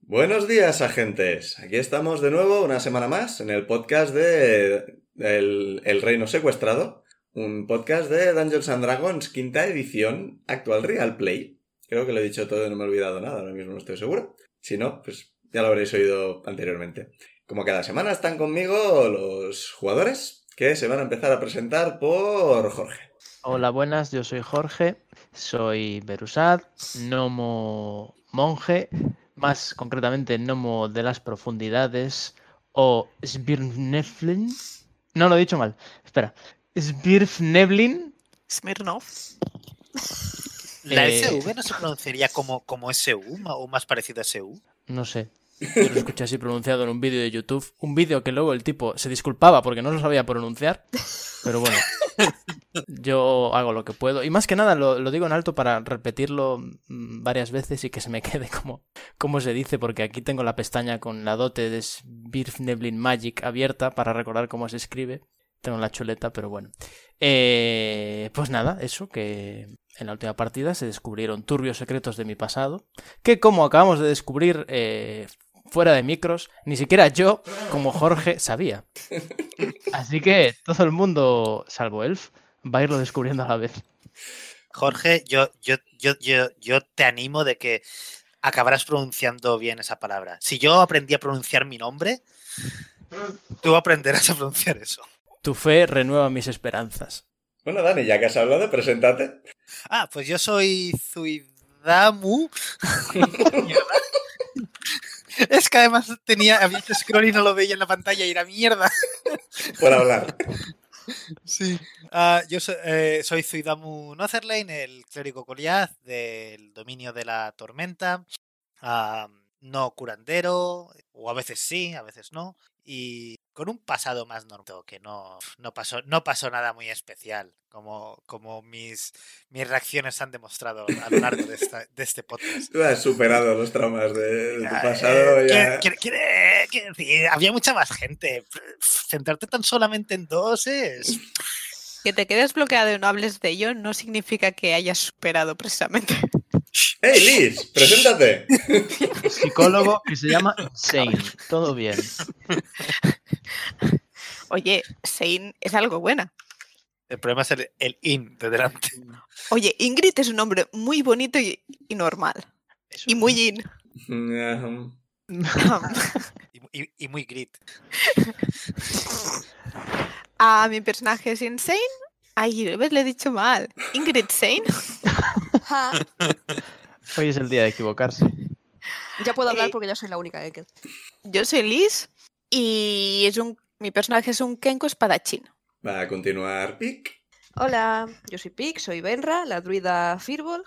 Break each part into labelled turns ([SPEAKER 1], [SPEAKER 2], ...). [SPEAKER 1] Buenos días, agentes. Aquí estamos de nuevo una semana más en el podcast de El, El Reino Secuestrado, un podcast de Dungeons and Dragons, quinta edición, actual Real Play. Creo que lo he dicho todo y no me he olvidado nada, ahora mismo no estoy seguro. Si no, pues ya lo habréis oído anteriormente. Como cada semana están conmigo los jugadores que se van a empezar a presentar por Jorge.
[SPEAKER 2] Hola, buenas, yo soy Jorge, soy Berusad, gnomo monje, más concretamente Nomo de las Profundidades o Svirneflin. No lo he dicho mal, espera. Svirfneblin.
[SPEAKER 3] Smirnov. ¿La SU no se pronunciaría como, como SU o más parecido a SU?
[SPEAKER 2] No sé.
[SPEAKER 4] Yo lo escuché así pronunciado en un vídeo de YouTube. Un vídeo que luego el tipo se disculpaba porque no lo sabía pronunciar. Pero bueno, yo hago lo que puedo. Y más que nada lo, lo, digo en alto para repetirlo mm, varias veces y que se me quede como, como se dice, porque aquí tengo la pestaña con la dote de Svirfneblin Magic abierta para recordar cómo se escribe. Tengo la chuleta, pero bueno. Eh, pues nada, eso, que en la última partida se descubrieron turbios secretos de mi pasado, que como acabamos de descubrir eh, fuera de micros, ni siquiera yo, como Jorge, sabía. Así que todo el mundo, salvo Elf, va a irlo descubriendo a la vez.
[SPEAKER 3] Jorge, yo, yo, yo, yo, yo te animo de que acabarás pronunciando bien esa palabra. Si yo aprendí a pronunciar mi nombre, tú aprenderás a pronunciar eso.
[SPEAKER 4] Tu fe renueva mis esperanzas.
[SPEAKER 1] Bueno, Dani, ya que has hablado, preséntate.
[SPEAKER 3] Ah, pues yo soy Zuidamu. Es que además tenía, había hecho scroll y no lo veía en la pantalla y era mierda.
[SPEAKER 1] Por hablar.
[SPEAKER 3] Sí. Uh, yo so, eh, soy Zuidamu Notherlane, el clérigo Goliath del dominio de la tormenta. Uh, no curandero, o a veces sí, a veces no. Y con un pasado más normal, que no, no, pasó, no pasó nada muy especial, como, como mis, mis reacciones han demostrado a lo largo de, esta, de este podcast.
[SPEAKER 1] Tú has superado los traumas de, de tu pasado.
[SPEAKER 3] Eh,
[SPEAKER 1] ya.
[SPEAKER 3] ¿quiere, quiere, quiere decir, había mucha más gente. Centrarte tan solamente en dos es...
[SPEAKER 5] Que te quedes bloqueado y no hables de ello no significa que hayas superado precisamente.
[SPEAKER 1] ¡Hey, Liz! ¡Preséntate!
[SPEAKER 2] Psicólogo que se llama Shane. Todo bien.
[SPEAKER 5] Oye, Sein es algo buena.
[SPEAKER 3] El problema es el, el, in de delante.
[SPEAKER 1] Mm.
[SPEAKER 5] Oye, Ingrid es un nombre muy bonito y, y normal. Eso. Y muy in.
[SPEAKER 3] y, y, y, muy grit.
[SPEAKER 5] A mi personaje es Insane. Ay, ¿ves? Le he dicho mal. Ingrid Sane.
[SPEAKER 2] Hoy es el día de equivocarse.
[SPEAKER 6] Ya puedo hablar porque ya soy la única. ¿eh?
[SPEAKER 5] Yo soy Liz y es un, mi personaje es un Kenko espadachín.
[SPEAKER 1] Va a continuar Pic.
[SPEAKER 6] Hola, yo soy Pic, soy Benra, la druida Firbolg,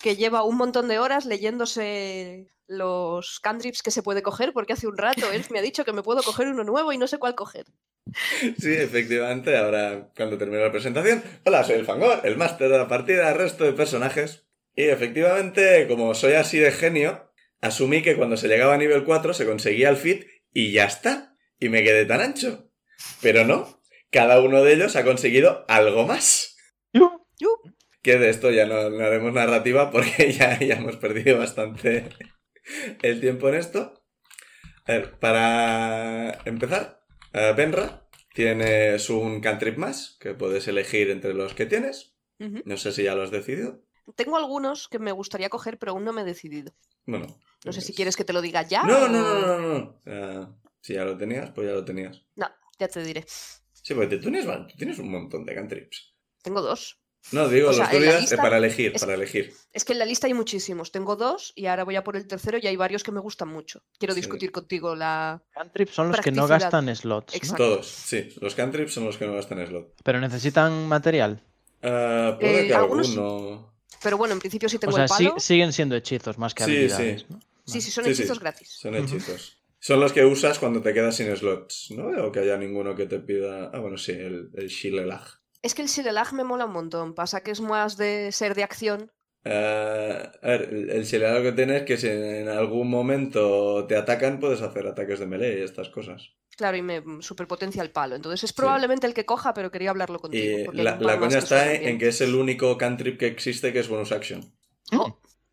[SPEAKER 6] que lleva un montón de horas leyéndose los cantrips que se puede coger porque hace un rato él me ha dicho que me puedo coger uno nuevo y no sé cuál coger.
[SPEAKER 1] Sí, efectivamente, ahora cuando termine la presentación. Hola, soy el Fangor, el máster de la partida, resto de personajes. Y efectivamente, como soy así de genio, asumí que cuando se llegaba a nivel 4 se conseguía el fit y ya está. Y me quedé tan ancho. Pero no, cada uno de ellos ha conseguido algo más. Que de esto ya no, no haremos narrativa porque ya, ya hemos perdido bastante el tiempo en esto. A ver, para empezar, eh, Benra, tienes un cantrip más que puedes elegir entre los que tienes.
[SPEAKER 6] Uh -huh.
[SPEAKER 1] No sé si ya lo has decidido.
[SPEAKER 6] Tengo algunos que me gustaría coger, pero aún no me he decidido.
[SPEAKER 1] Bueno.
[SPEAKER 6] No
[SPEAKER 1] pues-
[SPEAKER 6] sé si quieres que te lo diga ya.
[SPEAKER 1] No,
[SPEAKER 6] o-
[SPEAKER 1] no, no, no, no, no. Ah, si ya lo tenías, pues ya lo tenías.
[SPEAKER 6] No, ya te diré.
[SPEAKER 1] Sí, porque tú tienes, tú tienes un montón de cantrips.
[SPEAKER 6] Tengo dos.
[SPEAKER 1] No, digo,
[SPEAKER 6] O
[SPEAKER 1] los
[SPEAKER 6] sea, en la
[SPEAKER 1] tuyos, eh,
[SPEAKER 6] lista-
[SPEAKER 1] para elegir,
[SPEAKER 6] es-
[SPEAKER 1] para elegir.
[SPEAKER 6] Es que en la lista hay muchísimos. Tengo dos y ahora voy a por el tercero y hay varios que me gustan mucho. Quiero
[SPEAKER 1] Sí.
[SPEAKER 6] discutir contigo la...
[SPEAKER 2] Cantrip son los que no
[SPEAKER 6] Practicidad.
[SPEAKER 2] gastan slots, ¿no?
[SPEAKER 6] Exacto.
[SPEAKER 1] Todos, sí. Los cantrips son los que no gastan slot.
[SPEAKER 2] pero necesitan material.
[SPEAKER 1] Ah, puede
[SPEAKER 6] Eh,
[SPEAKER 1] que
[SPEAKER 6] algunos
[SPEAKER 1] alguno...
[SPEAKER 6] Pero bueno, en principio sí
[SPEAKER 4] O
[SPEAKER 6] tengo
[SPEAKER 4] sea,
[SPEAKER 6] el
[SPEAKER 4] sí-
[SPEAKER 6] palo. Sí,
[SPEAKER 4] siguen siendo hechizos más que
[SPEAKER 1] Sí,
[SPEAKER 4] habilidades.
[SPEAKER 1] sí.
[SPEAKER 4] ¿no?
[SPEAKER 6] sí, son
[SPEAKER 1] Sí, sí.
[SPEAKER 6] hechizos gratis.
[SPEAKER 1] Son hechizos. Son los que usas cuando te quedas sin slots. No veo que haya ninguno que te pida. Ah, bueno, sí, el, el Shilelag.
[SPEAKER 6] Es que el Silelag me mola un montón. Pasa que es más de ser de acción.
[SPEAKER 1] Eh, a ver, el, el Shilelag que tienes es que si en algún momento te atacan, puedes hacer ataques de melee y estas cosas.
[SPEAKER 6] Claro, y me mm, superpotencia el palo. Entonces es probablemente el que coja, pero quería hablarlo contigo.
[SPEAKER 1] Y
[SPEAKER 6] porque hay
[SPEAKER 1] Eh, la,
[SPEAKER 6] un
[SPEAKER 1] la
[SPEAKER 6] par más
[SPEAKER 1] coña
[SPEAKER 6] que
[SPEAKER 1] está
[SPEAKER 6] suenan
[SPEAKER 1] en,
[SPEAKER 6] bien.
[SPEAKER 1] en que es el único cantrip que existe que es bonus action.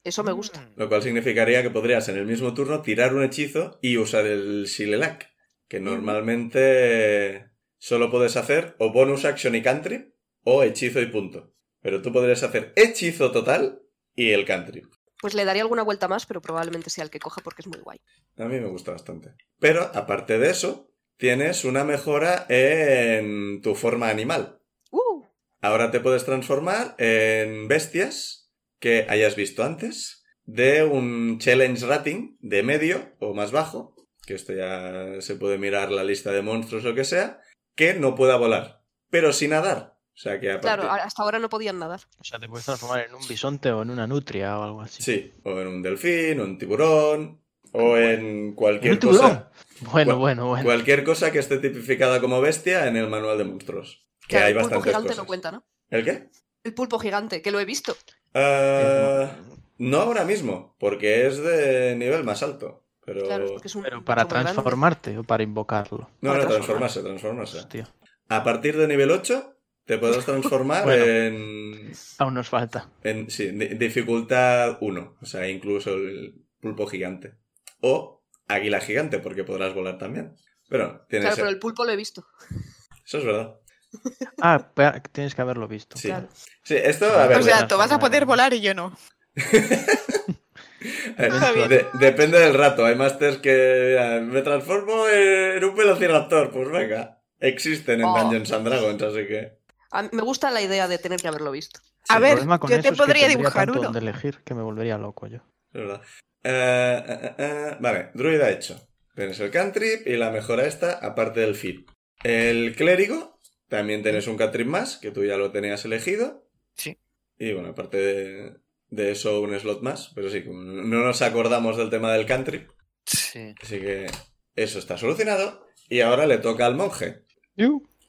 [SPEAKER 6] Eso me gusta.
[SPEAKER 3] Mm.
[SPEAKER 1] Lo cual significaría que podrías en el mismo turno tirar un hechizo y usar el Shilelak, que normalmente solo puedes hacer o bonus action y cantrip o hechizo y punto. Pero tú podrías hacer hechizo total y el cantrip.
[SPEAKER 6] Pues le daría alguna vuelta más, pero probablemente sea el que coja porque es muy guay.
[SPEAKER 1] A mí me gusta bastante. Pero aparte de eso, tienes una mejora en tu forma animal.
[SPEAKER 6] ¡Uh!
[SPEAKER 1] Ahora te puedes transformar en bestias que hayas visto antes, de un challenge rating de medio o más bajo, que esto ya se puede mirar la lista de monstruos o lo que sea, que no pueda volar, pero sin nadar. O sea que a
[SPEAKER 6] Claro,
[SPEAKER 1] partir-
[SPEAKER 6] a- hasta ahora no podían nadar.
[SPEAKER 4] O sea, te
[SPEAKER 2] Puedes transformar en un bisonte o en una nutria o algo así.
[SPEAKER 1] Sí, o en un delfín, o un tiburón, o en cualquier
[SPEAKER 4] ¿Un tiburón?
[SPEAKER 1] cosa.
[SPEAKER 4] Bueno,
[SPEAKER 1] Cu-
[SPEAKER 4] bueno, bueno.
[SPEAKER 1] Cualquier cosa que esté tipificada como bestia en el manual de monstruos. Que
[SPEAKER 6] Claro,
[SPEAKER 1] hay
[SPEAKER 6] el pulpo
[SPEAKER 1] bastantes
[SPEAKER 6] gigante
[SPEAKER 1] cosas.
[SPEAKER 6] no cuenta, ¿no?
[SPEAKER 1] ¿El qué?
[SPEAKER 6] El pulpo gigante, que lo he visto.
[SPEAKER 1] Ah, No ahora mismo, porque es de nivel más alto. Pero.
[SPEAKER 6] Claro, porque es un
[SPEAKER 4] Pero para
[SPEAKER 6] bicho muy grande.
[SPEAKER 4] transformarte o para invocarlo.
[SPEAKER 1] no,
[SPEAKER 6] para
[SPEAKER 1] no, transformarse, transformarse.
[SPEAKER 4] Hostia.
[SPEAKER 1] A partir de nivel 8 te podrás transformar
[SPEAKER 4] Bueno.
[SPEAKER 1] en,
[SPEAKER 4] Aún nos falta.
[SPEAKER 1] en- Sí, di- dificultad 1. O sea, incluso el pulpo gigante. O águila gigante, porque podrás volar también. Pero tienes.
[SPEAKER 6] Claro, pero el pulpo lo he visto.
[SPEAKER 1] Eso es verdad.
[SPEAKER 4] Ah, espera, que tienes que haberlo visto.
[SPEAKER 1] Sí. Sí, esto, a
[SPEAKER 4] Claro.
[SPEAKER 1] ver.
[SPEAKER 5] O sea, tú vas a
[SPEAKER 4] Claro.
[SPEAKER 5] poder volar y yo no.
[SPEAKER 1] Eh,
[SPEAKER 5] Está bien.
[SPEAKER 1] de- depende del rato. Hay masters que eh, me transformo en un velociraptor. Pues venga, existen en
[SPEAKER 6] Oh.
[SPEAKER 1] Dungeons and Dragons, así que.
[SPEAKER 6] A mí- me gusta la idea de tener que haberlo visto.
[SPEAKER 5] A
[SPEAKER 1] Sí,
[SPEAKER 5] ver,
[SPEAKER 4] problema con
[SPEAKER 5] yo
[SPEAKER 4] eso
[SPEAKER 5] te
[SPEAKER 4] es que
[SPEAKER 5] podría
[SPEAKER 4] tendría
[SPEAKER 5] dibujar
[SPEAKER 4] tanto
[SPEAKER 5] uno.
[SPEAKER 4] donde elegir que me volvería loco yo.
[SPEAKER 1] es verdad. Eh, eh, eh, vale, druida hecho. Tienes el cantrip y la mejora esta, aparte del feed. El clérigo, también tienes un cantrip más, que tú ya lo tenías elegido.
[SPEAKER 3] Sí.
[SPEAKER 1] Y bueno, aparte de, de eso, un slot más. Pero sí, como no nos acordamos del tema del cantrip.
[SPEAKER 3] Sí.
[SPEAKER 1] Así que eso está solucionado. Y ahora le toca al monje.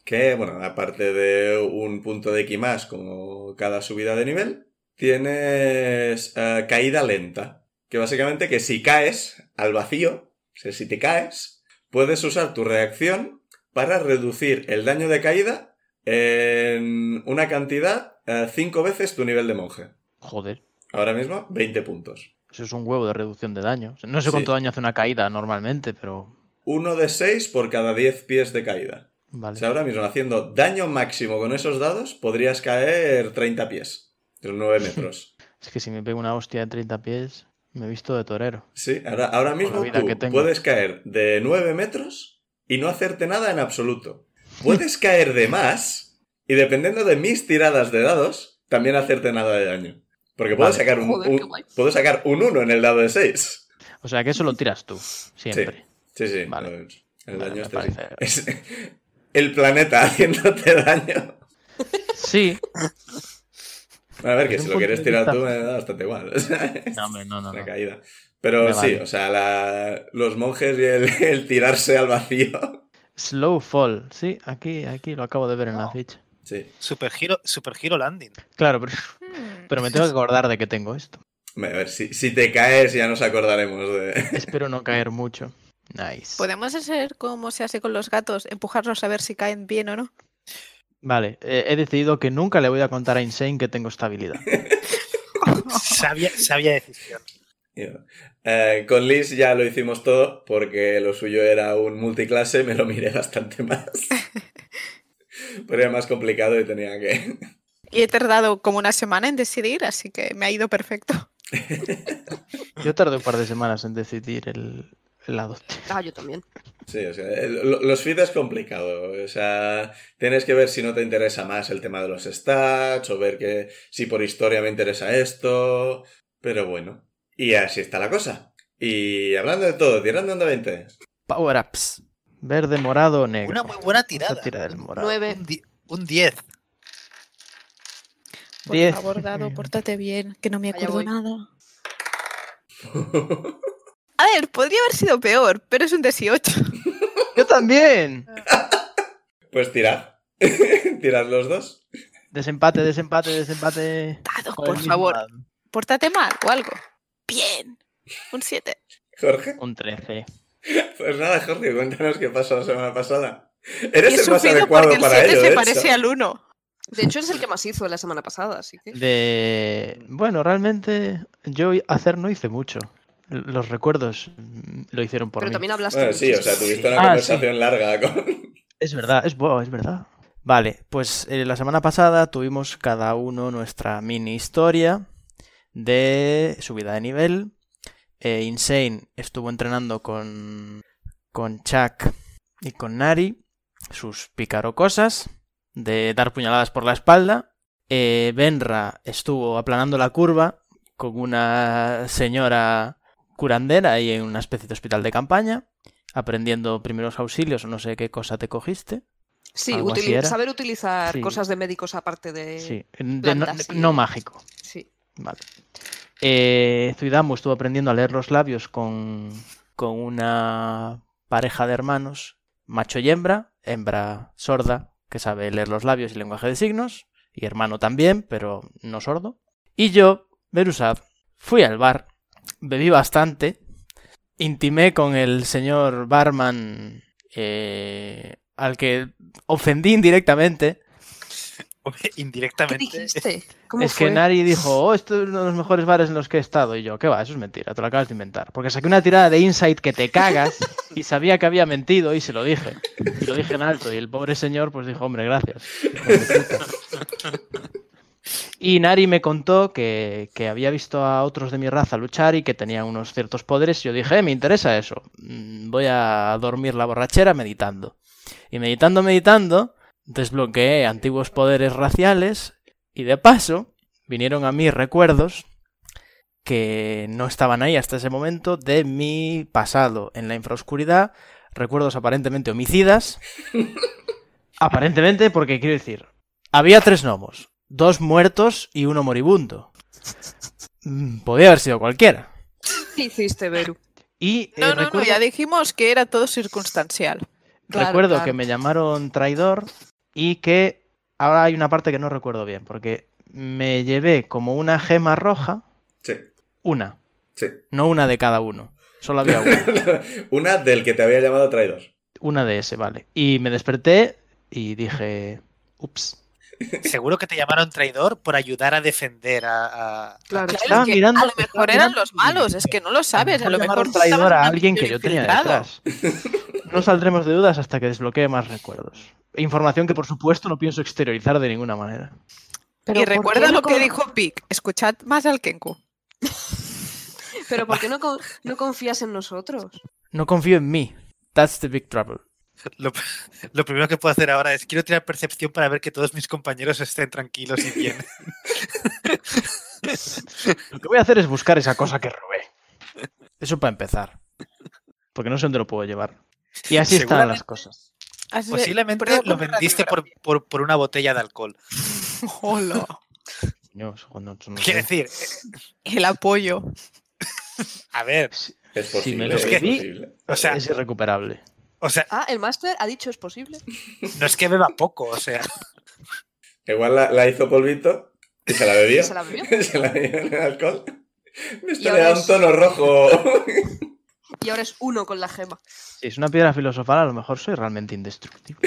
[SPEAKER 1] Que, bueno, aparte de un punto de ki más como cada subida de nivel, tienes eh, caída lenta. Que básicamente que si caes al vacío, o sea, si te caes, puedes usar tu reacción para reducir el daño de caída en una cantidad eh, cinco veces tu nivel de monje.
[SPEAKER 4] Joder,
[SPEAKER 1] Ahora mismo, 20 puntos.
[SPEAKER 4] eso es un huevo de reducción de daño. O sea, No sé
[SPEAKER 1] Sí.
[SPEAKER 4] cuánto daño hace una caída normalmente, pero.
[SPEAKER 1] Uno de seis por cada 10 pies de caída. O
[SPEAKER 4] Vale.
[SPEAKER 1] sea, ahora mismo haciendo daño máximo con esos dados, podrías caer 30 pies. Son 9 metros.
[SPEAKER 4] Es que si me pego una hostia de 30 pies, me he visto de torero.
[SPEAKER 1] Sí, ahora, ahora mismo
[SPEAKER 4] Con la vida
[SPEAKER 1] tú
[SPEAKER 4] que tengo.
[SPEAKER 1] puedes caer de 9 metros y no hacerte nada en absoluto. Puedes caer de más y dependiendo de mis tiradas de dados, también hacerte nada de daño. Porque puedo
[SPEAKER 4] Vale.
[SPEAKER 1] sacar un,
[SPEAKER 6] Joder, qué
[SPEAKER 1] un-
[SPEAKER 6] guay.
[SPEAKER 1] puedo sacar un 1 en el dado de 6.
[SPEAKER 4] O sea, que eso lo tiras tú, siempre.
[SPEAKER 1] Sí, sí.
[SPEAKER 4] Vale.
[SPEAKER 1] lo- El
[SPEAKER 4] Vale,
[SPEAKER 1] daño
[SPEAKER 4] me
[SPEAKER 1] este sí.
[SPEAKER 4] parece.
[SPEAKER 1] Es el planeta haciéndote daño.
[SPEAKER 4] Sí.
[SPEAKER 1] A ver, que
[SPEAKER 4] Desde
[SPEAKER 1] si
[SPEAKER 4] un
[SPEAKER 1] lo quieres
[SPEAKER 4] punto de
[SPEAKER 1] tirar tú
[SPEAKER 4] vista-
[SPEAKER 1] me da bastante igual. o sea,
[SPEAKER 4] No, hombre, no, no.
[SPEAKER 1] la
[SPEAKER 4] no.
[SPEAKER 1] caída. Pero
[SPEAKER 4] Me
[SPEAKER 1] sí,
[SPEAKER 4] vale.
[SPEAKER 1] o sea, la- los monjes y el, el tirarse al vacío.
[SPEAKER 4] Slow fall, sí, aquí, aquí lo acabo de ver en la ficha.
[SPEAKER 1] Sí.
[SPEAKER 3] Super Hero, Super Hero Landing.
[SPEAKER 4] Claro, pero,
[SPEAKER 5] Mm,
[SPEAKER 4] pero me tengo que acordar de que tengo esto.
[SPEAKER 1] Hombre, A ver, si, si te caes ya nos acordaremos de...
[SPEAKER 4] Espero no caer mucho. Nice.
[SPEAKER 5] Podemos hacer como se hace con los gatos, empujarlos a ver si caen bien o no.
[SPEAKER 4] Vale, eh, he decidido que nunca le voy a contar a Insane que tengo esta habilidad.
[SPEAKER 3] Sabia, sabia decisión.
[SPEAKER 1] Eh, con Liz ya lo hicimos todo porque lo suyo era un multiclase, me lo miré bastante más. Pero era más complicado y tenía que...
[SPEAKER 5] Y he tardado como una semana en decidir, así que me ha ido perfecto.
[SPEAKER 4] Yo tardé un par de semanas en decidir el, el adopte.
[SPEAKER 6] Ah, yo también.
[SPEAKER 1] Sí, o sea, el- lo- los feeds es complicado. O sea, tienes que ver si no te interesa más el tema de los stats o ver que si por historia me interesa esto. Pero bueno. Y así está la cosa. Y hablando de todo, tirando onda 20.
[SPEAKER 4] Power ups. Verde, morado o negro.
[SPEAKER 3] Una muy buena
[SPEAKER 4] Vamos a
[SPEAKER 3] tirada.
[SPEAKER 4] tirar el morado.
[SPEAKER 6] Nueve.
[SPEAKER 3] Un di- un 10.
[SPEAKER 5] Por
[SPEAKER 2] Diez.
[SPEAKER 5] favor, Dado, pórtate bien, que no me
[SPEAKER 6] Allá
[SPEAKER 5] acuerdo
[SPEAKER 6] voy.
[SPEAKER 5] nada. A ver, podría haber sido peor, pero es un 18.
[SPEAKER 2] Yo también.
[SPEAKER 1] pues tirad. tirad los dos.
[SPEAKER 2] Desempate, desempate, desempate.
[SPEAKER 5] Dado,
[SPEAKER 2] Joder,
[SPEAKER 5] por
[SPEAKER 2] mi
[SPEAKER 5] favor,
[SPEAKER 2] madre.
[SPEAKER 5] pórtate mal o algo. Bien. Un 7.
[SPEAKER 1] Jorge.
[SPEAKER 2] Un 13.
[SPEAKER 1] Pues nada, Jorge, cuéntanos qué pasó la semana pasada. Eres
[SPEAKER 5] he
[SPEAKER 1] el más
[SPEAKER 5] sufrido
[SPEAKER 1] adecuado
[SPEAKER 5] porque el
[SPEAKER 1] para
[SPEAKER 5] 7
[SPEAKER 1] ello.
[SPEAKER 5] se
[SPEAKER 1] de
[SPEAKER 5] parece
[SPEAKER 1] hecho.
[SPEAKER 5] al 1.
[SPEAKER 6] De hecho, es el que más hizo la semana pasada, así que.
[SPEAKER 2] De. Bueno, realmente yo hacer no hice mucho. L- Los recuerdos mm, lo hicieron por
[SPEAKER 6] Pero
[SPEAKER 2] mí.
[SPEAKER 6] también hablaste.
[SPEAKER 1] Bueno, sí, o sea,
[SPEAKER 6] muchísimo.
[SPEAKER 1] tuviste una
[SPEAKER 2] Ah,
[SPEAKER 1] conversación larga con.
[SPEAKER 2] Es verdad, es, buah, es verdad.
[SPEAKER 4] Vale, pues eh, la semana pasada tuvimos cada uno nuestra mini historia de subida de nivel. Eh, Insane estuvo entrenando con, con Chuck y con Nari sus pícaro cosas de dar puñaladas por la espalda. Eh, Benra estuvo aplanando la curva con una señora curandera y en una especie de hospital de campaña, aprendiendo primeros auxilios o no sé qué cosa te cogiste.
[SPEAKER 6] Sí,
[SPEAKER 4] algo así
[SPEAKER 6] utili-
[SPEAKER 4] era.
[SPEAKER 6] saber utilizar
[SPEAKER 4] Sí.
[SPEAKER 6] cosas de médicos aparte de.
[SPEAKER 4] Sí, de no,
[SPEAKER 6] Eh, plantas
[SPEAKER 4] de-
[SPEAKER 6] y-
[SPEAKER 4] no mágico.
[SPEAKER 6] Sí.
[SPEAKER 4] Vale. Eh, Zuidamu estuvo aprendiendo a leer los labios con, con una pareja de hermanos, macho y hembra, hembra sorda, que sabe leer los labios y lenguaje de signos, y hermano también, pero no sordo. Y yo, Berusad, fui al bar, bebí bastante, intimé con el señor barman eh, al que ofendí indirectamente.
[SPEAKER 6] ¿Qué
[SPEAKER 3] Indirectamente.
[SPEAKER 6] dijiste? ¿Cómo
[SPEAKER 4] Es
[SPEAKER 6] fue?
[SPEAKER 4] que Nari dijo, oh, esto es uno de los mejores bares en los que he estado. Y yo, ¿qué va? Eso es mentira, te lo acabas de inventar. Porque saqué una tirada de Insight que te cagas y sabía que había mentido y se lo dije. Y lo dije en alto. Y el pobre señor pues dijo, hombre, gracias. hijo de puta". Y Nari me contó que, que había visto a otros de mi raza luchar y que tenían unos ciertos poderes. Y yo dije, "Eh, me interesa eso. Mm, Voy a dormir la borrachera meditando. Y meditando, meditando, desbloqueé antiguos poderes raciales y de paso, vinieron a mí recuerdos que no estaban ahí hasta ese momento de mi pasado en la infraoscuridad, recuerdos aparentemente homicidas. aparentemente, porque quiero decir, había tres gnomos, dos muertos y uno moribundo. Mm, Podía haber sido cualquiera.
[SPEAKER 6] ¿Qué hiciste, Beru?
[SPEAKER 4] Y eh,
[SPEAKER 5] No, no, no,
[SPEAKER 4] recuerdo,
[SPEAKER 5] ya dijimos que era todo circunstancial.
[SPEAKER 6] Claro,
[SPEAKER 4] recuerdo
[SPEAKER 6] claro.
[SPEAKER 4] que me llamaron traidor y que ahora hay una parte que no recuerdo bien, porque me llevé como una gema roja,
[SPEAKER 1] Sí,
[SPEAKER 4] una.
[SPEAKER 1] sí.
[SPEAKER 4] No una de cada uno. Solo había una.
[SPEAKER 1] Una del que te había llamado traidor.
[SPEAKER 4] Una de ese, vale. Y me desperté y dije. Ups.
[SPEAKER 3] Seguro que te llamaron traidor por ayudar a defender a. a-
[SPEAKER 6] Claro,
[SPEAKER 5] Claro,
[SPEAKER 4] Estaba
[SPEAKER 5] es que
[SPEAKER 4] mirando-
[SPEAKER 5] a lo
[SPEAKER 4] estaba
[SPEAKER 5] mejor eran
[SPEAKER 4] mirando
[SPEAKER 5] los
[SPEAKER 4] y-
[SPEAKER 5] malos, es que no lo sabes. A lo mejor
[SPEAKER 4] llamaron traidor
[SPEAKER 5] estaban
[SPEAKER 4] a alguien que yo tenía
[SPEAKER 5] infiltrado.
[SPEAKER 4] detrás. No saldremos de dudas hasta que desbloquee más recuerdos. Información que, por supuesto, no pienso exteriorizar de ninguna manera.
[SPEAKER 6] Pero
[SPEAKER 5] y
[SPEAKER 6] ¿por qué
[SPEAKER 5] recuerda
[SPEAKER 6] no
[SPEAKER 5] lo que
[SPEAKER 6] con-
[SPEAKER 5] dijo Pic. Escuchad más al Kenku.
[SPEAKER 6] Pero ¿por qué no, con- no confías en nosotros?
[SPEAKER 4] No confío en mí. That's the big trouble.
[SPEAKER 3] Lo, lo primero que puedo hacer ahora es quiero tirar percepción para ver que todos mis compañeros estén tranquilos y bien.
[SPEAKER 4] Lo que voy a hacer es buscar esa cosa que robé. Eso para empezar. Porque no sé dónde lo puedo llevar. Y así están las cosas.
[SPEAKER 5] Has-
[SPEAKER 3] Pues Posiblemente
[SPEAKER 5] prueba
[SPEAKER 3] lo
[SPEAKER 5] con una
[SPEAKER 3] vendiste por, por- por una botella de alcohol.
[SPEAKER 5] radiografía. Hola.
[SPEAKER 4] Coño, eso no- eso no
[SPEAKER 3] Quiero
[SPEAKER 4] sé.
[SPEAKER 3] decir, eh,
[SPEAKER 5] El apoyo.
[SPEAKER 3] a ver,
[SPEAKER 1] Es
[SPEAKER 4] Si me
[SPEAKER 1] posible,
[SPEAKER 4] lo
[SPEAKER 1] es
[SPEAKER 4] pedí.
[SPEAKER 1] posible.
[SPEAKER 3] o sea,
[SPEAKER 4] es irrecuperable.
[SPEAKER 3] o sea,
[SPEAKER 6] Ah, el máster ha dicho es posible.
[SPEAKER 3] no es que beba poco, o sea,
[SPEAKER 1] Igual la, la hizo polvito y se la bebió.
[SPEAKER 6] Y se la bebió.
[SPEAKER 1] Se la bebió en el alcohol.
[SPEAKER 6] Y
[SPEAKER 1] Esto le
[SPEAKER 6] ahora
[SPEAKER 1] da un
[SPEAKER 6] es-
[SPEAKER 1] tono rojo.
[SPEAKER 6] Y ahora es uno con la gema.
[SPEAKER 4] Si es una piedra filosofal, a lo mejor soy realmente indestructible.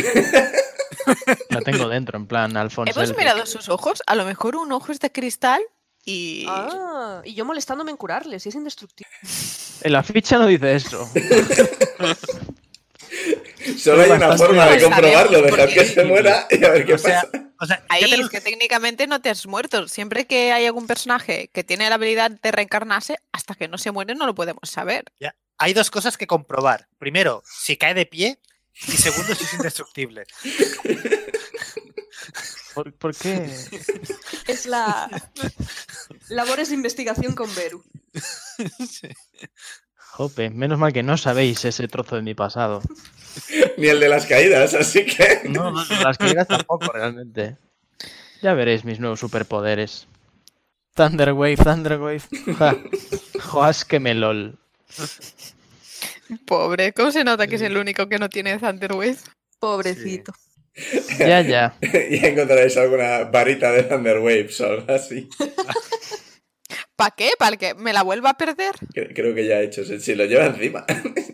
[SPEAKER 4] La tengo dentro, en plan Alfonso.
[SPEAKER 5] Hemos mirado sus ojos. A lo mejor un ojo es de cristal y.
[SPEAKER 6] Ah, y yo molestándome en curarle, si es indestructible.
[SPEAKER 4] En la ficha no dice eso.
[SPEAKER 1] Solo hay una
[SPEAKER 4] Bastante.
[SPEAKER 1] forma de
[SPEAKER 5] Lo
[SPEAKER 1] comprobarlo.
[SPEAKER 5] sabemos,
[SPEAKER 1] Dejar
[SPEAKER 5] porque-
[SPEAKER 1] que se muera y a ver qué
[SPEAKER 3] O sea,
[SPEAKER 1] pasa.
[SPEAKER 3] o sea,
[SPEAKER 5] Ahí
[SPEAKER 3] ya
[SPEAKER 5] es
[SPEAKER 3] tenemos-
[SPEAKER 5] que técnicamente no te has muerto. Siempre que hay algún personaje que tiene la habilidad de reencarnarse, hasta que no se muere no lo podemos saber.
[SPEAKER 3] hay dos cosas que comprobar. Primero, si cae de pie y segundo, si es indestructible.
[SPEAKER 4] ¿Por, por qué?
[SPEAKER 6] Es la. Labores de investigación con Beru.
[SPEAKER 4] Jope, menos mal que no sabéis ese trozo de mi pasado.
[SPEAKER 1] Ni el de las caídas, así que.
[SPEAKER 4] No, no, las caídas tampoco, realmente.
[SPEAKER 2] Ya veréis mis nuevos superpoderes.
[SPEAKER 4] Thunderwave, Thunderwave. Ja.
[SPEAKER 2] Joas que me lol.
[SPEAKER 5] Pobre, ¿cómo se nota que es el único que no tiene Thunderwave?
[SPEAKER 6] Pobrecito.
[SPEAKER 2] Ya, ya.
[SPEAKER 1] y encontraréis alguna varita de Thunderwaves o algo así.
[SPEAKER 5] ¿Para qué? ¿Para que me la vuelva a perder?
[SPEAKER 1] Cre- Creo que ya he hecho. Si si lo lleva encima.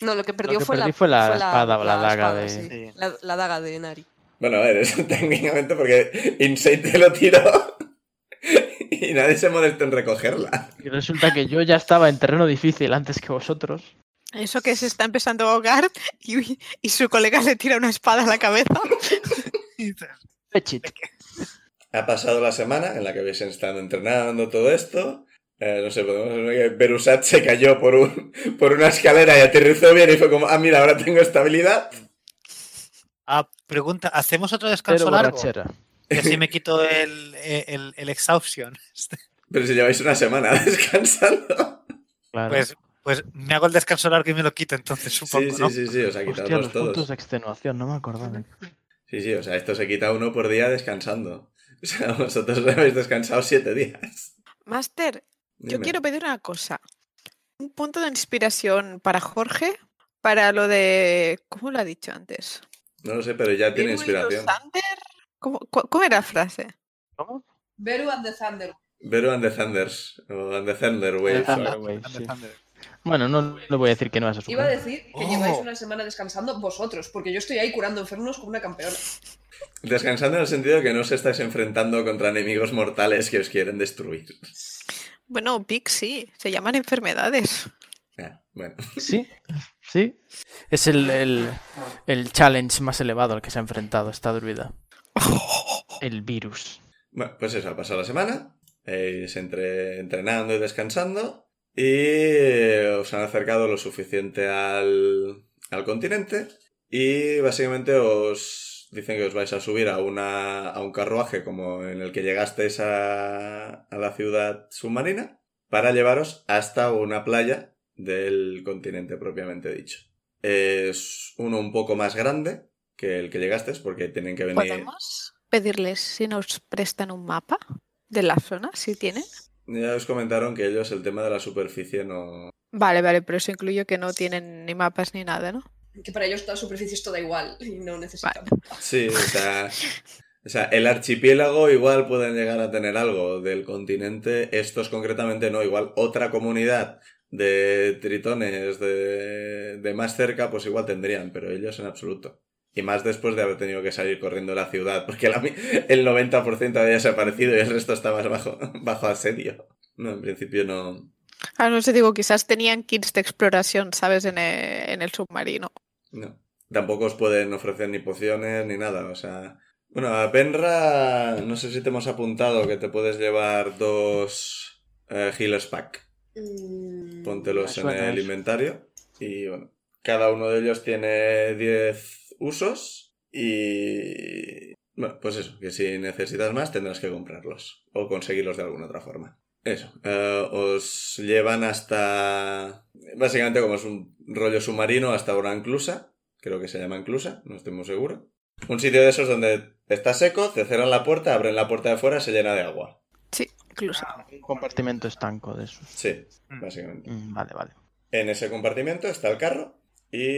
[SPEAKER 6] No, lo que perdió
[SPEAKER 2] que
[SPEAKER 6] fue,
[SPEAKER 2] perdí
[SPEAKER 6] la,
[SPEAKER 2] fue la espada o la daga
[SPEAKER 6] espada,
[SPEAKER 2] de-
[SPEAKER 6] sí.
[SPEAKER 3] Sí.
[SPEAKER 6] La, la daga de Nari.
[SPEAKER 1] Bueno, a ver, eso técnicamente porque Insane te lo tiró y nadie se molestó en recogerla.
[SPEAKER 2] Y resulta que yo ya estaba en terreno difícil antes que vosotros.
[SPEAKER 5] Eso que se está empezando a ahogar y, y su colega le tira una espada a la cabeza.
[SPEAKER 2] Fetch it.
[SPEAKER 1] Ha pasado la semana en la que habéis estado entrenando todo esto. Eh, no sé, podemos ver que Berusat se cayó por, un, por una escalera y aterrizó bien y fue como, ah, mira, ahora tengo estabilidad.
[SPEAKER 3] Ah, pregunta, ¿hacemos otro
[SPEAKER 2] Pero
[SPEAKER 3] descanso largo?
[SPEAKER 2] borrachera.
[SPEAKER 3] Que así me quito el, el, el exhaustion.
[SPEAKER 1] Pero si lleváis una semana descansando.
[SPEAKER 2] Claro.
[SPEAKER 3] Pues, pues me hago el descanso largo y me lo quito entonces,
[SPEAKER 1] Sí,
[SPEAKER 3] supongo,
[SPEAKER 1] sí,
[SPEAKER 3] ¿no?
[SPEAKER 1] sí, sí, os ha quitado
[SPEAKER 2] Hostia, los
[SPEAKER 1] todos.
[SPEAKER 2] puntos de extenuación, no me acordaba.
[SPEAKER 1] Sí, sí, o sea, esto se quita uno por día descansando. O sea, vosotros habéis descansado siete días.
[SPEAKER 5] Master, yo
[SPEAKER 1] Dime.
[SPEAKER 5] quiero pedir una cosa. Un punto de inspiración para Jorge, para lo de... ¿Cómo lo ha dicho antes?
[SPEAKER 1] No lo sé, pero ya tiene
[SPEAKER 5] Beru y los
[SPEAKER 1] inspiración.
[SPEAKER 5] Thunder. ¿Cómo, cu- cómo era la frase?
[SPEAKER 2] ¿Cómo?
[SPEAKER 6] Beru and the Thunder.
[SPEAKER 1] Beru and the Thunders. O and the Thunder Waves.
[SPEAKER 2] And the
[SPEAKER 1] o algo.
[SPEAKER 2] Thunder.
[SPEAKER 3] Thunder,
[SPEAKER 2] Sí.
[SPEAKER 3] Thunder.
[SPEAKER 2] Bueno, no le voy a decir que no a eso.
[SPEAKER 6] Iba a decir que
[SPEAKER 3] Oh.
[SPEAKER 6] lleváis una semana descansando vosotros, porque yo estoy ahí curando enfermos como una campeona.
[SPEAKER 1] Descansando en el sentido de que no os estáis enfrentando contra enemigos mortales que os quieren destruir.
[SPEAKER 5] Bueno, Pix sí, se llaman enfermedades.
[SPEAKER 1] Ah, bueno,
[SPEAKER 2] Sí, sí.
[SPEAKER 4] Es el, el, el challenge más elevado al que se ha enfrentado esta druida.
[SPEAKER 2] El virus.
[SPEAKER 1] Bueno, pues eso, ha pasado la semana. Habéis entre, entrenando y descansando. Y os han acercado lo suficiente al, al continente. Y básicamente os dicen que os vais a subir a, una, a un carruaje como en el que llegasteis a, a la ciudad submarina para llevaros hasta una playa del continente propiamente dicho. Es uno un poco más grande que el que llegasteis porque tienen que venir...
[SPEAKER 5] ¿Podemos pedirles si nos prestan un mapa de la zona, si tienen?
[SPEAKER 1] Ya os comentaron que ellos el tema de la superficie no...
[SPEAKER 5] Vale, vale, pero eso incluyo que no tienen ni mapas ni nada, ¿no?
[SPEAKER 6] Que para ellos toda superficie es toda igual y no necesitan.
[SPEAKER 1] Sí, o sea... O sea, el archipiélago igual pueden llegar a tener algo del continente, estos concretamente no, igual otra comunidad de tritones de, de más cerca pues igual tendrían, pero ellos en absoluto. Y más después de haber tenido que salir corriendo de la ciudad, porque la mi- el 90% había desaparecido y el resto está más bajo, bajo asedio. No, en principio no...
[SPEAKER 5] Ah, no sé, digo, quizás tenían kits de exploración, ¿sabes? En el, en el submarino.
[SPEAKER 1] No. Tampoco os pueden ofrecer ni pociones ni nada, o sea... Bueno, a Penra, no sé si te hemos apuntado que te puedes llevar dos eh, healers pack.
[SPEAKER 6] Mm,
[SPEAKER 1] Póntelos
[SPEAKER 2] me
[SPEAKER 1] en
[SPEAKER 2] suena
[SPEAKER 1] el
[SPEAKER 2] eso.
[SPEAKER 1] inventario. Y bueno, cada uno de ellos tiene 10 usos y... Bueno, pues eso, que si necesitas más tendrás que comprarlos o conseguirlos de alguna otra forma. Eso, eh, os llevan hasta... Básicamente como es un rollo submarino hasta una enclusa, creo que se llama enclusa, no estoy muy seguro. Un sitio de esos donde está seco, te cerran la puerta, abren la puerta de fuera, se llena de agua.
[SPEAKER 5] Sí, incluso.
[SPEAKER 2] Un compartimento estanco de esos.
[SPEAKER 1] Sí,
[SPEAKER 3] Mm.
[SPEAKER 1] básicamente.
[SPEAKER 2] Mm, Vale, vale.
[SPEAKER 1] En ese compartimento está el carro y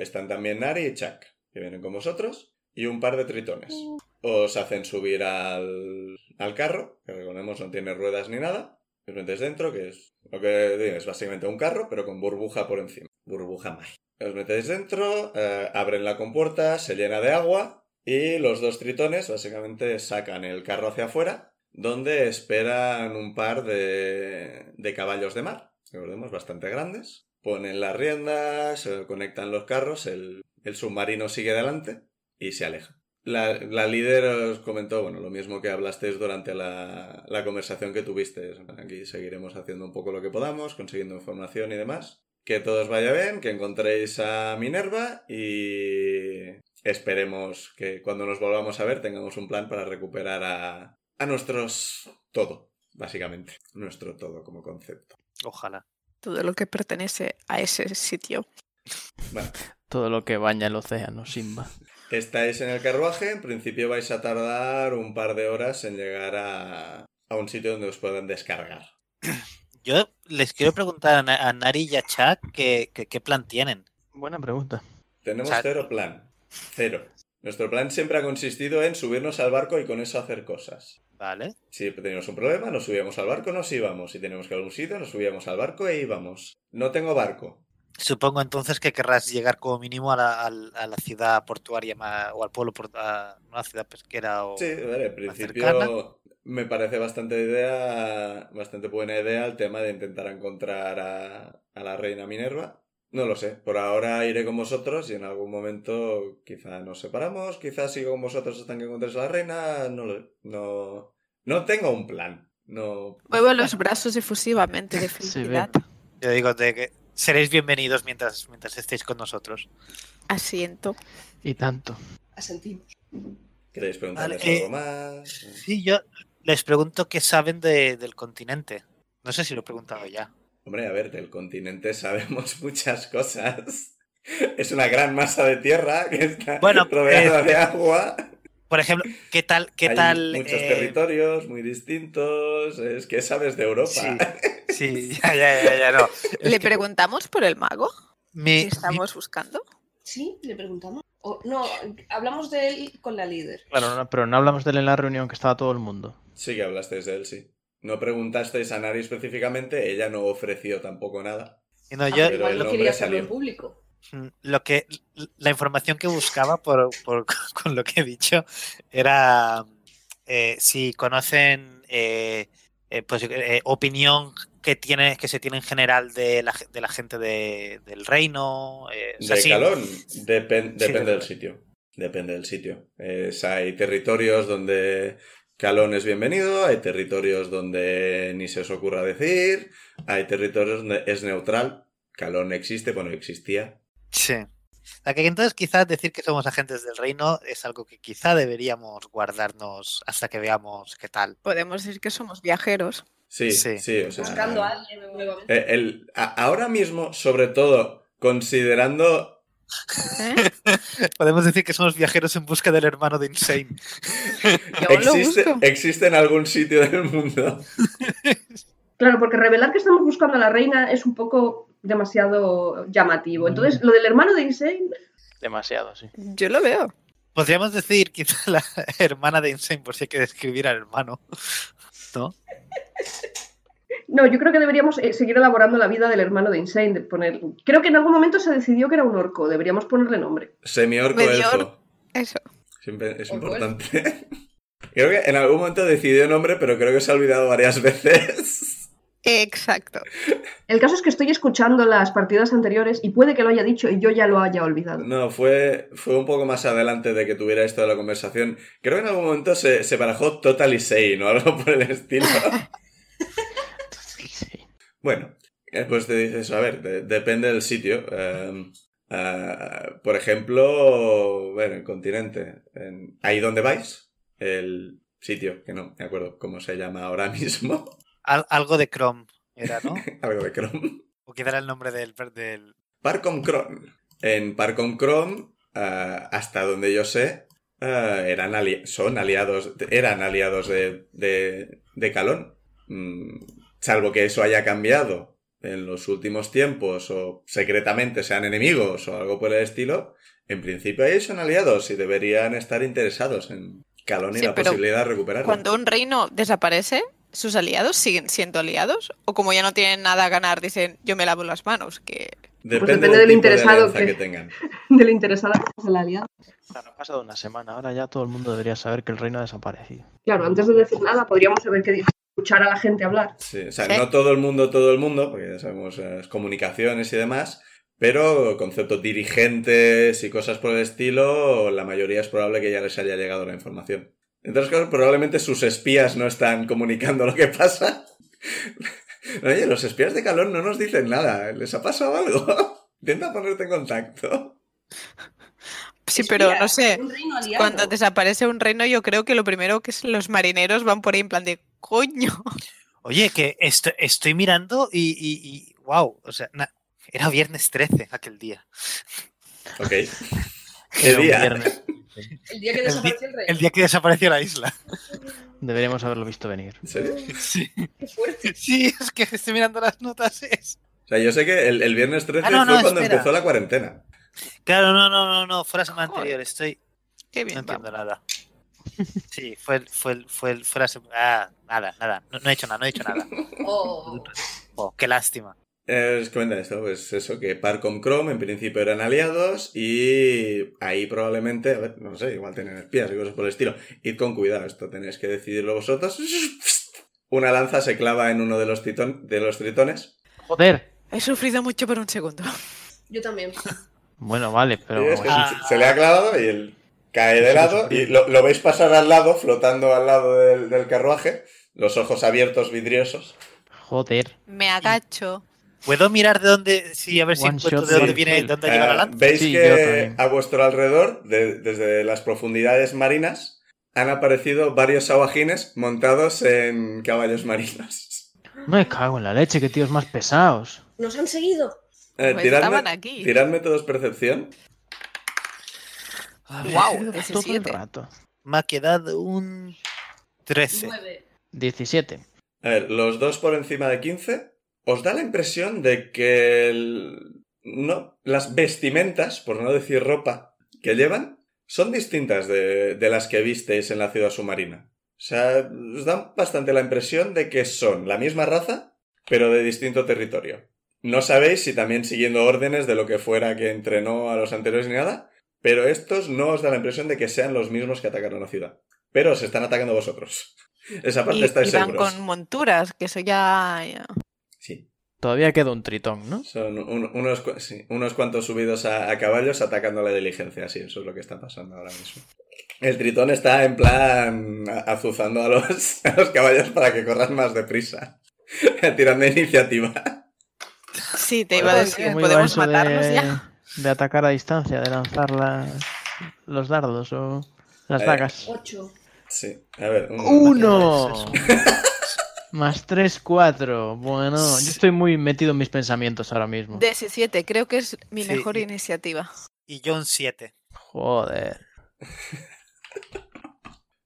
[SPEAKER 1] están también Nari y Chuck, que vienen con vosotros, y un par de tritones. Os hacen subir al, al carro, que recordemos no tiene ruedas ni nada. Os metéis dentro, que es lo que digo, es básicamente un carro, pero con burbuja por encima. Burbuja mágica. Os metéis dentro, eh, abren la compuerta, se llena de agua y los dos tritones básicamente sacan el carro hacia afuera, donde esperan un par de, de caballos de mar, recordemos, bastante grandes. Ponen las riendas, eh, conectan los carros, el, el submarino sigue adelante y se aleja. La, la líder os comentó, bueno, lo mismo que hablasteis durante la, la conversación que tuviste. Aquí seguiremos haciendo un poco lo que podamos, consiguiendo información y demás. Que todo os vaya bien, que encontréis a Minerva y esperemos que cuando nos volvamos a ver tengamos un plan para recuperar a, a nuestros todo, básicamente. Nuestro todo como concepto.
[SPEAKER 3] Ojalá.
[SPEAKER 5] Todo lo que pertenece a ese sitio.
[SPEAKER 1] Bueno,
[SPEAKER 4] Todo lo que baña el océano, Simba.
[SPEAKER 1] Estáis en el carruaje, en principio vais a tardar un par de horas en llegar a, a un sitio donde os puedan descargar.
[SPEAKER 3] Yo les quiero preguntar a, Na- a Nari y a Chuck que- que- qué plan tienen.
[SPEAKER 4] Buena pregunta.
[SPEAKER 1] Tenemos
[SPEAKER 3] O sea-
[SPEAKER 1] cero plan. Cero. Nuestro plan siempre ha consistido en subirnos al barco y con eso hacer cosas.
[SPEAKER 3] Vale.
[SPEAKER 1] Si teníamos un problema, nos subíamos al barco, nos íbamos. Si teníamos que ir a algún sitio, nos subíamos al barco e íbamos. No tengo barco.
[SPEAKER 3] Supongo entonces que querrás llegar como mínimo a la, al- a la ciudad portuaria ma- o al pueblo, por- a una ciudad pesquera o...
[SPEAKER 1] Sí, a ver, en
[SPEAKER 3] Acercarla.
[SPEAKER 1] principio me parece bastante idea, bastante buena idea el tema de intentar encontrar a, a la reina Minerva. No lo sé, por ahora iré con vosotros y en algún momento quizá nos separamos, quizá sigo con vosotros hasta que encontréis a la reina, no lo- no, no tengo un plan. No,
[SPEAKER 5] Muevo los brazos efusivamente de
[SPEAKER 4] Se
[SPEAKER 5] felicidad.
[SPEAKER 4] ve.
[SPEAKER 3] Yo digo de que seréis bienvenidos mientras, mientras estéis con nosotros.
[SPEAKER 5] Asiento.
[SPEAKER 4] Y tanto.
[SPEAKER 6] Asentimos.
[SPEAKER 1] ¿Queréis preguntarles
[SPEAKER 3] Vale, eh,
[SPEAKER 1] algo más?
[SPEAKER 3] Sí, yo les pregunto qué saben de- del continente. No sé si lo he preguntado ya.
[SPEAKER 1] Hombre, a ver, del continente sabemos muchas cosas. Es una gran masa de tierra que está
[SPEAKER 3] Bueno,
[SPEAKER 1] rodeada
[SPEAKER 3] eh,
[SPEAKER 1] de agua.
[SPEAKER 3] Por ejemplo, ¿qué tal? ¿Qué
[SPEAKER 1] Hay
[SPEAKER 3] tal?
[SPEAKER 1] muchos
[SPEAKER 3] eh,
[SPEAKER 1] territorios muy distintos. Es que sabes de Europa.
[SPEAKER 3] Sí, sí, ya, ya, ya, ya, no.
[SPEAKER 5] ¿Le preguntamos por el mago
[SPEAKER 3] Mi-
[SPEAKER 5] que estamos buscando?
[SPEAKER 6] Sí, le preguntamos. O- no, hablamos de él con la líder.
[SPEAKER 4] Claro, no- pero no hablamos de él en la reunión que estaba todo el mundo.
[SPEAKER 1] Sí que hablasteis de él, sí. No preguntasteis a nadie específicamente. Ella no ofreció tampoco nada.
[SPEAKER 3] mi- no,
[SPEAKER 6] Ah,
[SPEAKER 3] yo-
[SPEAKER 1] Pero el
[SPEAKER 6] igual no
[SPEAKER 1] hombre
[SPEAKER 6] quería hacerlo en
[SPEAKER 1] salió.
[SPEAKER 6] público.
[SPEAKER 3] Mm, lo que la información que buscaba por, por- con lo que he dicho era eh, si conocen eh, eh, pues eh, opinión que tiene que se tiene en general de la, ge- de la gente de- del reino eh, o sea,
[SPEAKER 1] de
[SPEAKER 3] sí,
[SPEAKER 1] calón. depen-
[SPEAKER 3] Sí,
[SPEAKER 1] depende
[SPEAKER 3] de-
[SPEAKER 1] del sitio. Depende del sitio. Es- hay territorios donde calón es bienvenido. Hay territorios donde ni se os ocurra decir. Hay territorios donde es neutral. Calón existe, bueno, existía.
[SPEAKER 3] sí. O sea, que entonces quizás decir que somos agentes del reino es algo que quizá deberíamos guardarnos hasta que veamos qué tal
[SPEAKER 5] Podemos decir que somos viajeros.
[SPEAKER 1] Sí, sí,
[SPEAKER 3] Sí.
[SPEAKER 1] o sea,
[SPEAKER 6] Buscando a alguien nuevamente.
[SPEAKER 1] Eh, el- a- ahora mismo, sobre todo, considerando.
[SPEAKER 5] ¿eh?
[SPEAKER 3] podemos decir que somos viajeros en busca del hermano de Insane
[SPEAKER 5] Yo lo
[SPEAKER 1] Existe,
[SPEAKER 5] busco.
[SPEAKER 1] existe en algún sitio del mundo.
[SPEAKER 6] Claro, porque revelar que estamos buscando a la reina es un poco demasiado
[SPEAKER 2] Mm.
[SPEAKER 6] llamativo. Entonces, lo del hermano de Insane,
[SPEAKER 4] Demasiado, sí.
[SPEAKER 5] Yo lo veo.
[SPEAKER 3] Podríamos decir quizá la hermana de Insane, por si hay que describir al hermano. ¿No?
[SPEAKER 6] no, yo creo que deberíamos eh, seguir elaborando la vida del hermano de Insane. de poner... Creo que en algún momento se decidió que era un orco, deberíamos ponerle nombre.
[SPEAKER 1] Semiorco
[SPEAKER 5] Medio
[SPEAKER 1] elfo.
[SPEAKER 5] Eso.
[SPEAKER 1] Siempre
[SPEAKER 5] Pues,
[SPEAKER 1] es
[SPEAKER 6] Orco
[SPEAKER 1] importante. Creo que en algún momento decidió nombre, pero creo que se ha olvidado varias veces.
[SPEAKER 5] Exacto.
[SPEAKER 6] El caso es que estoy escuchando las partidas anteriores y puede que lo haya dicho y yo ya lo haya olvidado.
[SPEAKER 1] No, fue, fue un poco más adelante de que tuviera esto de la conversación. Creo que en algún momento se, se barajó Total Insane o algo por el estilo.
[SPEAKER 4] Sí.
[SPEAKER 1] Bueno, eh, pues te dices, a ver, de- depende del sitio. Eh, ah, por ejemplo, bueno, el continente. En- ahí donde vais, el sitio, que no me acuerdo cómo se llama ahora mismo,
[SPEAKER 3] Al- algo de Chrome era, ¿no?
[SPEAKER 1] algo de Chrome.
[SPEAKER 3] O quizá era el nombre del... del...
[SPEAKER 1] Parcom Chrome. En Parcom Chrome, ah, hasta donde yo sé, ah, eran ali- son aliados, eran aliados de, de, de Calón. Mm, salvo que eso haya cambiado en los últimos tiempos o secretamente sean enemigos o algo por el estilo, en principio ahí son aliados y deberían estar interesados en Calón y
[SPEAKER 5] Sí,
[SPEAKER 1] la
[SPEAKER 5] pero
[SPEAKER 1] posibilidad de recuperarlo.
[SPEAKER 5] Cuando un reino desaparece, sus aliados siguen siendo aliados. O como ya no tienen nada a ganar, dicen yo me lavo las manos. Que
[SPEAKER 6] Pues depende del
[SPEAKER 1] tipo de
[SPEAKER 6] interesado
[SPEAKER 1] alianza
[SPEAKER 6] que-
[SPEAKER 1] que tengan.
[SPEAKER 6] Del interesado de la alianza.
[SPEAKER 4] Claro, ha pasado una semana. Ahora ya todo el mundo debería saber que el reino ha desaparecido.
[SPEAKER 6] Claro, antes de decir nada podríamos haber que escuchar a la gente hablar.
[SPEAKER 1] Sí, o sea,
[SPEAKER 3] Eh.
[SPEAKER 5] Sí.
[SPEAKER 1] no todo el mundo, todo el mundo, porque ya sabemos eh, las comunicaciones y demás, pero conceptos dirigentes y cosas por el estilo, la mayoría es probable que ya les haya llegado la información. Entre otras cosas, probablemente sus espías no están comunicando lo que pasa. Oye, los espías de calor no nos dicen nada, ¿les ha pasado algo? Intenta ponerte en contacto.
[SPEAKER 5] Sí, pero no sé.
[SPEAKER 6] Un reino aliado.
[SPEAKER 5] Cuando desaparece un reino, yo creo que lo primero que es los marineros van por ahí en plan de coño.
[SPEAKER 3] Oye, que esto- estoy mirando y, y, wow, o sea, na- era viernes 13 aquel día.
[SPEAKER 1] Ok. ¿Qué
[SPEAKER 4] Era un
[SPEAKER 1] día?
[SPEAKER 4] viernes.
[SPEAKER 2] fin.
[SPEAKER 7] El día que
[SPEAKER 3] El di-
[SPEAKER 7] desapareció el rey.
[SPEAKER 3] El día que desapareció la isla.
[SPEAKER 2] Deberíamos haberlo visto venir.
[SPEAKER 1] ¿En serio?
[SPEAKER 3] Sí,
[SPEAKER 7] Qué fuerte.
[SPEAKER 3] sí, es que estoy mirando las notas. es-
[SPEAKER 1] O sea, yo sé que el, el viernes 13
[SPEAKER 3] Ah, no,
[SPEAKER 1] fue
[SPEAKER 3] no,
[SPEAKER 1] cuando
[SPEAKER 3] espera.
[SPEAKER 1] empezó la cuarentena.
[SPEAKER 3] Claro, no, no, no, no, fue la semana
[SPEAKER 5] Joder.
[SPEAKER 3] anterior, estoy...
[SPEAKER 5] Qué
[SPEAKER 3] No
[SPEAKER 5] bien.
[SPEAKER 3] entiendo
[SPEAKER 5] vamos.
[SPEAKER 3] nada. Sí, fue, el- fue, el- fue, el- fue la semana... Ah, nada, nada, no, no he hecho nada, no he hecho nada.
[SPEAKER 7] Oh,
[SPEAKER 3] Oh, qué lástima.
[SPEAKER 1] Eh, os comenta esto, pues eso, que Parcom Chrome en principio eran aliados y ahí probablemente, a ver, no sé, igual tienen espías y cosas por el estilo. Id con cuidado, esto tenéis que decidirlo vosotros. Una lanza se clava en uno de los, titón- de los tritones.
[SPEAKER 2] ¡Joder!
[SPEAKER 5] He sufrido mucho por un segundo.
[SPEAKER 7] yo también.
[SPEAKER 2] Bueno, vale, pero.
[SPEAKER 1] Y es que
[SPEAKER 3] Ah.
[SPEAKER 1] se, se le ha clavado y él cae de lado y lo, lo veis pasar al lado, flotando al lado del, del carruaje, los ojos abiertos, vidriosos.
[SPEAKER 2] Joder.
[SPEAKER 5] Me agacho.
[SPEAKER 3] ¿Puedo mirar de dónde? Sí, a ver si
[SPEAKER 2] One
[SPEAKER 3] encuentro
[SPEAKER 2] shot,
[SPEAKER 3] de dónde
[SPEAKER 2] one
[SPEAKER 3] viene,
[SPEAKER 2] kill.
[SPEAKER 3] de dónde
[SPEAKER 1] Eh,
[SPEAKER 3] lleva la lanza.
[SPEAKER 1] Veis
[SPEAKER 2] Sí, yo
[SPEAKER 1] que
[SPEAKER 2] también.
[SPEAKER 1] a vuestro alrededor, de- desde las profundidades marinas, han aparecido varios aguajines montados en caballos marinos.
[SPEAKER 2] Me cago en la leche, qué tíos más pesados.
[SPEAKER 7] ¿Nos han seguido?
[SPEAKER 1] Eh,
[SPEAKER 5] Pues estaban
[SPEAKER 1] tiradme,
[SPEAKER 5] aquí.
[SPEAKER 1] tiradme todos percepción.
[SPEAKER 5] Ah.
[SPEAKER 3] A ver,
[SPEAKER 5] Wow,
[SPEAKER 2] Todo el
[SPEAKER 5] 17.
[SPEAKER 2] rato.
[SPEAKER 3] Me ha quedado un 13.
[SPEAKER 7] Nueve.
[SPEAKER 2] 17.
[SPEAKER 1] A ver, los dos por encima de 15. Os da la impresión de que el- no, las vestimentas, por no decir ropa, que llevan son distintas de, de las que visteis en la ciudad submarina. O sea, os dan bastante la impresión de que son la misma raza, pero de distinto territorio. No sabéis si también siguiendo órdenes de lo que fuera que entrenó a los anteriores ni nada, pero estos no os da la impresión de que sean los mismos que atacaron la ciudad. Pero se están atacando vosotros. Esa parte
[SPEAKER 5] Y,
[SPEAKER 1] estáis
[SPEAKER 5] y van
[SPEAKER 1] seguros.
[SPEAKER 5] con monturas, que eso ya. ya-
[SPEAKER 1] Sí.
[SPEAKER 4] Todavía queda un tritón,
[SPEAKER 5] Eh,
[SPEAKER 4] ¿no?
[SPEAKER 1] Son un- unos, cua- sí, unos cuantos subidos a, a caballos atacando la diligencia, sí, eso es lo que está pasando ahora mismo. El tritón está en plan a- azuzando a los, a los caballos para que corran más deprisa, tirando iniciativa.
[SPEAKER 5] Sí, te iba a
[SPEAKER 2] Joder,
[SPEAKER 5] decir,
[SPEAKER 2] ¿cómo iba
[SPEAKER 5] podemos
[SPEAKER 2] eso de-
[SPEAKER 5] matarnos ya.
[SPEAKER 2] De atacar a distancia, de lanzar las- los dardos o las
[SPEAKER 1] Eh.
[SPEAKER 2] dagas.
[SPEAKER 7] Ocho.
[SPEAKER 1] Sí, a ver. un-
[SPEAKER 2] ¡Uno!
[SPEAKER 3] Eso
[SPEAKER 2] Más tres, cuatro. Bueno,
[SPEAKER 3] Sí.
[SPEAKER 2] yo estoy muy metido en mis pensamientos ahora mismo.
[SPEAKER 5] 17, creo que es mi
[SPEAKER 3] Sí,
[SPEAKER 5] mejor
[SPEAKER 3] y-
[SPEAKER 5] iniciativa.
[SPEAKER 3] Y yo un 7.
[SPEAKER 2] Joder.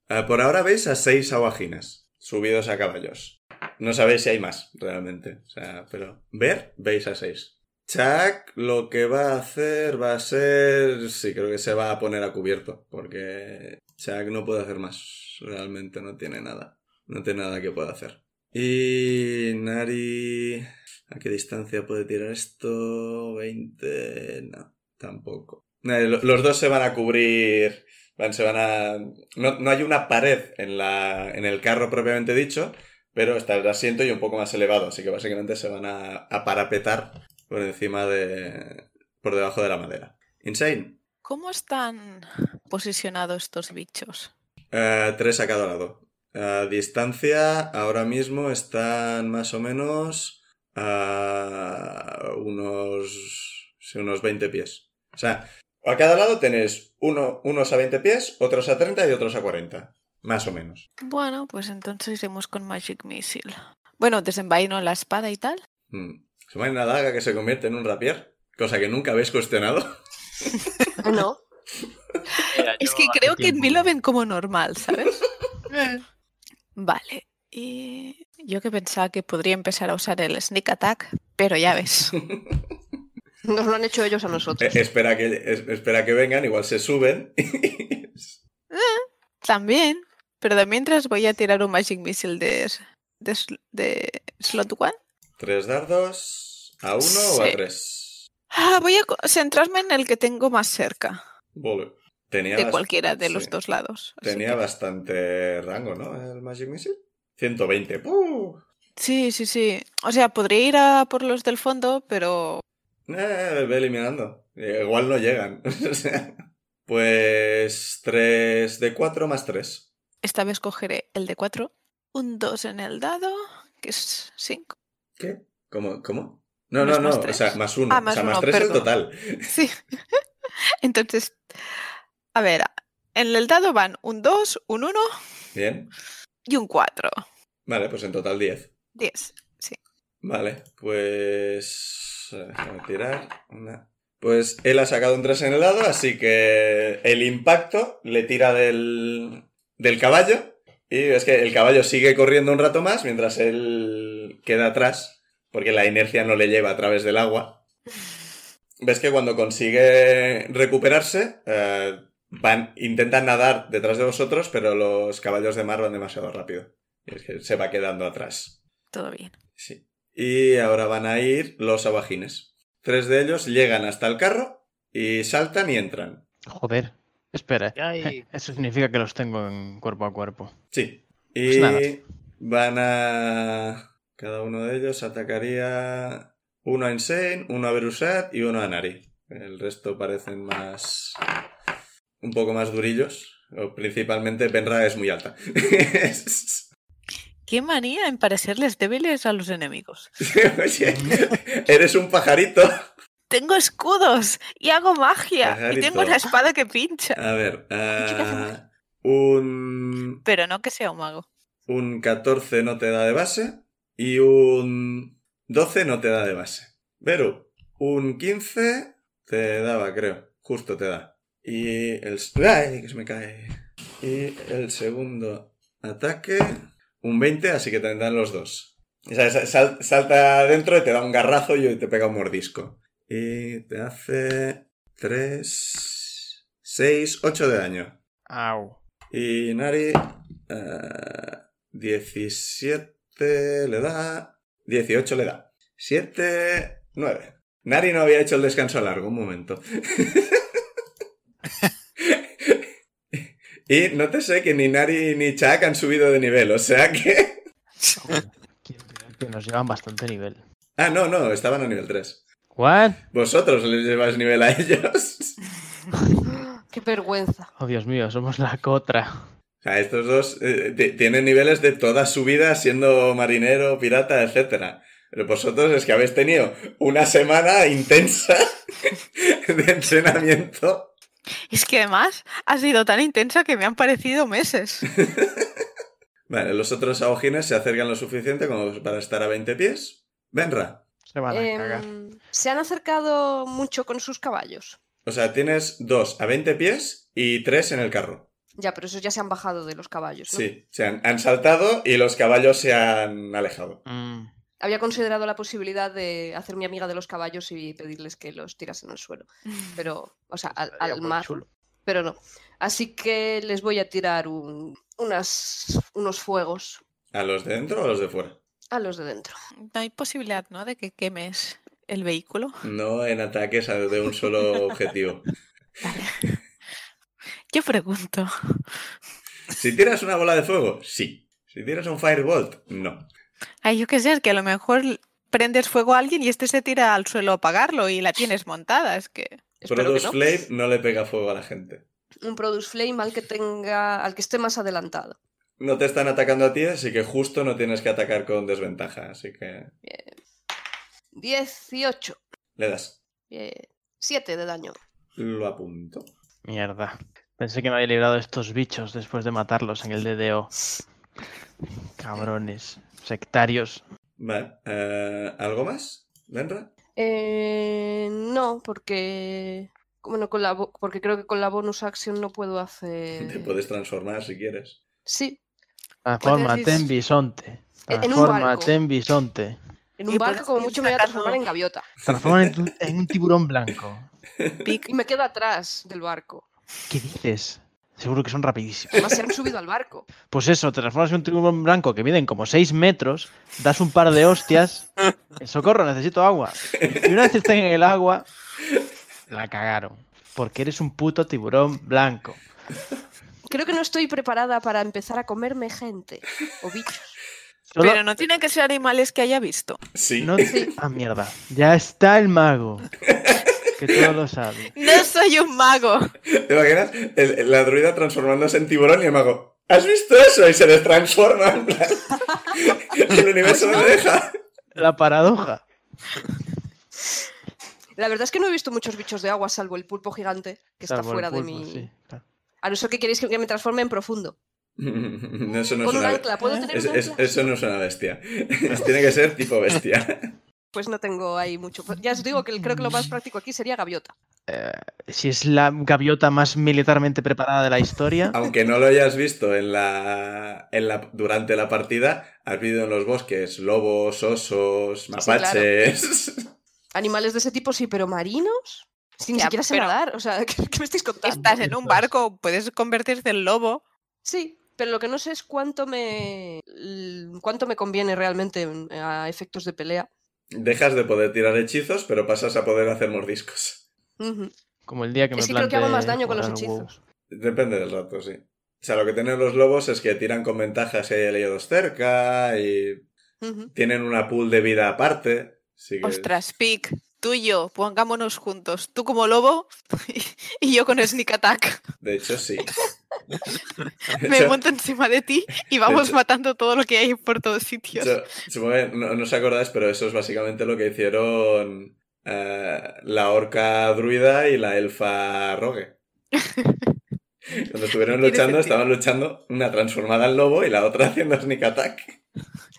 [SPEAKER 1] Ah, Por ahora veis a seis aguajines subidos a caballos. No sabéis si hay más, realmente. O sea, pero ver, veis a seis. Chuck lo que va a hacer va a ser... Sí, creo que se va a poner a cubierto, porque Chuck no puede hacer más. Realmente no tiene nada. No tiene nada que pueda hacer. Y Nari... ¿A qué distancia puede tirar esto? 20... No, tampoco. Eh, lo- Los dos se van a cubrir Van, se van a... No, no hay una pared en, la, en el carro propiamente dicho, pero está el asiento y un poco más elevado, así que básicamente se van a, a parapetar por encima de... por debajo de la madera. Insane.
[SPEAKER 5] ¿Cómo están posicionados estos bichos?
[SPEAKER 1] Eh, tres a cada lado. A distancia, ahora mismo están más o menos a unos, sí, unos 20 pies. O sea, a cada lado tenés uno, unos a 20 pies, otros a 30 y otros a 40. Más o menos.
[SPEAKER 5] Bueno, pues entonces iremos con Magic Missile. Bueno, desenvaino la espada y tal.
[SPEAKER 1] Mm. Se me una daga que se convierte en un rapier, cosa que nunca habéis cuestionado.
[SPEAKER 6] Ah, No,
[SPEAKER 5] Es que creo que en mí lo ven como normal, ¿sabes? Vale. Y yo que pensaba que podría empezar a usar el sneak attack, pero ya ves.
[SPEAKER 6] nos lo han hecho ellos a
[SPEAKER 1] Eh,
[SPEAKER 6] nosotros.
[SPEAKER 1] espera, que, es- espera que vengan, igual se suben.
[SPEAKER 5] También. Pero de mientras voy a tirar un Magic Missile de, s- de, sl- de slot one.
[SPEAKER 1] ¿Tres dardos? ¿A uno o a
[SPEAKER 5] Sí.
[SPEAKER 1] tres?
[SPEAKER 5] Ah, voy a co- centrarme en el que tengo más cerca,
[SPEAKER 1] Vale. Tenía,
[SPEAKER 5] de
[SPEAKER 1] bast-
[SPEAKER 5] cualquiera de
[SPEAKER 1] sí.
[SPEAKER 5] los dos lados. así
[SPEAKER 1] Tenía
[SPEAKER 5] que-
[SPEAKER 1] bastante rango, ¿no? El Magic Missile. 120.
[SPEAKER 7] Uh.
[SPEAKER 1] ¡puh!
[SPEAKER 5] Sí, sí, sí. O sea, podría ir a por los del fondo, pero
[SPEAKER 1] Eh, ve eliminando. Eh, Igual no llegan. O sea, pues 3 de 4 más 3.
[SPEAKER 5] esta vez cogeré el de 4. Un 2 en el dado, que es 5.
[SPEAKER 1] ¿Qué? ¿Cómo? ¿Cómo? No,
[SPEAKER 5] ¿No
[SPEAKER 1] no,
[SPEAKER 5] es
[SPEAKER 1] no.
[SPEAKER 5] más
[SPEAKER 1] O
[SPEAKER 5] tres?
[SPEAKER 1] sea, más 1.
[SPEAKER 5] Ah,
[SPEAKER 1] o
[SPEAKER 5] más
[SPEAKER 1] sea, más
[SPEAKER 5] uno,
[SPEAKER 1] 3 el
[SPEAKER 5] perdón.
[SPEAKER 1] total.
[SPEAKER 5] Sí. Entonces, a ver, en el dado van un 2, un 1
[SPEAKER 1] Bien.
[SPEAKER 5] y un 4.
[SPEAKER 1] Vale, pues en total 10.
[SPEAKER 5] 10.
[SPEAKER 1] Vale, pues. eh, Déjame tirar. Una. Pues él ha sacado un 3 en el lado, así que el impacto le tira del, del caballo. Y es que el caballo sigue corriendo un rato más mientras él queda atrás, porque la inercia no le lleva a través del agua. Ves que cuando consigue recuperarse, eh, van, intentan nadar detrás de vosotros, pero los caballos de mar van demasiado rápido. Y es que se va quedando atrás.
[SPEAKER 5] Todo bien.
[SPEAKER 1] Sí. Y ahora van a ir los abajines. Tres de ellos llegan hasta el carro y saltan y entran.
[SPEAKER 2] Joder. Espera. ¿eh?
[SPEAKER 3] Ya hay-
[SPEAKER 2] Eso significa que los tengo en cuerpo a cuerpo.
[SPEAKER 1] Sí.
[SPEAKER 2] Pues
[SPEAKER 1] Y
[SPEAKER 2] nada.
[SPEAKER 1] van a... Cada uno de ellos atacaría uno a Insane, uno a Berusat y uno a Nari. El resto parecen más... un poco más durillos. O principalmente Benra es muy alta.
[SPEAKER 5] Qué manía en parecerles débiles a los enemigos.
[SPEAKER 1] Oye, eres un pajarito.
[SPEAKER 5] Tengo escudos y hago magia y
[SPEAKER 1] Pajarito.
[SPEAKER 5] tengo una espada que pincha.
[SPEAKER 1] A ver.
[SPEAKER 5] chica hace mal.
[SPEAKER 1] ah, un...
[SPEAKER 5] Pero no que sea un mago.
[SPEAKER 1] Un 14 no te da de base y un 12 no te da de base. Pero un 15 te daba, creo. Justo te da. Y el... ¡Ay, que se me cae! Y el segundo ataque... Un 20, así que te dan los dos. O sea, sa- sal- salta adentro y te da un garrazo y te pega un mordisco. Y te hace 3, 6, 8 de daño.
[SPEAKER 4] Au.
[SPEAKER 1] Y Nari. eh, 17 le da. 18 le da. 7, 9. Nari no había hecho el descanso largo, un momento. y no te sé que ni Nari ni Chak han subido de nivel, o sea que.
[SPEAKER 2] Joder, quiero creer que nos llevan bastante nivel.
[SPEAKER 1] Ah, no, no, estaban a nivel 3.
[SPEAKER 2] ¿What?
[SPEAKER 1] Vosotros les lleváis nivel a ellos.
[SPEAKER 6] Qué vergüenza.
[SPEAKER 2] Oh, Dios mío, somos la cotra.
[SPEAKER 1] O sea, estos dos eh, ti- tienen niveles de toda su vida siendo marinero, pirata, etcétera. Pero vosotros es que habéis tenido una semana intensa de entrenamiento.
[SPEAKER 5] Es que además ha sido tan intensa que me han parecido meses.
[SPEAKER 1] Vale, los otros aojines se acercan lo suficiente como para estar a 20 pies. Benra,
[SPEAKER 4] Se van a
[SPEAKER 6] Em,
[SPEAKER 4] cagar.
[SPEAKER 6] se han acercado mucho con sus caballos.
[SPEAKER 1] o sea, tienes dos a 20 pies y tres en el carro.
[SPEAKER 6] Ya, pero esos ya se han bajado de los caballos. ¿no?
[SPEAKER 1] Sí, se han, han saltado y los caballos se han alejado.
[SPEAKER 4] Mm,
[SPEAKER 6] Había considerado la posibilidad de hacerme amiga de los caballos y pedirles que los tirasen al suelo. Pero, o sea, al,
[SPEAKER 4] estaría
[SPEAKER 6] al
[SPEAKER 4] muy
[SPEAKER 6] mar.
[SPEAKER 4] chulo.
[SPEAKER 6] Pero no. Así que les voy a tirar un- unas, unos fuegos
[SPEAKER 1] ¿A los de dentro o a los de fuera?
[SPEAKER 6] a los de dentro.
[SPEAKER 5] No hay posibilidad, ¿no? De que quemes el vehículo.
[SPEAKER 1] No en ataques a- de un solo objetivo.
[SPEAKER 5] Yo pregunto.
[SPEAKER 1] Si tiras una bola de fuego, sí. Si tiras un firebolt, no.
[SPEAKER 5] Ay, yo qué sé, es que a lo mejor l- prendes fuego a alguien y este se tira al suelo a apagarlo y la tienes montada. Es que.
[SPEAKER 6] Espero que
[SPEAKER 1] Produce
[SPEAKER 6] no.
[SPEAKER 1] Flame no le pega fuego a la gente.
[SPEAKER 6] Un Produce Flame al que tenga. al que esté más adelantado.
[SPEAKER 1] No te están atacando a ti, así que justo no tienes que atacar con desventaja. Así que
[SPEAKER 6] 18.
[SPEAKER 1] le das.
[SPEAKER 6] Bien. 7 de daño.
[SPEAKER 1] Lo apunto.
[SPEAKER 2] Mierda. Pensé que me había librado de estos bichos después de matarlos en el DDO. Cabrones. Sectarios.
[SPEAKER 1] Vale. eh, ¿Algo más? ¿Benra?
[SPEAKER 6] Eh, no, porque. Bueno, con la, bo- porque creo que con la bonus action no puedo hacer.
[SPEAKER 1] Te puedes transformar si quieres.
[SPEAKER 6] Sí,
[SPEAKER 2] Transformate
[SPEAKER 6] decís-
[SPEAKER 2] en bisonte.
[SPEAKER 6] En- en un barco.
[SPEAKER 2] Transformate en bisonte.
[SPEAKER 6] en
[SPEAKER 5] Y
[SPEAKER 6] un barco
[SPEAKER 5] puedes
[SPEAKER 6] como
[SPEAKER 5] ir
[SPEAKER 6] mucho me voy a
[SPEAKER 5] sacando-
[SPEAKER 6] transformar en gaviota.
[SPEAKER 2] Transformate en, tu- en un tiburón blanco.
[SPEAKER 5] Pic,
[SPEAKER 6] Y me quedo atrás del barco.
[SPEAKER 2] ¿Qué dices? Seguro que son rapidísimos.
[SPEAKER 6] Además, se han subido al barco.
[SPEAKER 2] Pues eso, te transformas en un tiburón blanco que miden como 6 metros, das un par de hostias, "Eh, socorro, necesito agua. Y una vez que estén en el agua, la cagaron. Porque eres un puto tiburón blanco.
[SPEAKER 6] Creo que no estoy preparada para empezar a comerme gente o bichos.
[SPEAKER 2] Solo-
[SPEAKER 5] Pero no tienen que ser animales que haya visto.
[SPEAKER 1] Sí.
[SPEAKER 2] no- Ah, mierda. Ya está el mago. Que todo lo sabe.
[SPEAKER 5] No soy un mago.
[SPEAKER 1] ¿Te imaginas? El- el- la druida transformándose en tiburón y el mago. ¿Has visto eso? Y se les transforma. en plan. el universo no deja.
[SPEAKER 2] La paradoja.
[SPEAKER 6] La verdad es que no he visto muchos bichos de agua, salvo el pulpo gigante, que está
[SPEAKER 2] Salvo el
[SPEAKER 6] fuera de
[SPEAKER 2] pulpo,
[SPEAKER 6] mi.
[SPEAKER 2] sí, claro.
[SPEAKER 6] A no ser que queréis que que me transforme en profundo.
[SPEAKER 1] Eso no es
[SPEAKER 6] Con un
[SPEAKER 1] una-
[SPEAKER 5] Ah.
[SPEAKER 6] ancla, ¿puedo tener
[SPEAKER 1] Es-
[SPEAKER 6] un
[SPEAKER 1] es-
[SPEAKER 6] ancla?
[SPEAKER 1] eso no es una bestia. Tiene que ser tipo bestia.
[SPEAKER 6] Pues no tengo ahí mucho. Pues Ya os digo que el- creo que lo
[SPEAKER 1] Mm.
[SPEAKER 6] más práctico aquí sería gaviota.
[SPEAKER 2] Eh, si es la gaviota más militarmente preparada de la historia,
[SPEAKER 1] Aunque no lo hayas visto en la, en la, durante la partida, has vivido en los bosques lobos, osos, mapaches.
[SPEAKER 6] Animales de ese tipo sí, pero marinos. Si ni
[SPEAKER 5] Ya,
[SPEAKER 6] siquiera sé
[SPEAKER 5] pero-
[SPEAKER 6] nadar. O sea, ¿qué, qué me estáis contando?
[SPEAKER 5] Estás en un barco, puedes convertirte en lobo.
[SPEAKER 6] Sí, pero lo que no sé es cuánto me. l- cuánto me conviene realmente en- a efectos de pelea.
[SPEAKER 1] Dejas de poder tirar hechizos, pero pasas a poder hacer mordiscos.
[SPEAKER 6] Ujú.
[SPEAKER 2] como el día que me
[SPEAKER 6] Es que creo que hago
[SPEAKER 2] plantee
[SPEAKER 6] más daño con los
[SPEAKER 2] jugar al WoW.
[SPEAKER 6] hechizos.
[SPEAKER 1] Depende del rato, sí. O sea, lo que tienen los lobos es que tiran con ventaja si hay aliados cerca y
[SPEAKER 6] Ujú.
[SPEAKER 1] tienen una pool de vida aparte. Así que-
[SPEAKER 5] Ostras, Pic, tú y yo, pongámonos juntos. Tú como lobo y yo con Sneak Attack.
[SPEAKER 1] De hecho, sí. De
[SPEAKER 5] Me
[SPEAKER 1] hecho-
[SPEAKER 5] monto encima de ti y vamos
[SPEAKER 1] hecho-
[SPEAKER 5] matando todo lo que hay por todos sitios.
[SPEAKER 1] Yo- supongo que no, no os acordáis, pero eso es básicamente lo que hicieron eh, la orca druida y la elfa rogue. Cuando estuvieron
[SPEAKER 5] Tiene
[SPEAKER 1] luchando,
[SPEAKER 5] sentido.
[SPEAKER 1] estaban luchando una transformada en lobo y la otra haciendo sneak attack.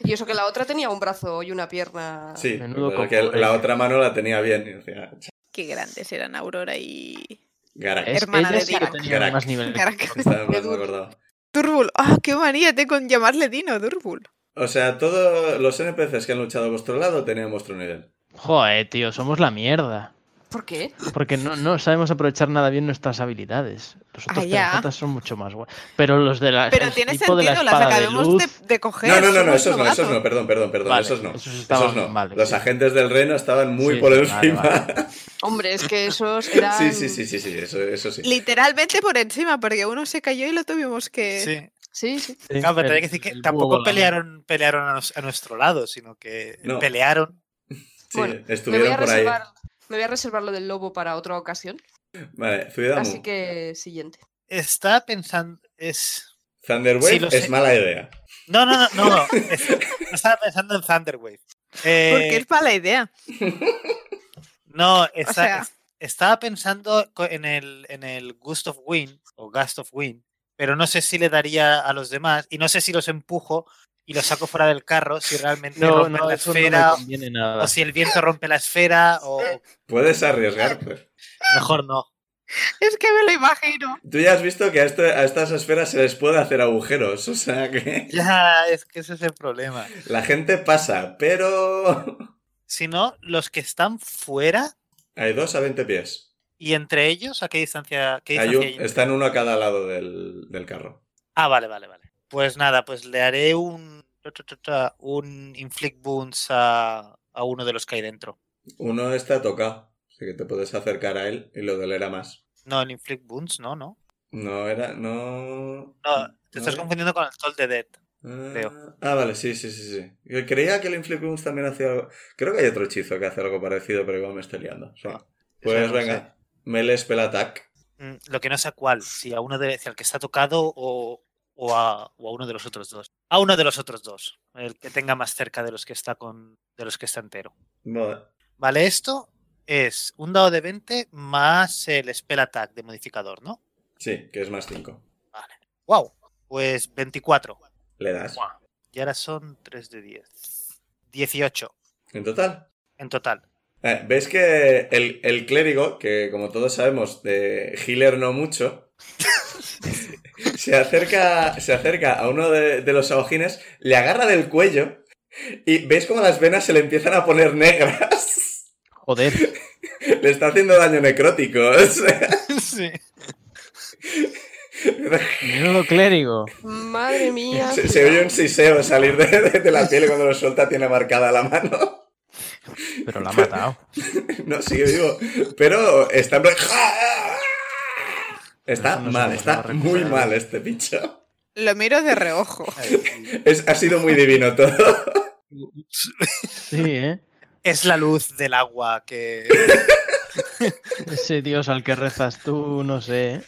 [SPEAKER 6] Y eso que la otra tenía un brazo y una pierna.
[SPEAKER 1] Sí,
[SPEAKER 2] Menudo
[SPEAKER 1] pero que
[SPEAKER 2] cocote.
[SPEAKER 1] la otra mano la tenía bien. Y decía, "Ch-
[SPEAKER 5] Qué grandes eran Aurora y
[SPEAKER 1] Garak".
[SPEAKER 2] Es-
[SPEAKER 5] Hermana
[SPEAKER 2] ella
[SPEAKER 5] de
[SPEAKER 2] sí que
[SPEAKER 5] Garak.
[SPEAKER 2] tenía
[SPEAKER 1] Garak.
[SPEAKER 2] más nivel.
[SPEAKER 5] Garak.
[SPEAKER 1] Estaba
[SPEAKER 6] Qué
[SPEAKER 1] más
[SPEAKER 6] duro.
[SPEAKER 1] recordado.
[SPEAKER 5] Durbul. ¡Ah, qué manía tengo en llamarle Dino, Durbul!
[SPEAKER 1] O sea, todos los NPCs que han luchado a vuestro lado tenían vuestro nivel.
[SPEAKER 2] Joder, tío, somos la mierda.
[SPEAKER 6] ¿Por qué?
[SPEAKER 2] Porque no, no sabemos aprovechar nada bien nuestras habilidades. Los otros
[SPEAKER 5] Ah, ya.
[SPEAKER 2] piratas son mucho más guay. Pero los de la.
[SPEAKER 5] Pero
[SPEAKER 2] Ah, el
[SPEAKER 5] tiene
[SPEAKER 2] tipo
[SPEAKER 5] sentido,
[SPEAKER 2] de la
[SPEAKER 5] las
[SPEAKER 2] espada de
[SPEAKER 5] acabemos de,
[SPEAKER 2] luz,
[SPEAKER 5] de coger.
[SPEAKER 1] No, no, no, no,
[SPEAKER 5] somos
[SPEAKER 1] esos no, esos
[SPEAKER 5] novatos.
[SPEAKER 1] no, perdón, perdón, perdón,
[SPEAKER 2] Vale,
[SPEAKER 1] esos no.
[SPEAKER 2] esos estaban
[SPEAKER 1] Esos no.
[SPEAKER 2] mal,
[SPEAKER 1] Los
[SPEAKER 2] sí.
[SPEAKER 1] agentes del reino estaban muy
[SPEAKER 2] Sí,
[SPEAKER 1] por
[SPEAKER 2] sí, vale,
[SPEAKER 1] encima.
[SPEAKER 2] vale.
[SPEAKER 6] Hombre, es que esos eran.
[SPEAKER 1] Sí, sí, sí, sí, sí, eso, eso sí.
[SPEAKER 5] Literalmente por encima, porque uno se cayó y lo tuvimos que.
[SPEAKER 3] Sí.
[SPEAKER 6] Sí, sí.
[SPEAKER 2] Sí,
[SPEAKER 3] Claro, pero
[SPEAKER 2] el-
[SPEAKER 3] tenía que decir que
[SPEAKER 2] el búho
[SPEAKER 3] tampoco
[SPEAKER 2] volando.
[SPEAKER 3] pelearon, pelearon a, nos- a nuestro lado, sino que
[SPEAKER 1] No.
[SPEAKER 3] pelearon.
[SPEAKER 1] Sí,
[SPEAKER 6] Bueno, Me voy,
[SPEAKER 1] estuvieron
[SPEAKER 6] a
[SPEAKER 1] por ahí.
[SPEAKER 6] reservar, me voy a reservar lo del lobo para otra ocasión.
[SPEAKER 1] Vale, Zuidamu,
[SPEAKER 6] Así que, siguiente.
[SPEAKER 3] Está pensando. Es.
[SPEAKER 1] Thunderwave
[SPEAKER 3] Sí, lo
[SPEAKER 1] es
[SPEAKER 3] sé.
[SPEAKER 1] mala idea.
[SPEAKER 3] No, no, no, no. no, es- estaba pensando en Thunderwave. Eh,
[SPEAKER 5] Porque es mala idea.
[SPEAKER 3] No,
[SPEAKER 5] O
[SPEAKER 3] está-
[SPEAKER 5] sea,
[SPEAKER 3] es- estaba pensando co- en el, en el Gust of Wind o Gust of Wind, pero no sé si le daría a los demás y no sé si los empujo y los saco fuera del carro, si realmente
[SPEAKER 2] No,
[SPEAKER 3] rompen
[SPEAKER 2] no,
[SPEAKER 3] la
[SPEAKER 2] eso no me
[SPEAKER 3] esfera
[SPEAKER 2] conviene nada.
[SPEAKER 3] o si el viento rompe la esfera o
[SPEAKER 1] Puedes pues. arriesgarte.
[SPEAKER 3] mejor no.
[SPEAKER 5] es que me lo imagino.
[SPEAKER 1] Tú ya has visto que a, esto- a estas esferas se les puede hacer agujeros, o sea que
[SPEAKER 3] Ya, es que ese es el problema.
[SPEAKER 1] la gente pasa, pero
[SPEAKER 3] Si no, los que están fuera
[SPEAKER 1] hay dos a 20 pies.
[SPEAKER 3] y entre ellos, ¿a qué distancia? qué
[SPEAKER 1] Hay un-
[SPEAKER 3] distancia hay entre-
[SPEAKER 1] están uno a cada lado del, del carro.
[SPEAKER 3] Ah, vale, vale, vale. Pues nada, pues le haré un, ta, ta, ta, ta, un inflict wounds a, a uno de los que hay dentro.
[SPEAKER 1] Uno está tocado, así que te puedes acercar a él y lo dolerá más.
[SPEAKER 3] No, el inflict wounds, no, no.
[SPEAKER 1] No era, no.
[SPEAKER 3] No, te estás
[SPEAKER 1] era.
[SPEAKER 3] confundiendo con el Toll de Dead.
[SPEAKER 1] Ah,
[SPEAKER 3] creo.
[SPEAKER 1] Ah, vale, sí, sí, sí, sí. Yo creía que el Inflict Wounds también hacía algo. Creo que hay otro hechizo que hace algo parecido, pero igual me estoy liando. O sea,
[SPEAKER 3] Sí,
[SPEAKER 1] pues
[SPEAKER 3] no lo
[SPEAKER 1] venga, Melee Spell Attack.
[SPEAKER 3] Mm, Lo que no sé a cuál, si a uno de, si al que está tocado o, o a, o a uno de los otros dos. A uno de los otros dos, el que tenga más cerca de los que está con de los que está entero.
[SPEAKER 1] No,
[SPEAKER 3] Vale, esto es un dado de 20 más el spell attack de modificador, ¿no?
[SPEAKER 1] sí, que es más 5.
[SPEAKER 3] Wow, pues 24.
[SPEAKER 1] Le das.
[SPEAKER 3] Y ahora son 3 de 10. 18
[SPEAKER 1] En total.
[SPEAKER 3] en total.
[SPEAKER 1] Eh, ¿Veis que el, el clérigo, que como todos sabemos, de healer no mucho, se acerca, se acerca a uno de, de los agujines, le agarra del cuello y veis como las venas se le empiezan a poner negras.
[SPEAKER 2] Joder.
[SPEAKER 1] Le está haciendo daño necrótico. o sea.
[SPEAKER 3] sí.
[SPEAKER 2] Menudo clérigo.
[SPEAKER 6] Madre mía.
[SPEAKER 1] se, se oye un siseo salir de, de- de la piel y cuando lo suelta tiene marcada la mano.
[SPEAKER 2] Pero la ha matado.
[SPEAKER 1] No, sigue vivo. Pero está... en plan- Está
[SPEAKER 2] No sé
[SPEAKER 1] mal,
[SPEAKER 2] cómo se va
[SPEAKER 1] está
[SPEAKER 2] a
[SPEAKER 1] muy
[SPEAKER 2] recuperar.
[SPEAKER 1] mal este bicho.
[SPEAKER 5] Lo miro de reojo.
[SPEAKER 1] Es- ha sido muy divino todo.
[SPEAKER 2] Sí, ¿eh?
[SPEAKER 3] Es la luz del agua que.
[SPEAKER 2] Ese dios al que rezas tú, no sé. ¿eh?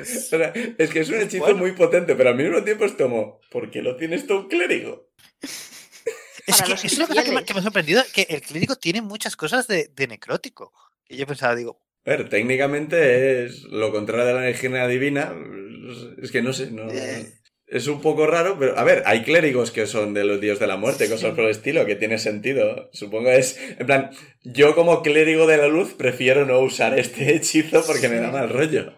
[SPEAKER 1] O sea, Es que es un hechizo
[SPEAKER 3] Bueno.
[SPEAKER 1] muy potente, pero al mismo tiempo es como, ¿por qué lo tienes tú un clérigo?
[SPEAKER 3] Es
[SPEAKER 6] Para
[SPEAKER 3] que
[SPEAKER 6] los
[SPEAKER 3] es una cosa que me,
[SPEAKER 6] infieles.
[SPEAKER 3] que me ha sorprendido que el clínico tiene muchas cosas de, de necrótico. Y yo pensaba, digo,
[SPEAKER 1] A ver, técnicamente es lo contrario de la energía divina. Es que no sé, no...
[SPEAKER 3] Eh.
[SPEAKER 1] Es un poco raro, pero a ver, hay clérigos que son de los dios de la muerte, cosas por el estilo, que tiene sentido. Supongo es, en plan, yo como clérigo de la luz prefiero no usar este hechizo porque me da mal rollo.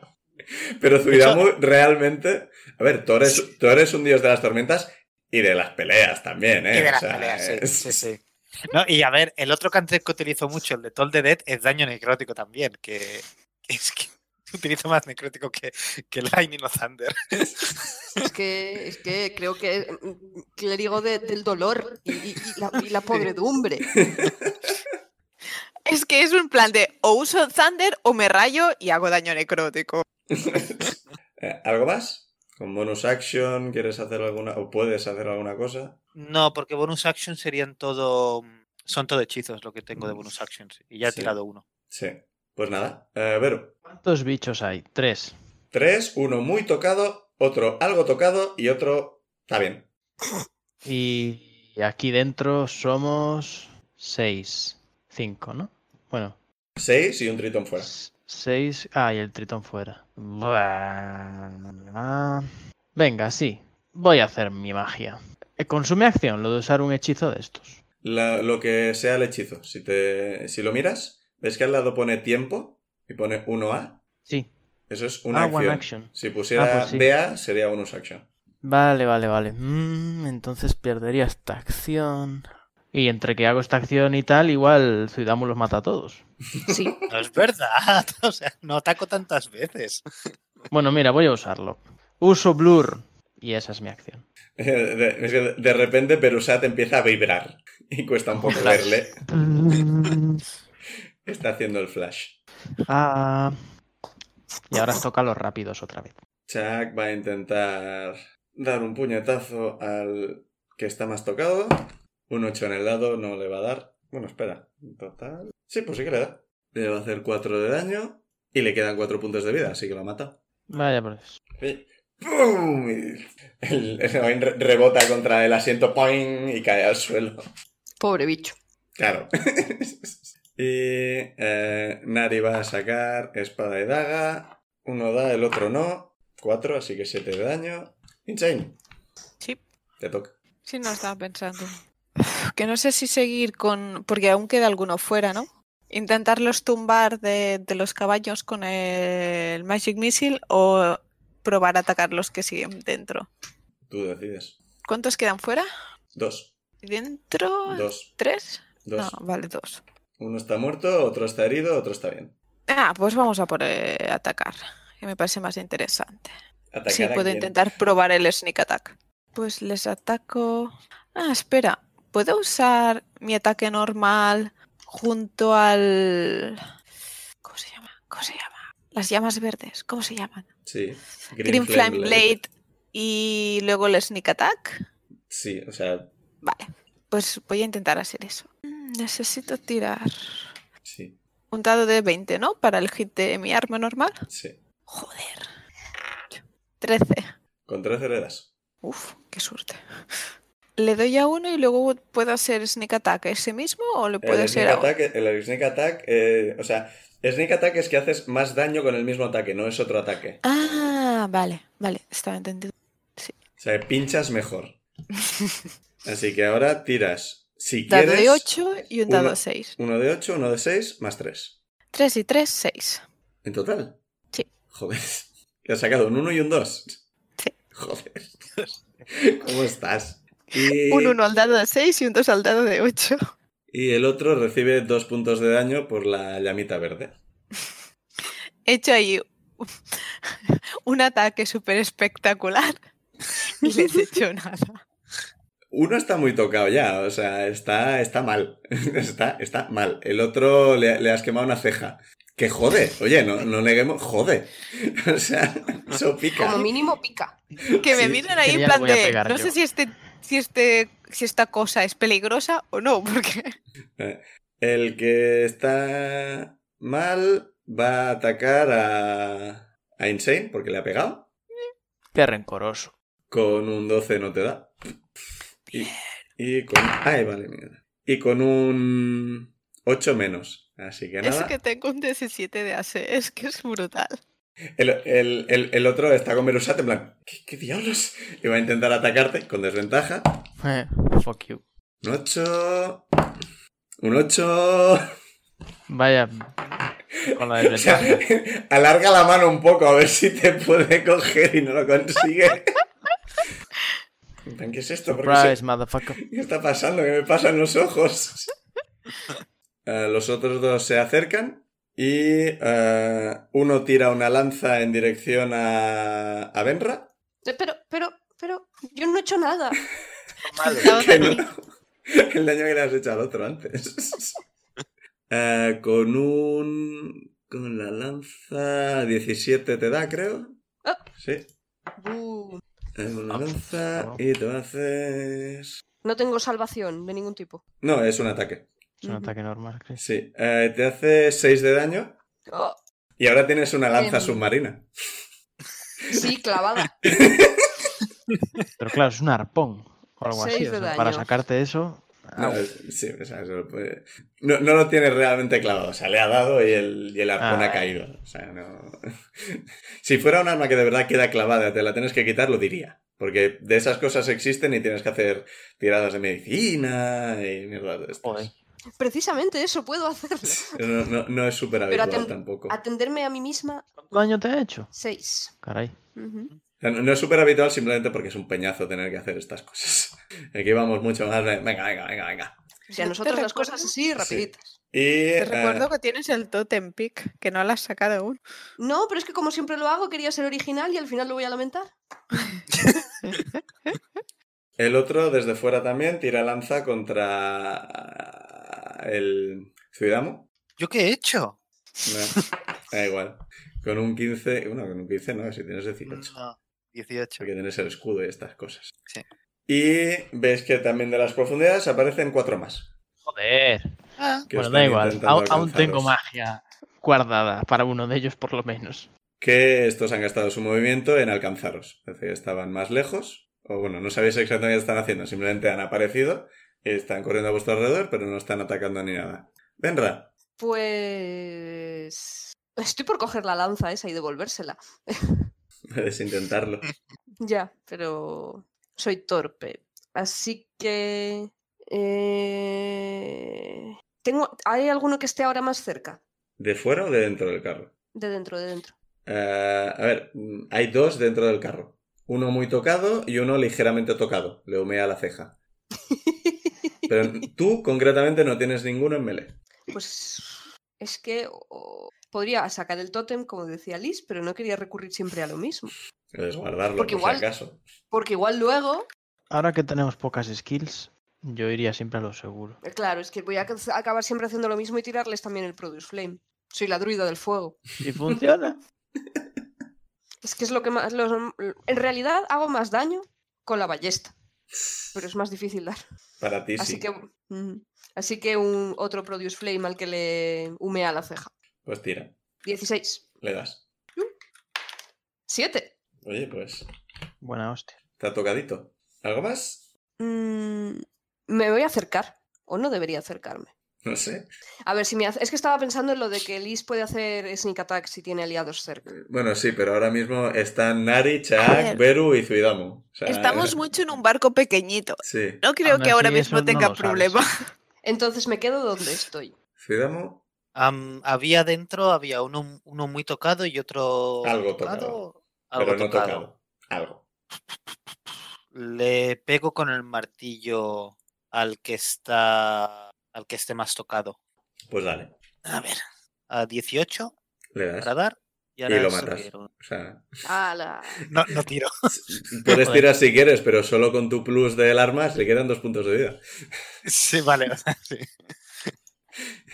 [SPEAKER 1] Pero Zuidamu realmente, a ver, tú eres, tú eres un dios de las tormentas y de las peleas también, ¿eh?
[SPEAKER 3] Y de
[SPEAKER 1] O
[SPEAKER 3] las
[SPEAKER 1] sea,
[SPEAKER 3] peleas, sí,
[SPEAKER 1] es-
[SPEAKER 3] sí, sí. No, y a ver, el otro cantrip que utilizo mucho, el de Toll the Dead, es daño necrótico también, que es que utilizo más necrótico que, que Lightning o Thunder.
[SPEAKER 6] Es que, es que creo que mm, clérigo de- del dolor y, y- y la, y la podredumbre.
[SPEAKER 5] Es que es un plan de o uso Thunder o me rayo y hago daño necrótico.
[SPEAKER 1] Eh, ¿Algo más? ¿Con bonus action quieres hacer alguna, o puedes hacer alguna cosa?
[SPEAKER 3] No, porque bonus action serían todo. Son todo hechizos lo que tengo de bonus actions. Y ya he
[SPEAKER 1] Sí.
[SPEAKER 3] tirado uno.
[SPEAKER 1] Sí. Pues nada, eh, Vero.
[SPEAKER 2] ¿Cuántos bichos hay? Tres.
[SPEAKER 1] Tres, uno muy tocado, otro algo tocado y otro está bien.
[SPEAKER 2] Y aquí dentro somos seis. Cinco, ¿no? Bueno,
[SPEAKER 1] Seis y un tritón fuera.
[SPEAKER 2] s- seis. Ah, y el tritón fuera. Buah. Venga, sí. Voy a hacer mi magia. Eh, Consume acción lo de usar un hechizo de estos.
[SPEAKER 1] La- lo que sea el hechizo. Si, te, si lo miras, ves que al lado pone tiempo y pone 1A.
[SPEAKER 2] Sí.
[SPEAKER 1] Eso es una
[SPEAKER 2] ah,
[SPEAKER 1] acción.
[SPEAKER 2] one action.
[SPEAKER 1] Si pusiera
[SPEAKER 2] Ah, pues sí.
[SPEAKER 1] BA, sería bonus action.
[SPEAKER 2] Vale, vale, vale. Mm, entonces perdería esta acción. Y entre que hago esta acción y tal, igual Zuidamu los mata a todos.
[SPEAKER 6] Sí,
[SPEAKER 3] No es verdad. O sea, no ataco tantas veces.
[SPEAKER 2] Bueno, mira, voy a usarlo. Uso blur. Y esa es mi acción.
[SPEAKER 1] De, es que de- de repente Perusat empieza a vibrar y cuesta un poco
[SPEAKER 2] Flash.
[SPEAKER 1] verle. Está haciendo el flash.
[SPEAKER 2] Ah. Y ahora os toca los rápidos otra vez.
[SPEAKER 1] Chuck va a intentar dar un puñetazo al que está más tocado. Un 8 en el lado no le va a dar. Bueno, espera. En total. Sí, pues sí que le da. Le va a hacer 4 de daño. Y le quedan 4 puntos de vida, así que lo mata.
[SPEAKER 2] Vaya, pues.
[SPEAKER 1] Sí. ¡Pum! Y El, el Owain re- rebota contra el asiento ¡poing! y cae al suelo.
[SPEAKER 6] pobre bicho.
[SPEAKER 1] Claro. y eh, Nari va a sacar espada y daga. Uno da, el otro no. Cuatro, así que siete de daño. Insane.
[SPEAKER 5] Sí.
[SPEAKER 1] Te toca.
[SPEAKER 5] Sí, no estaba pensando. Que no sé si seguir con. Porque aún queda alguno fuera, ¿no? Intentarlos tumbar de, de los caballos con el Magic Missile o probar a atacar los que siguen dentro.
[SPEAKER 1] Tú decides.
[SPEAKER 5] ¿Cuántos quedan fuera?
[SPEAKER 1] Dos.
[SPEAKER 5] ¿Dentro?
[SPEAKER 1] Dos.
[SPEAKER 5] ¿Tres?
[SPEAKER 1] Dos.
[SPEAKER 5] No, vale, dos.
[SPEAKER 1] Uno está muerto, otro está herido, otro está bien.
[SPEAKER 5] Ah, pues vamos a por eh, atacar, que me parece más interesante.
[SPEAKER 1] Atacar
[SPEAKER 5] sí,
[SPEAKER 1] a
[SPEAKER 5] puedo
[SPEAKER 1] quien-
[SPEAKER 5] intentar probar el sneak attack. Pues les ataco. Ah, espera. ¿Puedo usar mi ataque normal junto al. ¿Cómo se llama? ¿Cómo se llama? Las llamas verdes, ¿cómo se llaman?
[SPEAKER 1] Sí.
[SPEAKER 5] Green, Flame Blade y luego el sneak attack.
[SPEAKER 1] Sí, o sea,
[SPEAKER 5] Vale, pues voy a intentar hacer eso. Mm, Necesito tirar
[SPEAKER 1] sí,
[SPEAKER 5] un dado de 20, ¿no? Para el hit de mi arma normal.
[SPEAKER 1] sí.
[SPEAKER 5] Joder. 13.
[SPEAKER 1] Con tres heredas.
[SPEAKER 5] Uf, qué suerte. Le doy a uno y luego puedo hacer sneak attack. ¿Ese mismo o le puedo
[SPEAKER 1] El
[SPEAKER 5] hacer
[SPEAKER 1] sneak,
[SPEAKER 5] a otro?
[SPEAKER 1] attack, el sneak attack, eh, o sea, sneak attack es que haces más daño con el mismo ataque, no es otro ataque.
[SPEAKER 5] Ah, vale, vale, estaba entendido.
[SPEAKER 1] O sea, pinchas mejor. Así que ahora tiras, si
[SPEAKER 5] Dado
[SPEAKER 1] quieres,
[SPEAKER 5] de 8 y un dado
[SPEAKER 1] uno-
[SPEAKER 5] de 6.
[SPEAKER 1] uno de 8, uno de 6, más 3.
[SPEAKER 5] 3 y 3, 6.
[SPEAKER 1] ¿En total?
[SPEAKER 5] Sí.
[SPEAKER 1] Joder. Te has sacado un 1 y un 2.
[SPEAKER 5] Sí.
[SPEAKER 1] Joder. ¿Cómo estás? Y,
[SPEAKER 5] Un 1 al dado de 6 y un 2 al dado de 8.
[SPEAKER 1] y el otro recibe dos puntos de daño por la llamita verde.
[SPEAKER 5] He hecho ahí un ataque súper espectacular y les he hecho nada.
[SPEAKER 1] Uno está muy tocado ya, o sea, está, está mal. Está, está mal. El otro le, le has quemado una ceja. Que jode. Oye, no, no neguemos. Jode. O sea, eso pica.
[SPEAKER 6] Como mínimo pica.
[SPEAKER 5] Que me
[SPEAKER 1] Sí,
[SPEAKER 5] miran ahí
[SPEAKER 2] que
[SPEAKER 5] en
[SPEAKER 2] ya le
[SPEAKER 5] plan
[SPEAKER 2] voy a
[SPEAKER 5] de.
[SPEAKER 2] pegar
[SPEAKER 5] No
[SPEAKER 2] yo".
[SPEAKER 5] sé si, este, si, este, si esta cosa es peligrosa o no, porque.
[SPEAKER 1] El que está mal va a atacar a, a Insane porque le ha pegado.
[SPEAKER 4] Qué rencoroso.
[SPEAKER 1] Con un 12 no te da. Y, y con. Ay, vale, mierda. Y con un 8 menos. Así que nada.
[SPEAKER 5] Es que tengo un 17 de AC, es que es brutal.
[SPEAKER 1] El, el- el- el otro está con Berusat en plan, ¿qué, qué diablos? Y va a intentar atacarte con desventaja.
[SPEAKER 4] Eh, fuck you.
[SPEAKER 1] Un 8. Un 8.
[SPEAKER 4] Vaya. Con la
[SPEAKER 1] O sea,
[SPEAKER 4] desventaja.
[SPEAKER 1] alarga la mano un poco a ver si te puede coger y no lo consigue. En plan, ¿Qué es esto? ¿Por qué se-
[SPEAKER 4] Surprise, motherfucker.
[SPEAKER 1] ¿Qué está pasando? ¿Qué me pasan los ojos? Eh, los otros dos se acercan y eh, uno tira una lanza en dirección a, a Benra.
[SPEAKER 6] Eh, Pero, pero, pero, yo no he hecho nada.
[SPEAKER 1] Que no- el daño que le has hecho al otro antes. Eh, con un... Con la lanza 17 te da, creo.
[SPEAKER 6] Ah.
[SPEAKER 1] Sí.
[SPEAKER 6] Bu,
[SPEAKER 1] Eh, Con la
[SPEAKER 4] Ah,
[SPEAKER 1] lanza
[SPEAKER 4] no.
[SPEAKER 1] y te haces...
[SPEAKER 6] No tengo salvación de ningún tipo.
[SPEAKER 1] No, es un ataque.
[SPEAKER 4] Es
[SPEAKER 5] Mm.
[SPEAKER 4] un
[SPEAKER 6] Ujú.
[SPEAKER 4] ataque normal, Chris.
[SPEAKER 1] Sí. Eh, te hace 6 de daño.
[SPEAKER 6] Oh,
[SPEAKER 1] Y ahora tienes una lanza
[SPEAKER 6] Em.
[SPEAKER 1] submarina.
[SPEAKER 6] sí, clavada.
[SPEAKER 4] Pero claro, es un arpón. O algo así.
[SPEAKER 6] Seis de
[SPEAKER 4] o sea, para
[SPEAKER 6] daño.
[SPEAKER 4] sacarte eso.
[SPEAKER 1] No,
[SPEAKER 4] au.
[SPEAKER 1] es- sí, o sea, eso puede- no, no lo tienes realmente clavado. O sea, le ha dado y el, y el arpón
[SPEAKER 4] Ah.
[SPEAKER 1] ha caído. O sea, no... si fuera un arma que de verdad queda clavada, te la tienes que quitar, lo diría. Porque de esas cosas existen y tienes que hacer tiradas de medicina y mierda de estas.
[SPEAKER 4] Joder.
[SPEAKER 6] Precisamente eso puedo hacerlo.
[SPEAKER 1] No, no- no es súper
[SPEAKER 6] Pero
[SPEAKER 1] habitual
[SPEAKER 6] aten-
[SPEAKER 1] tampoco. O
[SPEAKER 6] Atenderme a mí misma,
[SPEAKER 4] ¿Cuánto daño te ha hecho?
[SPEAKER 6] seis.
[SPEAKER 4] Caray.
[SPEAKER 6] Ujú.
[SPEAKER 1] sea, no, no es súper habitual simplemente porque es un peñazo tener que hacer estas cosas. Aquí vamos mucho más. de, Venga, venga, venga, venga.
[SPEAKER 6] O sea,
[SPEAKER 5] Yo te
[SPEAKER 6] nosotros las
[SPEAKER 5] recuerdo-
[SPEAKER 6] cosas así, rapiditas.
[SPEAKER 1] Y,
[SPEAKER 5] Te
[SPEAKER 1] eh,
[SPEAKER 5] recuerdo que tienes el totem pick, que no lo has sacado aún.
[SPEAKER 6] No, pero es que como siempre lo hago, quería ser original y al final lo voy a lamentar.
[SPEAKER 1] El otro, desde fuera también, tira lanza contra el Zuidamo.
[SPEAKER 3] ¿Yo qué he hecho?
[SPEAKER 1] No, da igual. Con un 15, bueno, con un 15 no, si tienes 18.
[SPEAKER 3] No, 18.
[SPEAKER 1] Porque tienes el escudo y estas cosas.
[SPEAKER 3] Sí.
[SPEAKER 1] Y veis que también de las profundidades aparecen cuatro más.
[SPEAKER 4] Joder.
[SPEAKER 3] Ah,
[SPEAKER 1] que
[SPEAKER 4] bueno,
[SPEAKER 1] están
[SPEAKER 4] da igual.
[SPEAKER 1] intentando
[SPEAKER 4] Aún, aún
[SPEAKER 1] alcanzaros.
[SPEAKER 4] tengo magia guardada para uno de ellos, por lo menos.
[SPEAKER 1] Que estos han gastado su movimiento en alcanzaros. Es decir, estaban más lejos. O bueno, no sabéis exactamente qué están haciendo. Simplemente han aparecido. Están corriendo a vuestro alrededor, pero no están atacando ni nada. Venra,
[SPEAKER 6] Pues... Estoy por coger la lanza esa y devolvérsela.
[SPEAKER 1] puedes intentarlo.
[SPEAKER 6] Ya, pero soy torpe. Así que... eh, Tengo... ¿Hay alguno que esté ahora más cerca?
[SPEAKER 1] ¿De fuera o de dentro del carro?
[SPEAKER 6] De dentro, de dentro.
[SPEAKER 1] Eh, a ver, mm, hay dos dentro del carro. Uno muy tocado y uno ligeramente tocado. Le humea la ceja. Pero n- tú, concretamente, no tienes ninguno en melee.
[SPEAKER 6] Pues es que o- podría sacar el tótem, como decía Liz, pero no quería recurrir siempre a lo mismo.
[SPEAKER 1] Puedes guardarlo,
[SPEAKER 6] Porque
[SPEAKER 1] por
[SPEAKER 6] igual-
[SPEAKER 1] si acaso.
[SPEAKER 6] Porque igual luego,
[SPEAKER 4] Ahora que tenemos pocas skills, yo iría siempre a lo seguro.
[SPEAKER 6] eh, claro, es que voy a ca- acabar siempre haciendo lo mismo y tirarles también el Produce Flame. Soy la druida del fuego.
[SPEAKER 4] Y funciona.
[SPEAKER 6] Es que es lo que más... los- en realidad hago más daño con la ballesta, pero es más difícil dar.
[SPEAKER 1] Para ti
[SPEAKER 6] Así
[SPEAKER 1] sí.
[SPEAKER 6] que... ujú. Así que un otro Produce Flame al que le humea la ceja.
[SPEAKER 1] Pues tira,
[SPEAKER 6] 16.
[SPEAKER 1] le das.
[SPEAKER 6] 7.
[SPEAKER 1] Oye, pues
[SPEAKER 4] Buena hostia.
[SPEAKER 1] está tocadito. ¿Algo más?
[SPEAKER 6] Mm, me voy a acercar. O no debería acercarme.
[SPEAKER 1] No sé.
[SPEAKER 6] A ver, si me hace- es que estaba pensando en lo de que Liz puede hacer sneak attack si tiene aliados cerca.
[SPEAKER 1] Bueno, sí, pero ahora mismo están Nari,
[SPEAKER 5] A
[SPEAKER 1] Chak,
[SPEAKER 5] ver.
[SPEAKER 1] Beru y Zuidamu. O sea,
[SPEAKER 5] Estamos mucho en un barco pequeñito.
[SPEAKER 1] Sí.
[SPEAKER 5] No creo
[SPEAKER 4] Aún
[SPEAKER 5] que ahora
[SPEAKER 4] así,
[SPEAKER 5] mismo
[SPEAKER 4] eso no
[SPEAKER 5] tenga
[SPEAKER 4] lo sabes.
[SPEAKER 5] problema.
[SPEAKER 6] Entonces me quedo donde estoy.
[SPEAKER 1] Zuidamu,
[SPEAKER 3] Am, había dentro, había uno, uno muy tocado y otro.
[SPEAKER 1] Algo tocado,
[SPEAKER 3] algo
[SPEAKER 1] pero no
[SPEAKER 3] tocado.
[SPEAKER 1] tocado. Algo.
[SPEAKER 3] Le pego con el martillo al que está. al que esté más tocado.
[SPEAKER 1] Pues dale,
[SPEAKER 3] A ver. A 18
[SPEAKER 1] le das.
[SPEAKER 3] para dar. Y, ahora
[SPEAKER 1] lo
[SPEAKER 3] sí
[SPEAKER 1] matas.
[SPEAKER 3] que era-
[SPEAKER 1] O sea,
[SPEAKER 6] ¡Hala!
[SPEAKER 3] No, no tiro.
[SPEAKER 1] Puedes
[SPEAKER 4] Joder.
[SPEAKER 1] tirar si quieres, pero solo con tu plus del arma se quedan dos puntos de vida.
[SPEAKER 3] Sí, vale. o sea, sí.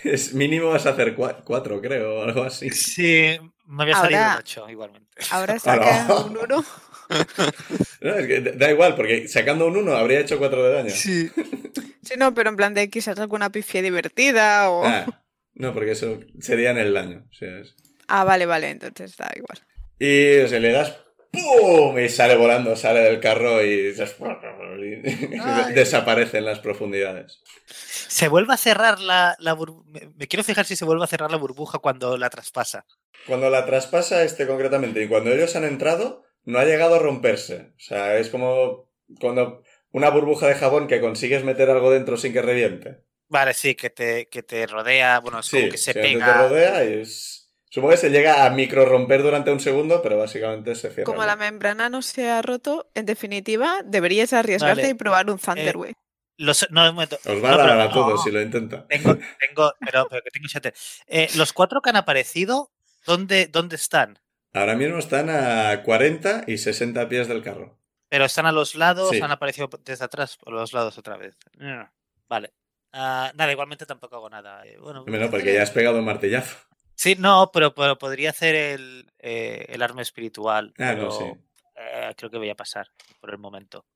[SPEAKER 1] Es mínimo vas a hacer cua- cuatro, creo, o algo así.
[SPEAKER 3] Sí, me había salido
[SPEAKER 5] Ahora-
[SPEAKER 3] el 8 igualmente.
[SPEAKER 5] Ahora
[SPEAKER 1] Ahora.
[SPEAKER 5] saca un uno.
[SPEAKER 1] No, es que da- da igual, porque sacando un uno habría hecho cuatro de daño.
[SPEAKER 3] Sí.
[SPEAKER 5] Sí, no, pero en plan de quizás alguna pifia divertida o... Ah,
[SPEAKER 1] Ah, no, porque eso sería en el daño. o sea, es-
[SPEAKER 5] Ah, vale, vale, entonces da igual.
[SPEAKER 1] Y o sea, le das ¡Pum! Y sale volando, sale del carro y, se- y
[SPEAKER 3] Ay.
[SPEAKER 1] desaparece en las profundidades.
[SPEAKER 3] Se vuelve a cerrar la, la burbuja. Me, me quiero fijar si se vuelve a cerrar la burbuja cuando la traspasa.
[SPEAKER 1] Cuando la traspasa este concretamente y cuando ellos han entrado, no ha llegado a romperse. O sea, es como cuando una burbuja de jabón que consigues meter algo dentro sin que reviente.
[SPEAKER 3] Vale, sí, que te, que te rodea, bueno, es como que se
[SPEAKER 1] antes
[SPEAKER 3] pega.
[SPEAKER 1] te rodea y es... Supongo que se llega a micro romper durante un segundo, pero básicamente se cierra.
[SPEAKER 5] Como la membrana no se ha roto, en definitiva, deberías arriesgarte
[SPEAKER 3] Vale.
[SPEAKER 5] y probar
[SPEAKER 4] Eh,
[SPEAKER 5] un Thunderwave.
[SPEAKER 3] Los, no, un momento.
[SPEAKER 1] Os va
[SPEAKER 3] No,
[SPEAKER 1] a dar
[SPEAKER 3] pero-
[SPEAKER 1] a todos
[SPEAKER 3] no.
[SPEAKER 1] si lo intenta.
[SPEAKER 3] Tengo, tengo, pero, pero que tengo siete. Eh, los cuatro que han aparecido, ¿dónde, ¿dónde están?
[SPEAKER 1] Ahora mismo están a 40 y 60 pies del carro.
[SPEAKER 3] Pero están a los lados,
[SPEAKER 1] Sí.
[SPEAKER 3] han aparecido desde atrás, por los lados otra vez. Mm, Vale. Ah, nada, igualmente tampoco hago nada. Eh, Bueno,
[SPEAKER 1] Menos porque ya has pegado un martillazo.
[SPEAKER 3] Sí, no, pero, pero podría hacer el, eh, el arma espiritual.
[SPEAKER 1] Ah, no,
[SPEAKER 3] pero,
[SPEAKER 1] sí.
[SPEAKER 3] eh, creo que voy a pasar por el momento.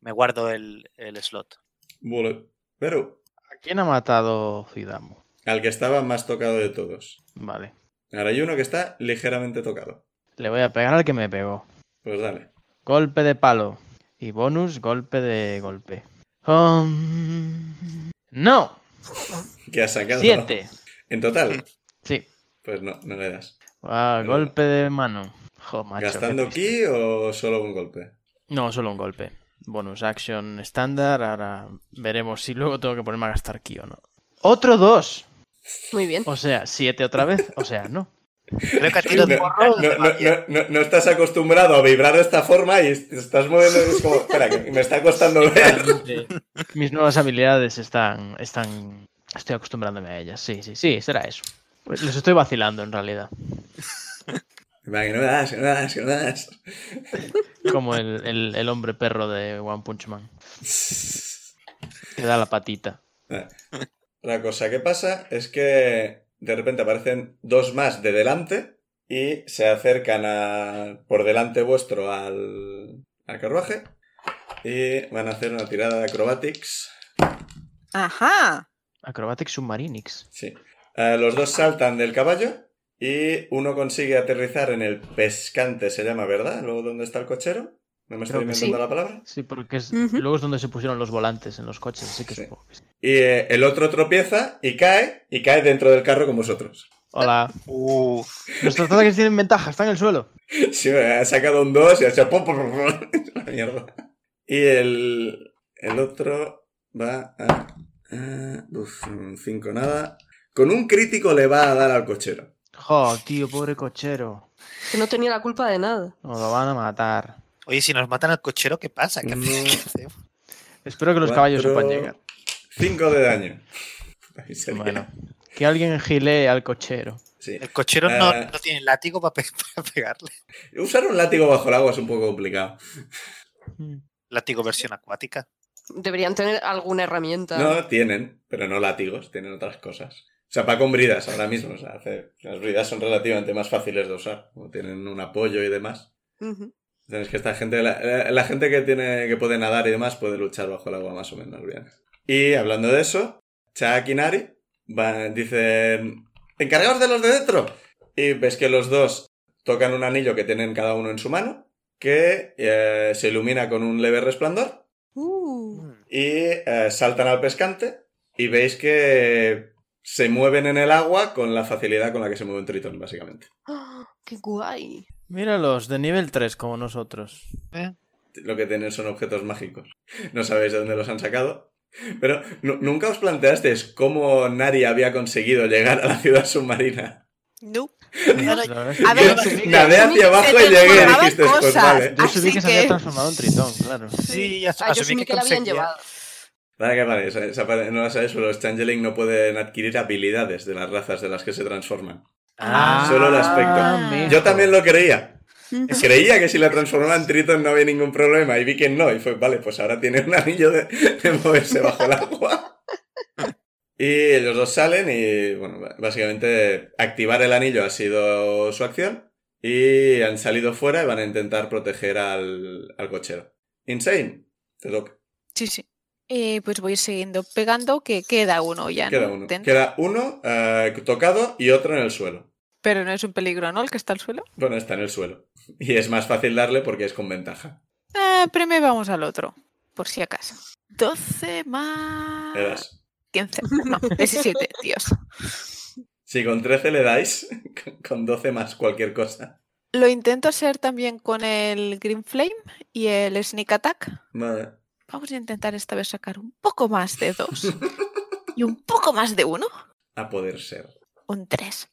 [SPEAKER 3] Me guardo el, el slot.
[SPEAKER 1] Bueno, Pero
[SPEAKER 2] ¿A quién ha matado Zidamo?
[SPEAKER 1] al que estaba más tocado de todos.
[SPEAKER 2] Vale.
[SPEAKER 1] Ahora hay uno que está ligeramente tocado.
[SPEAKER 2] Le voy a pegar al que me pegó.
[SPEAKER 1] Pues dale.
[SPEAKER 2] Golpe de palo. Y bonus, golpe de golpe. Um, ¡No!
[SPEAKER 1] Que has sacado.
[SPEAKER 2] ¡Siete!
[SPEAKER 1] En total.
[SPEAKER 2] Sí.
[SPEAKER 1] Pues no, no le das.
[SPEAKER 2] Ah,
[SPEAKER 1] Menudo.
[SPEAKER 2] golpe de mano. Jo, macho, qué
[SPEAKER 1] ¿Gastando
[SPEAKER 2] triste.
[SPEAKER 1] aquí o solo un golpe?
[SPEAKER 2] No, solo un golpe. Bonus action estándar. Ahora veremos si luego tengo que ponerme a gastar ki o no. ¡Otro dos!
[SPEAKER 6] Muy bien.
[SPEAKER 2] O sea, siete otra vez. O sea, no.
[SPEAKER 3] Creo que
[SPEAKER 1] No,
[SPEAKER 3] tiro de
[SPEAKER 1] no, no, no- no- no estás acostumbrado a vibrar de esta forma y est- estás moviendo. Es como, espera, que me está costando ver.
[SPEAKER 2] Claramente, Mis nuevas habilidades están, están. Estoy acostumbrándome a ellas. Sí, sí, sí, será eso. Pues los estoy vacilando en realidad.
[SPEAKER 1] Venga, que no me das, que no me das, que no me das.
[SPEAKER 2] Como el, el- el hombre perro de One Punch Man. Que da la patita.
[SPEAKER 1] La cosa que pasa es que de repente aparecen dos más de delante y se acercan a, por delante vuestro al, al carruaje y van a hacer una tirada de acrobatics.
[SPEAKER 5] ¡Ajá!
[SPEAKER 2] Acrobatic Submarinix.
[SPEAKER 1] Sí. Eh, los dos saltan del caballo y uno consigue aterrizar en el pescante, se llama, ¿verdad? Luego, ¿dónde está el cochero? ¿No me
[SPEAKER 2] Creo
[SPEAKER 1] estoy
[SPEAKER 2] que
[SPEAKER 1] inventando
[SPEAKER 6] sí.
[SPEAKER 1] la palabra?
[SPEAKER 2] Sí, porque es-
[SPEAKER 6] Ujú.
[SPEAKER 2] luego es donde se pusieron los volantes en los coches. Así que
[SPEAKER 1] Sí.
[SPEAKER 2] supongo que sí.
[SPEAKER 1] Y eh, el otro tropieza y cae, y cae dentro del carro con vosotros.
[SPEAKER 2] Hola.
[SPEAKER 3] Uh,
[SPEAKER 2] Nuestros ataques tienen ventaja, están en el suelo.
[SPEAKER 1] Sí, eh, ha sacado un 2 y ha hecho... pum, pum, pum, pum. La mierda. Y el, el otro va a... ah, uf, un 5 nada. Con un crítico le va a dar al cochero.
[SPEAKER 2] Jo, tío, pobre cochero.
[SPEAKER 6] Que no tenía la culpa de nada.
[SPEAKER 2] Nos lo van a matar.
[SPEAKER 3] oye, si nos matan al cochero, ¿qué pasa? ¿Qué,
[SPEAKER 1] Mm.
[SPEAKER 3] hace- qué hacemos?
[SPEAKER 2] Espero que los caballos sepan llegar.
[SPEAKER 1] 5 de daño. Ahí sería.
[SPEAKER 2] Bueno. Que alguien gilee al cochero.
[SPEAKER 1] Sí.
[SPEAKER 3] El cochero no,
[SPEAKER 1] Eh.
[SPEAKER 3] no tiene látigo para, pe- para pegarle.
[SPEAKER 1] Usar un látigo bajo el agua es un poco complicado.
[SPEAKER 2] Hmm.
[SPEAKER 3] Látigo versión acuática.
[SPEAKER 6] Deberían tener alguna herramienta.
[SPEAKER 1] No, tienen, pero no látigos, tienen otras cosas. O sea, para con bridas ahora mismo. o sea, hace- las bridas son relativamente más fáciles de usar, como tienen un apoyo y demás.
[SPEAKER 6] Ujú.
[SPEAKER 1] Entonces, es que esta gente, la, la- la gente que, tiene, que puede nadar y demás puede luchar bajo el agua más o menos bien. Y hablando de eso, Chakinari va, dice, encargaos de los de dentro. Y ves que los dos tocan un anillo que tienen cada uno en su mano, que eh, se ilumina con un leve resplandor
[SPEAKER 6] Uh,
[SPEAKER 3] Mm.
[SPEAKER 1] y eh, saltan al pescante y veis que se mueven en el agua con la facilidad con la que se mueve un tritón, básicamente.
[SPEAKER 6] ah, ¡Qué guay!
[SPEAKER 4] Míralos, de nivel 3 como nosotros.
[SPEAKER 1] Lo que tienen son objetos mágicos. No sabéis de dónde los han sacado. Pero nu- nunca os planteasteis cómo Nari había conseguido llegar a la ciudad submarina.
[SPEAKER 5] No.
[SPEAKER 4] La verdad es que
[SPEAKER 5] A ver,
[SPEAKER 1] Yo nadé hacia abajo y llegué y dijiste, pues vale.
[SPEAKER 2] Yo
[SPEAKER 5] Así
[SPEAKER 2] subí que se había
[SPEAKER 5] que-
[SPEAKER 2] transformado en tritón, claro.
[SPEAKER 3] Sí, as-
[SPEAKER 6] Ah, yo asumí que la habían
[SPEAKER 3] conseguía.
[SPEAKER 6] llevado.
[SPEAKER 1] Vale, que vale, esa- esa parte no la sabéis, pero los Changeling no pueden adquirir habilidades de las razas de las que se transforman.
[SPEAKER 3] Ah,
[SPEAKER 1] Solo el aspecto.
[SPEAKER 5] Ah,
[SPEAKER 2] mijo.
[SPEAKER 1] Yo también lo creía.
[SPEAKER 6] Ujú.
[SPEAKER 1] Creía que si la transformaba en Triton no había ningún problema y vi que no. Y fue, vale, pues ahora tiene un anillo de, de moverse bajo el agua. Y los dos salen y, bueno, básicamente activar el anillo ha sido su acción. Y han salido fuera y van a intentar proteger al, al cochero. Insane, te toca.
[SPEAKER 5] Sí, sí. Eh, pues voy siguiendo pegando, que queda uno ya. ¿no?
[SPEAKER 1] Queda uno.
[SPEAKER 5] Ten-
[SPEAKER 1] Queda uno eh, tocado y otro en el suelo.
[SPEAKER 5] Pero no es un peligro, ¿no? El que está al suelo.
[SPEAKER 1] Bueno, está en el suelo. Y es más fácil darle porque es con ventaja.
[SPEAKER 5] Ah, pero me vamos al otro, por si acaso. 12 más...
[SPEAKER 1] Le das.
[SPEAKER 5] 15. No, 17, Dios.
[SPEAKER 1] Si con 13 le dais, con 12 más cualquier cosa.
[SPEAKER 5] Lo intento hacer también con el Green Flame y el Sneak Attack.
[SPEAKER 1] Vale.
[SPEAKER 5] Vamos a intentar esta vez sacar un poco más de 2 y un poco más de 1.
[SPEAKER 1] A poder ser.
[SPEAKER 5] Un 3.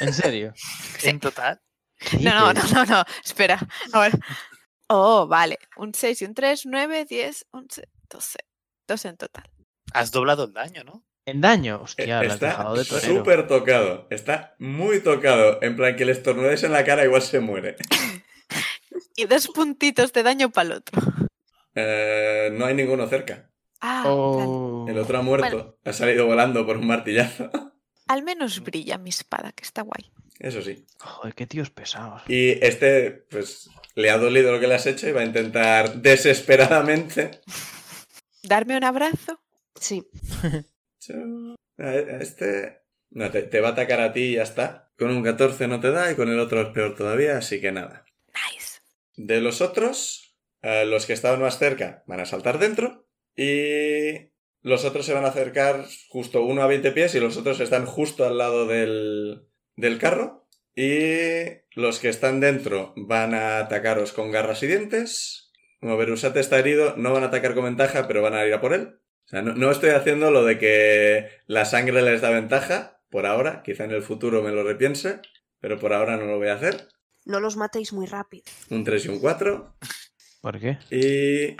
[SPEAKER 4] ¿En serio?
[SPEAKER 5] Sí.
[SPEAKER 3] En total.
[SPEAKER 5] No, no, no, no, no. Espera. Ahora. Oh, vale. Un 6 y un 3, 9, 10, 11, 12. 2 en total.
[SPEAKER 3] Has doblado el daño, ¿no?
[SPEAKER 4] En daño. Hostia, lo has
[SPEAKER 1] Eh, está
[SPEAKER 4] dejado de torero.
[SPEAKER 1] súper tocado. Está muy tocado. En plan, que le estornudes en la cara, igual se muere.
[SPEAKER 5] Y dos puntitos de daño para el otro.
[SPEAKER 1] Eh, no hay ninguno cerca.
[SPEAKER 5] Ah, vale.
[SPEAKER 4] Oh.
[SPEAKER 1] El otro ha muerto. Ha salido volando por un martillazo.
[SPEAKER 5] al menos brilla mi espada, que está guay.
[SPEAKER 1] Eso sí.
[SPEAKER 4] Joder, qué tíos pesados.
[SPEAKER 1] Y este, pues, le ha dolido lo que le has hecho y va a intentar desesperadamente.
[SPEAKER 5] Darme un abrazo.
[SPEAKER 6] Sí.
[SPEAKER 1] Chao. A a este. No, te, te va a atacar a ti y ya está. Con un 14 no te da y con el otro es peor todavía, así que nada.
[SPEAKER 5] Nice.
[SPEAKER 1] De los otros, eh, los que estaban más cerca van a saltar dentro y los otros se van a acercar justo uno a 20 pies y los otros están justo al lado del, del carro. Y los que están dentro van a atacaros con garras y dientes. Como Berusat está herido, no van a atacar con ventaja, pero van a ir a por él. O sea, no, no estoy haciendo lo de que la sangre les da ventaja, por ahora. Quizá en el futuro me lo repiense, pero por ahora no lo voy a hacer.
[SPEAKER 6] No los matéis muy rápido.
[SPEAKER 1] Un 3 y un 4.
[SPEAKER 4] ¿Por qué?
[SPEAKER 1] Y. Eh,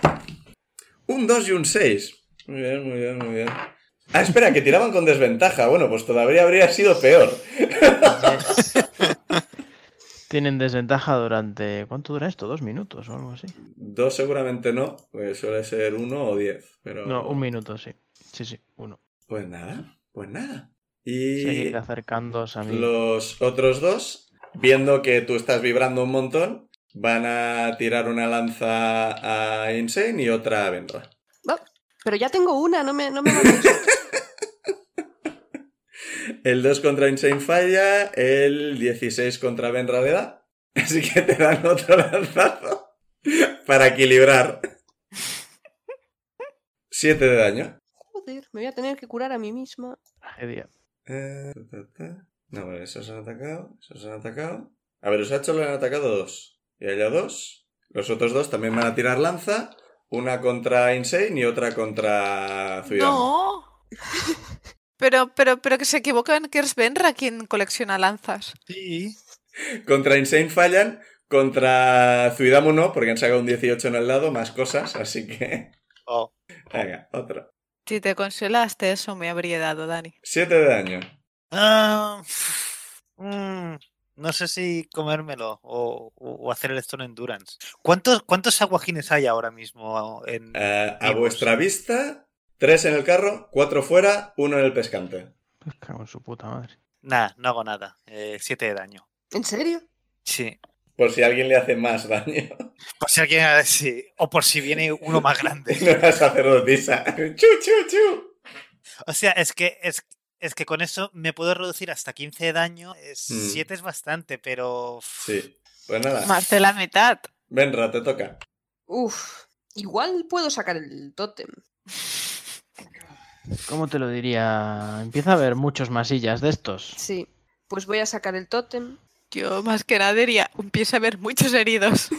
[SPEAKER 1] Un 2 y un 6. Muy bien, muy bien, muy bien. Ah, espera, que tiraban con desventaja. Bueno, pues todavía habría sido peor.
[SPEAKER 4] Tienen desventaja durante. ¿Cuánto dura esto? ¿Dos minutos o algo así?
[SPEAKER 1] Dos seguramente no, porque suele ser uno o diez. Pero...
[SPEAKER 4] No, un minuto, sí. Sí, sí, uno.
[SPEAKER 1] Pues nada, pues nada. Y
[SPEAKER 4] Seguir acercándose a mí.
[SPEAKER 1] los otros dos, viendo que tú estás vibrando un montón, van a tirar una lanza a Insane y otra a Benra.
[SPEAKER 6] Pero ya tengo una, no me, no me matéis.
[SPEAKER 1] El 2 contra Insane falla, el 16 contra Benra le da. Así que te dan otro lanzazo para equilibrar. 7 de daño.
[SPEAKER 6] Joder, me voy a tener que curar a mí misma.
[SPEAKER 4] Tragedia.
[SPEAKER 1] Eh, ta, ta, ta. No, vale, esos han atacado, esos han atacado. A ver, os ha hecho, le han atacado dos. Y allá dos. Los otros dos también van a tirar lanza. Una contra Insane y otra contra Zuidamo.
[SPEAKER 5] No. Pero, pero, pero que se equivocan que es Benra quien colecciona lanzas.
[SPEAKER 3] Sí.
[SPEAKER 1] Contra Insane fallan, contra Zuidamo no, porque han sacado un 18 en el lado, más cosas, así que...
[SPEAKER 3] Oh,
[SPEAKER 1] Venga, otro.
[SPEAKER 5] Si te consolaste, eso me habría dado, Dani.
[SPEAKER 1] 7 de daño.
[SPEAKER 3] Ah, mm, no sé si comérmelo o, o- o hacer el Stone Endurance. ¿Cuántos, cuántos aguajines hay ahora mismo en...
[SPEAKER 1] Eh, a
[SPEAKER 3] Vamos.
[SPEAKER 1] vuestra vista, 3 en el carro, 4 fuera, 1 en el pescante.
[SPEAKER 4] Pues cago en su puta madre.
[SPEAKER 3] Nada, no hago nada. Eh, siete de daño.
[SPEAKER 6] ¿En serio?
[SPEAKER 3] Sí.
[SPEAKER 1] Por si alguien le hace más daño.
[SPEAKER 3] Por si alguien... Sí. O por si viene uno más grande.
[SPEAKER 1] No la sacerdotisa. ¡Chu, chu, chu!
[SPEAKER 3] O sea, es que, es, es que con eso me puedo reducir hasta 15 de daño.
[SPEAKER 1] Mm.
[SPEAKER 3] 7 es bastante, pero...
[SPEAKER 1] Sí. Pues
[SPEAKER 6] Ah.
[SPEAKER 1] nada.
[SPEAKER 5] Más de la mitad.
[SPEAKER 1] Benra, te toca.
[SPEAKER 6] Uf. Igual puedo sacar el tótem.
[SPEAKER 4] ¿Cómo te lo diría? Empieza a haber muchos masillas de estos.
[SPEAKER 6] Sí. Pues voy a sacar el tótem,
[SPEAKER 5] Yo más que nada diría, empieza a haber muchos heridos.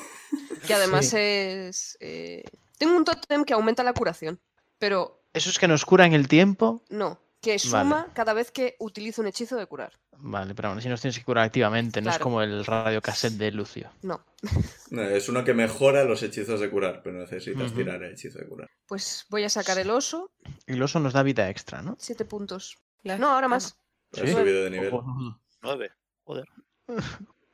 [SPEAKER 6] que además
[SPEAKER 4] Sí.
[SPEAKER 6] es... eh, Tengo un tótem que aumenta la curación, pero
[SPEAKER 4] ¿Esos que nos curan el tiempo?
[SPEAKER 6] no, que suma cada vez que utilizo un hechizo de curar.
[SPEAKER 4] Vale, pero aún así nos tienes que curar activamente, no es
[SPEAKER 6] Claro.
[SPEAKER 4] como el radiocassette de Lucio.
[SPEAKER 6] No.
[SPEAKER 1] No, es uno que mejora los hechizos de curar, pero necesitas
[SPEAKER 4] Ujú.
[SPEAKER 1] tirar el hechizo de curar.
[SPEAKER 6] Pues voy a sacar el oso,
[SPEAKER 4] Y el oso nos da vida extra, ¿no?
[SPEAKER 6] siete puntos. No, ahora más.
[SPEAKER 1] Has
[SPEAKER 4] Sí.
[SPEAKER 1] subido de nivel.
[SPEAKER 4] Ojo.
[SPEAKER 3] 9.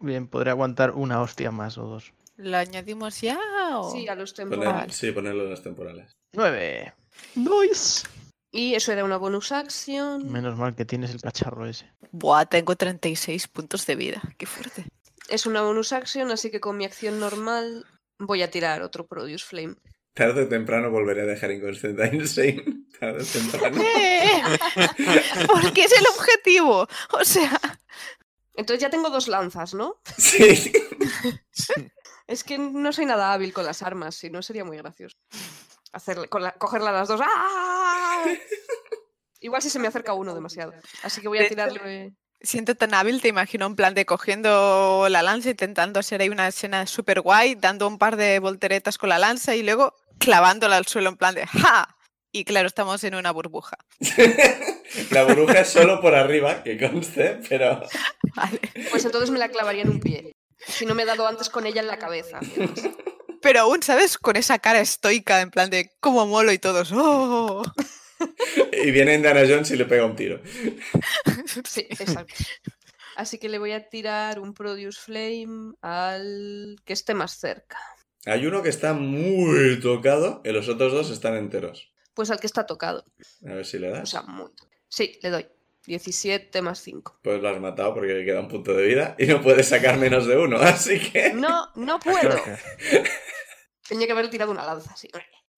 [SPEAKER 4] Bien, podré aguantar una hostia más o dos.
[SPEAKER 5] ¿Lo añadimos ya? o-
[SPEAKER 6] Sí, a los
[SPEAKER 1] Poner-
[SPEAKER 6] temporales.
[SPEAKER 1] sí, ponerlo en las temporales.
[SPEAKER 4] ¡Nueve! ¡Nice!
[SPEAKER 6] Y eso era una bonus action.
[SPEAKER 4] Menos mal que tienes el cacharro ese.
[SPEAKER 5] Buah, tengo 36 puntos de vida. Qué fuerte.
[SPEAKER 6] Es una bonus action, así que con mi acción normal voy a tirar otro Produce Flame.
[SPEAKER 1] Tarde o temprano volveré a dejar inconsciente a Insane. Tarde o temprano.
[SPEAKER 5] Porque es el objetivo. O sea,
[SPEAKER 6] Entonces ya tengo dos lanzas, ¿no?
[SPEAKER 1] Sí.
[SPEAKER 6] Es que no soy nada hábil con las armas, si no sería muy gracioso. Hacerle, con la- cogerla a las dos. ¡Ah! Igual si se me acerca uno demasiado. Así que voy a
[SPEAKER 5] De-
[SPEAKER 6] tirarle.
[SPEAKER 5] Siento tan hábil, te imagino en plan de cogiendo la lanza, intentando hacer ahí una escena súper guay, dando un par de volteretas con la lanza y luego clavándola al suelo en plan de ¡ja! Y claro, estamos en una burbuja.
[SPEAKER 1] La burbuja es solo por arriba, que conste, pero.
[SPEAKER 5] Vale.
[SPEAKER 6] Pues entonces me la clavaría en un pie. Si no me he dado antes con ella en la cabeza.
[SPEAKER 5] Pero aún, ¿sabes? Con esa cara estoica en plan de ¡cómo molo! y todos ¡oh!
[SPEAKER 1] Y viene Indiana Jones y le pega un tiro.
[SPEAKER 6] Sí, exacto. Así que le voy a tirar un Produce Flame al que esté más cerca.
[SPEAKER 1] Hay uno que está muy tocado y los otros dos están enteros.
[SPEAKER 6] Pues al que está tocado.
[SPEAKER 1] A ver si le
[SPEAKER 6] O
[SPEAKER 1] das.
[SPEAKER 6] sea, muy. Sí, le doy. 17 más 5.
[SPEAKER 1] Pues lo has matado porque le queda un punto de vida y no puedes sacar menos de uno, así que.
[SPEAKER 6] No, no puedo. Tenía que haber tirado una lanza, sí.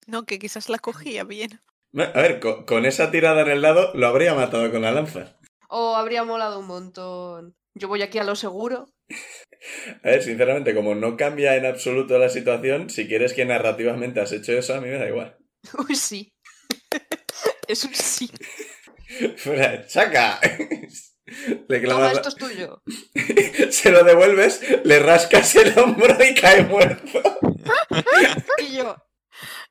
[SPEAKER 5] No, que quizás la cogía bien.
[SPEAKER 1] A ver, co- con, esa tirada en el lado lo habría matado con la lanza.
[SPEAKER 6] O habría molado un montón. Yo voy aquí a lo seguro.
[SPEAKER 1] A ver, sinceramente, como no cambia en absoluto la situación, si quieres que narrativamente has hecho eso, a mí me da igual.
[SPEAKER 6] Uy, sí. Es un sí.
[SPEAKER 1] Fuera, ¡Saca! Le
[SPEAKER 6] Toma,
[SPEAKER 1] clavas.
[SPEAKER 6] esto es tuyo.
[SPEAKER 1] Se lo devuelves, le rascas el hombro y cae muerto.
[SPEAKER 6] Y yo,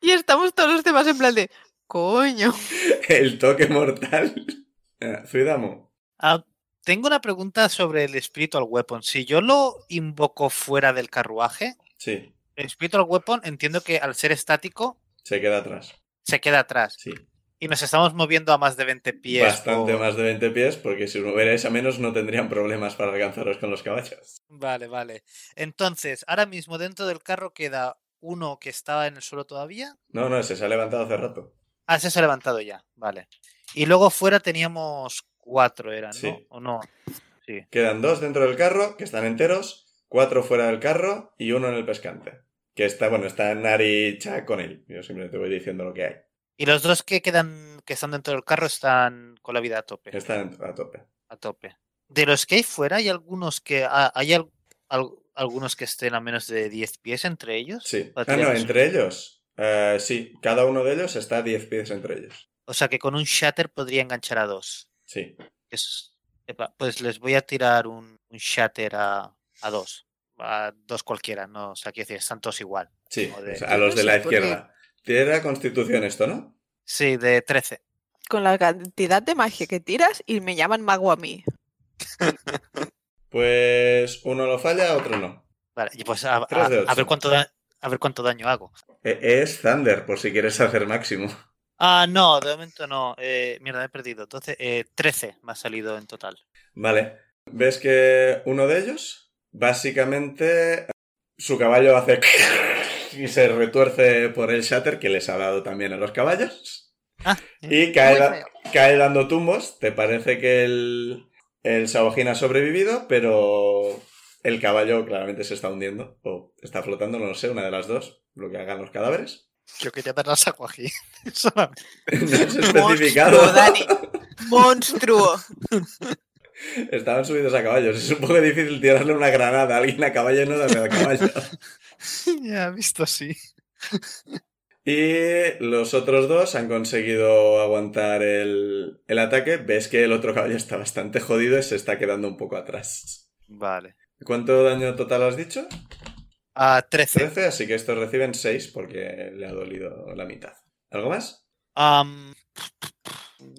[SPEAKER 5] Y estamos todos los demás en plan de ¡coño!
[SPEAKER 1] El toque mortal. Ah, Zuidamo.
[SPEAKER 3] Ah, tengo una pregunta sobre el Spiritual Weapon. Si yo lo invoco fuera del carruaje,
[SPEAKER 1] Sí,
[SPEAKER 3] el Spiritual Weapon entiendo que al ser estático
[SPEAKER 1] se queda atrás.
[SPEAKER 3] se queda atrás.
[SPEAKER 1] Sí.
[SPEAKER 3] Y nos estamos moviendo a más de 20 pies.
[SPEAKER 1] Bastante
[SPEAKER 3] por-
[SPEAKER 1] más de 20 pies, porque si lo hubierais a menos no tendrían problemas para alcanzaros con los caballos.
[SPEAKER 3] Vale, vale. Entonces, ahora mismo dentro del carro queda uno que estaba en el suelo todavía.
[SPEAKER 1] No, no, se, se ha levantado hace rato.
[SPEAKER 3] Ah, ese se ha levantado ya. Vale. Y luego fuera teníamos cuatro, eran, ¿no?
[SPEAKER 1] Sí.
[SPEAKER 3] ¿O no?
[SPEAKER 1] Quedan dos dentro del carro, que están enteros, cuatro fuera del carro y uno en el pescante. Que está, bueno, está Nari y Cha con él. Yo simplemente voy diciendo lo que hay.
[SPEAKER 3] Y los dos que quedan, que están dentro del carro, están con la vida a tope.
[SPEAKER 1] Están a tope.
[SPEAKER 3] A tope. De los que hay fuera, hay algunos que ah, hay al- al- algunos que estén a menos de 10 pies entre ellos.
[SPEAKER 1] Sí.
[SPEAKER 3] Para
[SPEAKER 1] Ah, no,
[SPEAKER 3] tirar eso.
[SPEAKER 1] entre ellos. Eh, sí, cada uno de ellos está a 10 pies entre ellos.
[SPEAKER 3] O sea que con un shatter podría enganchar a dos.
[SPEAKER 1] Sí.
[SPEAKER 3] Es- epa, pues les voy a tirar un, un shatter a, a dos. A dos cualquiera, no, o sea, quiero decir, están todos igual.
[SPEAKER 1] Sí,
[SPEAKER 3] Joder.
[SPEAKER 1] o sea, a los de la
[SPEAKER 5] Sí, porque-
[SPEAKER 1] izquierda. Tierra constitución esto, ¿no?
[SPEAKER 3] Sí, de 13.
[SPEAKER 5] Con la cantidad de magia que tiras y me llaman mago a mí.
[SPEAKER 1] Pues uno lo falla, otro no.
[SPEAKER 3] Vale, y pues a, a-
[SPEAKER 1] Tres de
[SPEAKER 3] a
[SPEAKER 1] ocho.
[SPEAKER 3] ver cuánto da- a ver cuánto daño hago.
[SPEAKER 1] E- Es Thunder, por si quieres hacer máximo.
[SPEAKER 3] Ah, no, de momento no. eh, mierda, he perdido. Entonces, eh, 13 me ha salido en total.
[SPEAKER 1] Vale. ¿Ves que uno de ellos, básicamente, su caballo hace... Y se retuerce por el shatter que les ha dado también a los caballos.
[SPEAKER 3] Ah,
[SPEAKER 1] Y
[SPEAKER 6] muy
[SPEAKER 1] cae, da-
[SPEAKER 6] feo.
[SPEAKER 1] cae dando tumbos. Te parece que el, el Saojín ha sobrevivido, pero el caballo claramente se está hundiendo o está flotando, no lo sé, una de las dos, lo que hagan los cadáveres.
[SPEAKER 3] Yo quería dar las aquí. solamente.
[SPEAKER 1] No es especificado.
[SPEAKER 5] Monstruo, Dani. Monstruo.
[SPEAKER 1] Estaban subidos a caballos. Es un poco difícil tirarle una granada a alguien a caballo y no darle a caballo.
[SPEAKER 3] ya, visto así.
[SPEAKER 1] Y los otros dos han conseguido aguantar el, el ataque. Ves que el otro caballo está bastante jodido y se está quedando un poco atrás.
[SPEAKER 3] Vale.
[SPEAKER 1] ¿Cuánto daño total has dicho?
[SPEAKER 3] A 13.
[SPEAKER 1] 13, así que estos reciben 6 porque le ha dolido la mitad. ¿Algo más?
[SPEAKER 3] Am,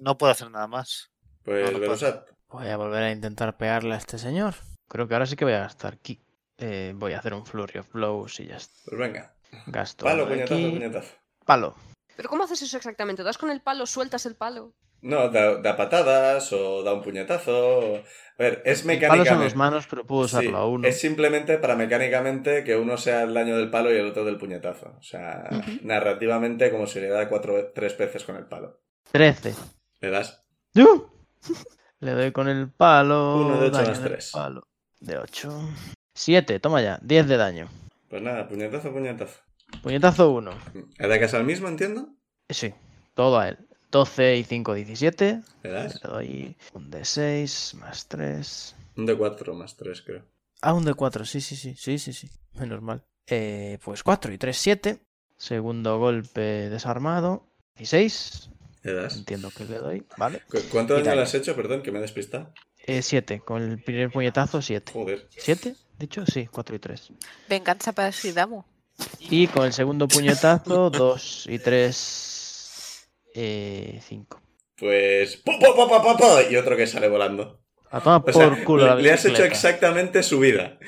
[SPEAKER 3] no puedo hacer nada más.
[SPEAKER 1] Pues
[SPEAKER 3] No, no
[SPEAKER 1] Verusat.
[SPEAKER 4] Voy a volver a intentar pegarle a este señor. Creo que ahora sí que voy a gastar ki. Eh, voy a hacer un flurry of blows y ya está.
[SPEAKER 1] Pues venga.
[SPEAKER 4] Gasto.
[SPEAKER 1] Palo,
[SPEAKER 4] uno de
[SPEAKER 1] puñetazo,
[SPEAKER 4] ki.
[SPEAKER 1] puñetazo.
[SPEAKER 4] Palo.
[SPEAKER 6] ¿Pero cómo haces eso exactamente? ¿Das con el palo, sueltas el palo?
[SPEAKER 1] No, da, da patadas o da un puñetazo. o- A ver, es
[SPEAKER 4] El palo son
[SPEAKER 1] mecánicamente.
[SPEAKER 4] dos manos, pero puedo usarlo
[SPEAKER 1] eh. Sí,
[SPEAKER 4] a uno.
[SPEAKER 1] Es simplemente para mecánicamente que uno sea el daño del palo y el otro del puñetazo. O sea, narrativamente como si le da cuatro, tres veces con el palo.
[SPEAKER 4] 13.
[SPEAKER 1] Le das
[SPEAKER 4] ¡Uh! Le doy con el palo.
[SPEAKER 1] Uno de ocho
[SPEAKER 4] daño
[SPEAKER 1] más
[SPEAKER 4] del
[SPEAKER 1] tres.
[SPEAKER 4] Palo. De 8. 7, toma ya. 10 de daño.
[SPEAKER 1] Pues nada, puñetazo, puñetazo.
[SPEAKER 4] Puñetazo 1.
[SPEAKER 1] ¿Atacas al mismo, entiendo?
[SPEAKER 4] Sí, todo a él. 12 y 5, 17.
[SPEAKER 1] ¿Le das?
[SPEAKER 4] Le doy un D6 más 3.
[SPEAKER 1] Un de 4 más 3, creo.
[SPEAKER 4] Ah, un de 4, sí, sí, sí, sí, sí, sí. Menos mal. Eh, pues 4 y 3, 7. Segundo golpe desarmado. 16.
[SPEAKER 1] ¿Le das?
[SPEAKER 4] Entiendo que le doy. Vale.
[SPEAKER 1] ¿Cu- ¿Cuánto
[SPEAKER 4] Y
[SPEAKER 1] daño
[SPEAKER 4] daño.
[SPEAKER 1] le has hecho? Perdón, que me he despistado.
[SPEAKER 4] 7. Con el primer puñetazo, 7.
[SPEAKER 1] Joder.
[SPEAKER 4] ¿7? ¿Dicho? Sí, 4 y 3.
[SPEAKER 5] Venganza para Shidamu.
[SPEAKER 4] Y con el segundo puñetazo, 2 y eh, 3. 5.
[SPEAKER 1] Pues. ¡pu, pu, pu, pu, pu, pu! Y otro que sale volando.
[SPEAKER 4] A tomar
[SPEAKER 1] O
[SPEAKER 4] por
[SPEAKER 1] sea,
[SPEAKER 4] culo la
[SPEAKER 1] le, le has hecho
[SPEAKER 4] bicicleta.
[SPEAKER 1] exactamente su vida.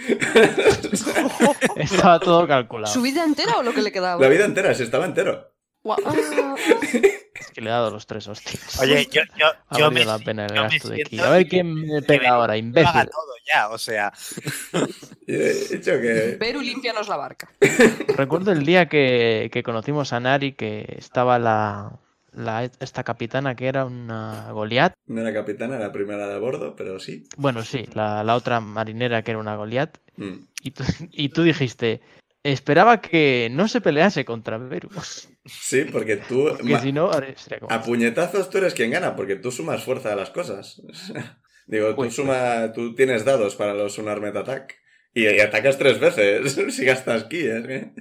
[SPEAKER 4] Estaba todo calculado.
[SPEAKER 6] ¿Su vida entera o lo que le quedaba? Ah,
[SPEAKER 1] La vida entera, se estaba entero.
[SPEAKER 5] Guau.
[SPEAKER 4] Es que le he dado los tres hostias.
[SPEAKER 3] Oye, yo, yo,
[SPEAKER 4] ha
[SPEAKER 3] yo me,
[SPEAKER 4] valido la pena el
[SPEAKER 3] yo me
[SPEAKER 4] gasto de aquí.
[SPEAKER 3] siento
[SPEAKER 4] A ver quién me pega ahora,
[SPEAKER 3] lo haga
[SPEAKER 4] imbécil.
[SPEAKER 3] todo ya, o sea,
[SPEAKER 1] Y he dicho que.
[SPEAKER 6] Beru, límpianos la barca.
[SPEAKER 4] Recuerdo el día que, que conocimos a Nari, que estaba la, la- e, esta capitana que era una Goliat.
[SPEAKER 1] No era capitana, era primera de a bordo, pero sí.
[SPEAKER 4] Bueno, sí, la, la otra marinera que era una Goliat.
[SPEAKER 1] Mm.
[SPEAKER 4] Y tú, y tú dijiste, esperaba que no se pelease contra Beru.
[SPEAKER 1] Sí, porque tú.
[SPEAKER 4] Que
[SPEAKER 1] ma-
[SPEAKER 4] si no, ahora sería como...
[SPEAKER 1] A puñetazos tú eres quien gana, porque tú sumas fuerza a las cosas. Digo, tú,
[SPEAKER 4] Uy,
[SPEAKER 1] suma, tú tienes dados para los un armed attack. Y, y atacas tres veces si gastas ki. ¿eh?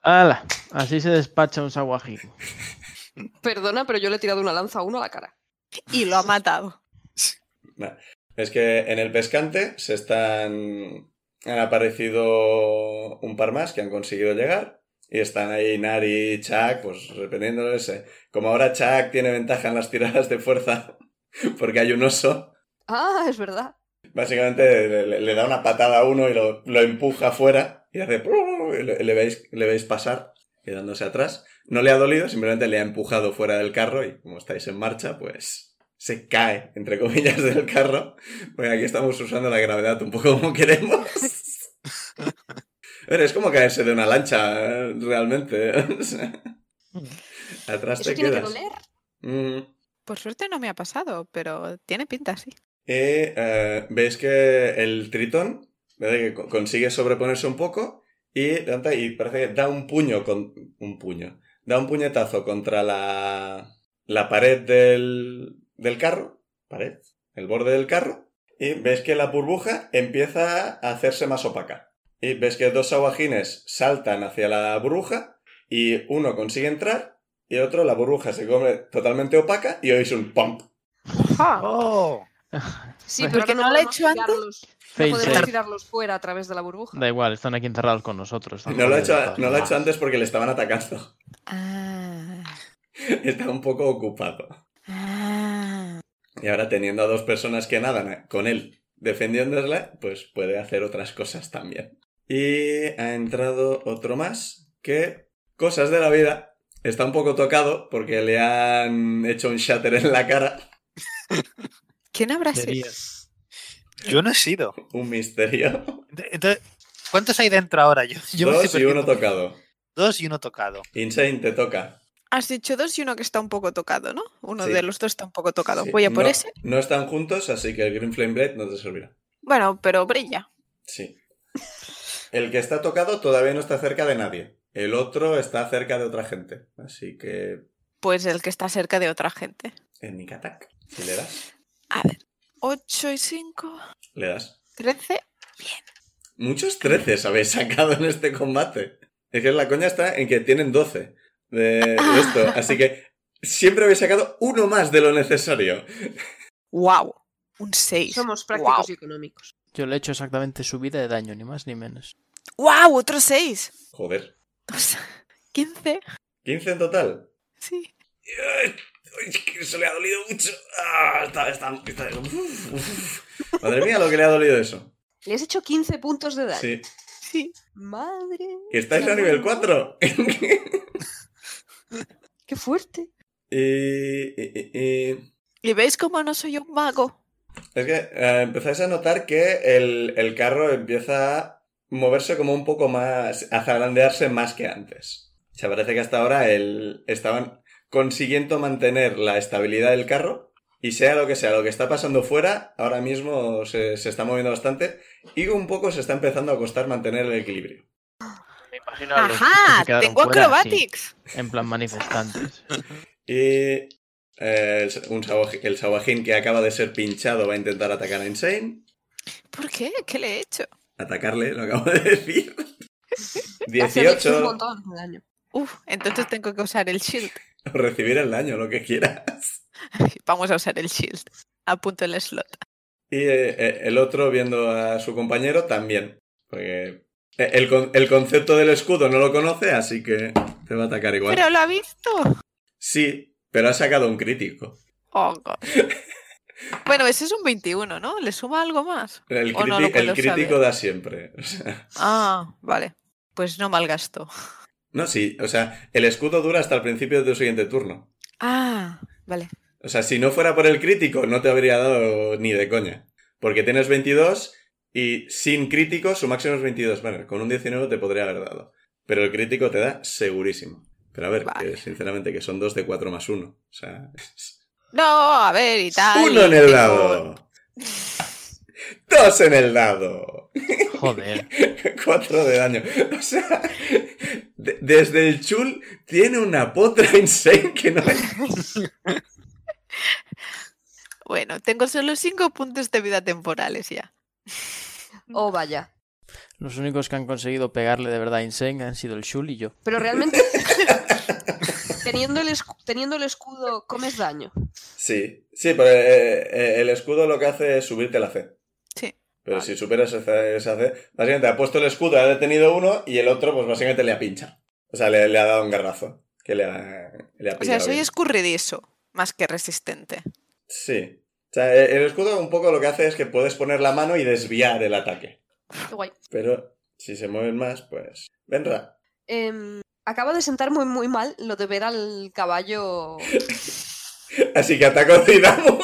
[SPEAKER 4] ¡Hala! Así se despacha un saguají.
[SPEAKER 6] Perdona, pero yo le he tirado una lanza a uno a la cara.
[SPEAKER 5] Y lo ha matado.
[SPEAKER 1] Es que en el pescante se están. Han aparecido un par más que han conseguido llegar. Y están ahí Nari y Chuck, pues repeliéndoles. eh. Como ahora Chuck tiene ventaja en las tiradas de fuerza, porque hay un oso,
[SPEAKER 6] Ah, es verdad.
[SPEAKER 1] básicamente le, le- le da una patada a uno y lo, lo empuja fuera. Y hace. y le, le veis, le veis pasar, quedándose atrás. No le ha dolido, simplemente le ha empujado fuera del carro. Y como estáis en marcha, pues. Se cae, entre comillas, del carro. Bueno, aquí estamos usando la gravedad un poco como queremos. A ver, es como caerse de una lancha, eh, realmente. O sea, Atrás
[SPEAKER 6] Eso
[SPEAKER 1] te
[SPEAKER 6] tiene que
[SPEAKER 1] quedas.
[SPEAKER 6] doler.
[SPEAKER 1] Mm.
[SPEAKER 5] Por suerte no me ha pasado, pero tiene pinta así.
[SPEAKER 1] Y eh, veis que el tritón ¿verdad? que co- consigue sobreponerse un poco y, levanta y parece que da un puño con un puño. Da un puñetazo contra la, la pared del, del carro. Pared. El borde del carro. Y ves que la burbuja empieza a hacerse más opaca. Y ves que dos aguajines saltan hacia la burbuja y uno consigue entrar y otro la burbuja se come totalmente opaca y oís un pump.
[SPEAKER 3] oh,
[SPEAKER 6] Sí,
[SPEAKER 4] Pues-
[SPEAKER 6] pero
[SPEAKER 5] Porque
[SPEAKER 6] ahora
[SPEAKER 5] Ah. no lo he
[SPEAKER 6] podemos
[SPEAKER 5] hecho antes.
[SPEAKER 6] tirarlos-
[SPEAKER 4] Fail
[SPEAKER 6] no podemos
[SPEAKER 4] safe.
[SPEAKER 6] tirarlos fuera a través de la burbuja.
[SPEAKER 4] Da igual, están aquí encerrados con nosotros.
[SPEAKER 1] No lo ha
[SPEAKER 4] he
[SPEAKER 1] hecho, no lo ha hecho antes porque le estaban atacando.
[SPEAKER 5] Ah.
[SPEAKER 1] Está un poco ocupado.
[SPEAKER 5] Ah.
[SPEAKER 1] Y ahora teniendo a dos personas que nadan con él defendiéndosla, pues puede hacer otras cosas también. Y ha entrado otro más que, cosas de la vida, está un poco tocado porque le han hecho un shatter en la cara.
[SPEAKER 5] ¿Quién habrá sido?
[SPEAKER 4] Sería-
[SPEAKER 3] yo no he sido.
[SPEAKER 1] Un misterio.
[SPEAKER 3] Ent- Entonces, ¿cuántos hay dentro ahora? Yo, yo me
[SPEAKER 1] dos
[SPEAKER 3] estoy
[SPEAKER 1] y uno
[SPEAKER 3] perdiendo.
[SPEAKER 1] tocado.
[SPEAKER 3] Dos y uno tocado.
[SPEAKER 1] Insane te toca.
[SPEAKER 5] Has dicho dos y uno que está un poco tocado, ¿no? Uno
[SPEAKER 1] Sí.
[SPEAKER 5] de los dos está un poco tocado.
[SPEAKER 1] Sí,
[SPEAKER 5] Voy a por
[SPEAKER 1] no,
[SPEAKER 5] ese.
[SPEAKER 1] No están juntos, así que el Green Flame Blade no te servirá.
[SPEAKER 5] Bueno, pero brilla.
[SPEAKER 1] Sí. El que está tocado todavía no está cerca de nadie. El otro está cerca de otra gente. Así que
[SPEAKER 5] Pues el que está cerca de otra gente.
[SPEAKER 1] en Nikatak. Si le das,
[SPEAKER 5] A ver. 8 y 5.
[SPEAKER 1] le das.
[SPEAKER 5] 13.
[SPEAKER 1] Muchos 13 habéis sacado en este combate. Es que la coña está en que tienen 12 de esto. Así que siempre habéis sacado uno más de lo necesario.
[SPEAKER 5] ¡Wow! Un 6.
[SPEAKER 6] Somos prácticos
[SPEAKER 5] Guau.
[SPEAKER 6] y económicos.
[SPEAKER 4] Yo le he hecho exactamente su vida de daño, ni más ni menos.
[SPEAKER 5] ¡Wow! Otro 6.
[SPEAKER 1] Joder.
[SPEAKER 5] 15.
[SPEAKER 1] 15 en total.
[SPEAKER 5] Sí.
[SPEAKER 1] Ay, es que Eso le ha dolido mucho. Ah, está- está- está- uf, uf. Madre mía, lo que le ha dolido eso.
[SPEAKER 6] Le has hecho 15 puntos de daño.
[SPEAKER 1] Sí.
[SPEAKER 5] Sí.
[SPEAKER 6] Madre.
[SPEAKER 1] Estáis a nivel 4.
[SPEAKER 6] Qué fuerte.
[SPEAKER 1] Eh, eh, eh, eh.
[SPEAKER 5] ¿Y veis cómo no soy un mago?
[SPEAKER 1] Es que eh, empezáis a notar que el, el carro empieza a moverse como un poco más, a zarandearse más que antes. O sea, parece que hasta ahora el, estaban consiguiendo mantener la estabilidad del carro y sea lo que sea, lo que está pasando fuera, ahora mismo se, se está moviendo bastante y un poco se está empezando a costar mantener el equilibrio.
[SPEAKER 4] Me imagino a los que
[SPEAKER 5] ¡Ajá!
[SPEAKER 4] se quedaron
[SPEAKER 5] Tengo
[SPEAKER 4] fuera, sí,
[SPEAKER 5] acrobatics.
[SPEAKER 4] en plan manifestantes.
[SPEAKER 1] Y eh, el, un saboji- el sabojín que acaba de ser pinchado va a intentar atacar a Insane.
[SPEAKER 5] ¿Por qué? ¿Qué le he hecho?
[SPEAKER 1] Atacarle, lo acabo de decir.
[SPEAKER 6] Hace un
[SPEAKER 1] 18.
[SPEAKER 6] montón de daño.
[SPEAKER 5] Uf,
[SPEAKER 1] Ah.
[SPEAKER 5] entonces tengo que usar el shield.
[SPEAKER 1] o Recibir el daño, lo que quieras.
[SPEAKER 5] Vamos a usar el shield. Apunto el slot.
[SPEAKER 1] Y eh, eh, el otro, viendo a su compañero, también. Porque eh, el, con- el concepto del escudo no lo conoce, así que te va a atacar igual.
[SPEAKER 5] Pero lo ha visto.
[SPEAKER 1] Sí, pero ha sacado un crítico.
[SPEAKER 5] Oh, God. Bueno, ese es un 21, ¿no? ¿Le suma algo más?
[SPEAKER 1] El,
[SPEAKER 5] O no
[SPEAKER 1] criti-
[SPEAKER 5] lo
[SPEAKER 1] el
[SPEAKER 5] puedo
[SPEAKER 1] crítico
[SPEAKER 5] saber.
[SPEAKER 1] da siempre. O sea,
[SPEAKER 5] Ah, vale. Pues no malgasto.
[SPEAKER 1] no, sí, o sea, el escudo dura hasta el principio de tu siguiente turno.
[SPEAKER 5] Ah, vale.
[SPEAKER 1] O sea, si no fuera por el crítico, no te habría dado ni de coña. Porque tienes 22 y sin crítico su máximo es 22. Bueno, con un 19 te podría haber dado. Pero el crítico te da segurísimo. Pero a ver,
[SPEAKER 5] Vale.
[SPEAKER 1] que, sinceramente, que son 2 de 4 más 1. O sea,
[SPEAKER 5] No, a ver, y tal.
[SPEAKER 1] uno en el
[SPEAKER 5] Tengo-
[SPEAKER 1] lado. Dos en el lado.
[SPEAKER 4] Joder.
[SPEAKER 1] Cuatro de daño. O sea, de- desde el chul tiene una potra insane que no es...
[SPEAKER 5] Bueno, tengo solo 5 puntos de vida temporales ya.
[SPEAKER 6] Oh, vaya.
[SPEAKER 4] Los únicos que han conseguido pegarle de verdad a Insane han sido el Shul y yo.
[SPEAKER 6] Pero realmente, teniendo el, escu- teniendo el escudo, comes daño.
[SPEAKER 1] Sí, sí, pero eh, eh, el escudo lo que hace es subirte la fe.
[SPEAKER 5] Sí.
[SPEAKER 1] Pero
[SPEAKER 5] Vale.
[SPEAKER 1] si superas esa, esa fe, básicamente ha puesto el escudo, ha detenido uno y el otro, pues básicamente le ha pinchado. O sea, le, le ha dado un garrazo. Que le ha, le ha
[SPEAKER 5] O sea,
[SPEAKER 1] pillado
[SPEAKER 5] soy
[SPEAKER 1] bien.
[SPEAKER 5] escurridizo, más que resistente.
[SPEAKER 1] Sí. O sea, eh, el escudo un poco lo que hace es que puedes poner la mano y desviar el ataque.
[SPEAKER 6] Qué guay.
[SPEAKER 1] Pero si se mueven más, pues. Venra.
[SPEAKER 6] Em, acaba de sentar muy, muy mal lo de ver al caballo.
[SPEAKER 1] Así que ataco a Zidamo.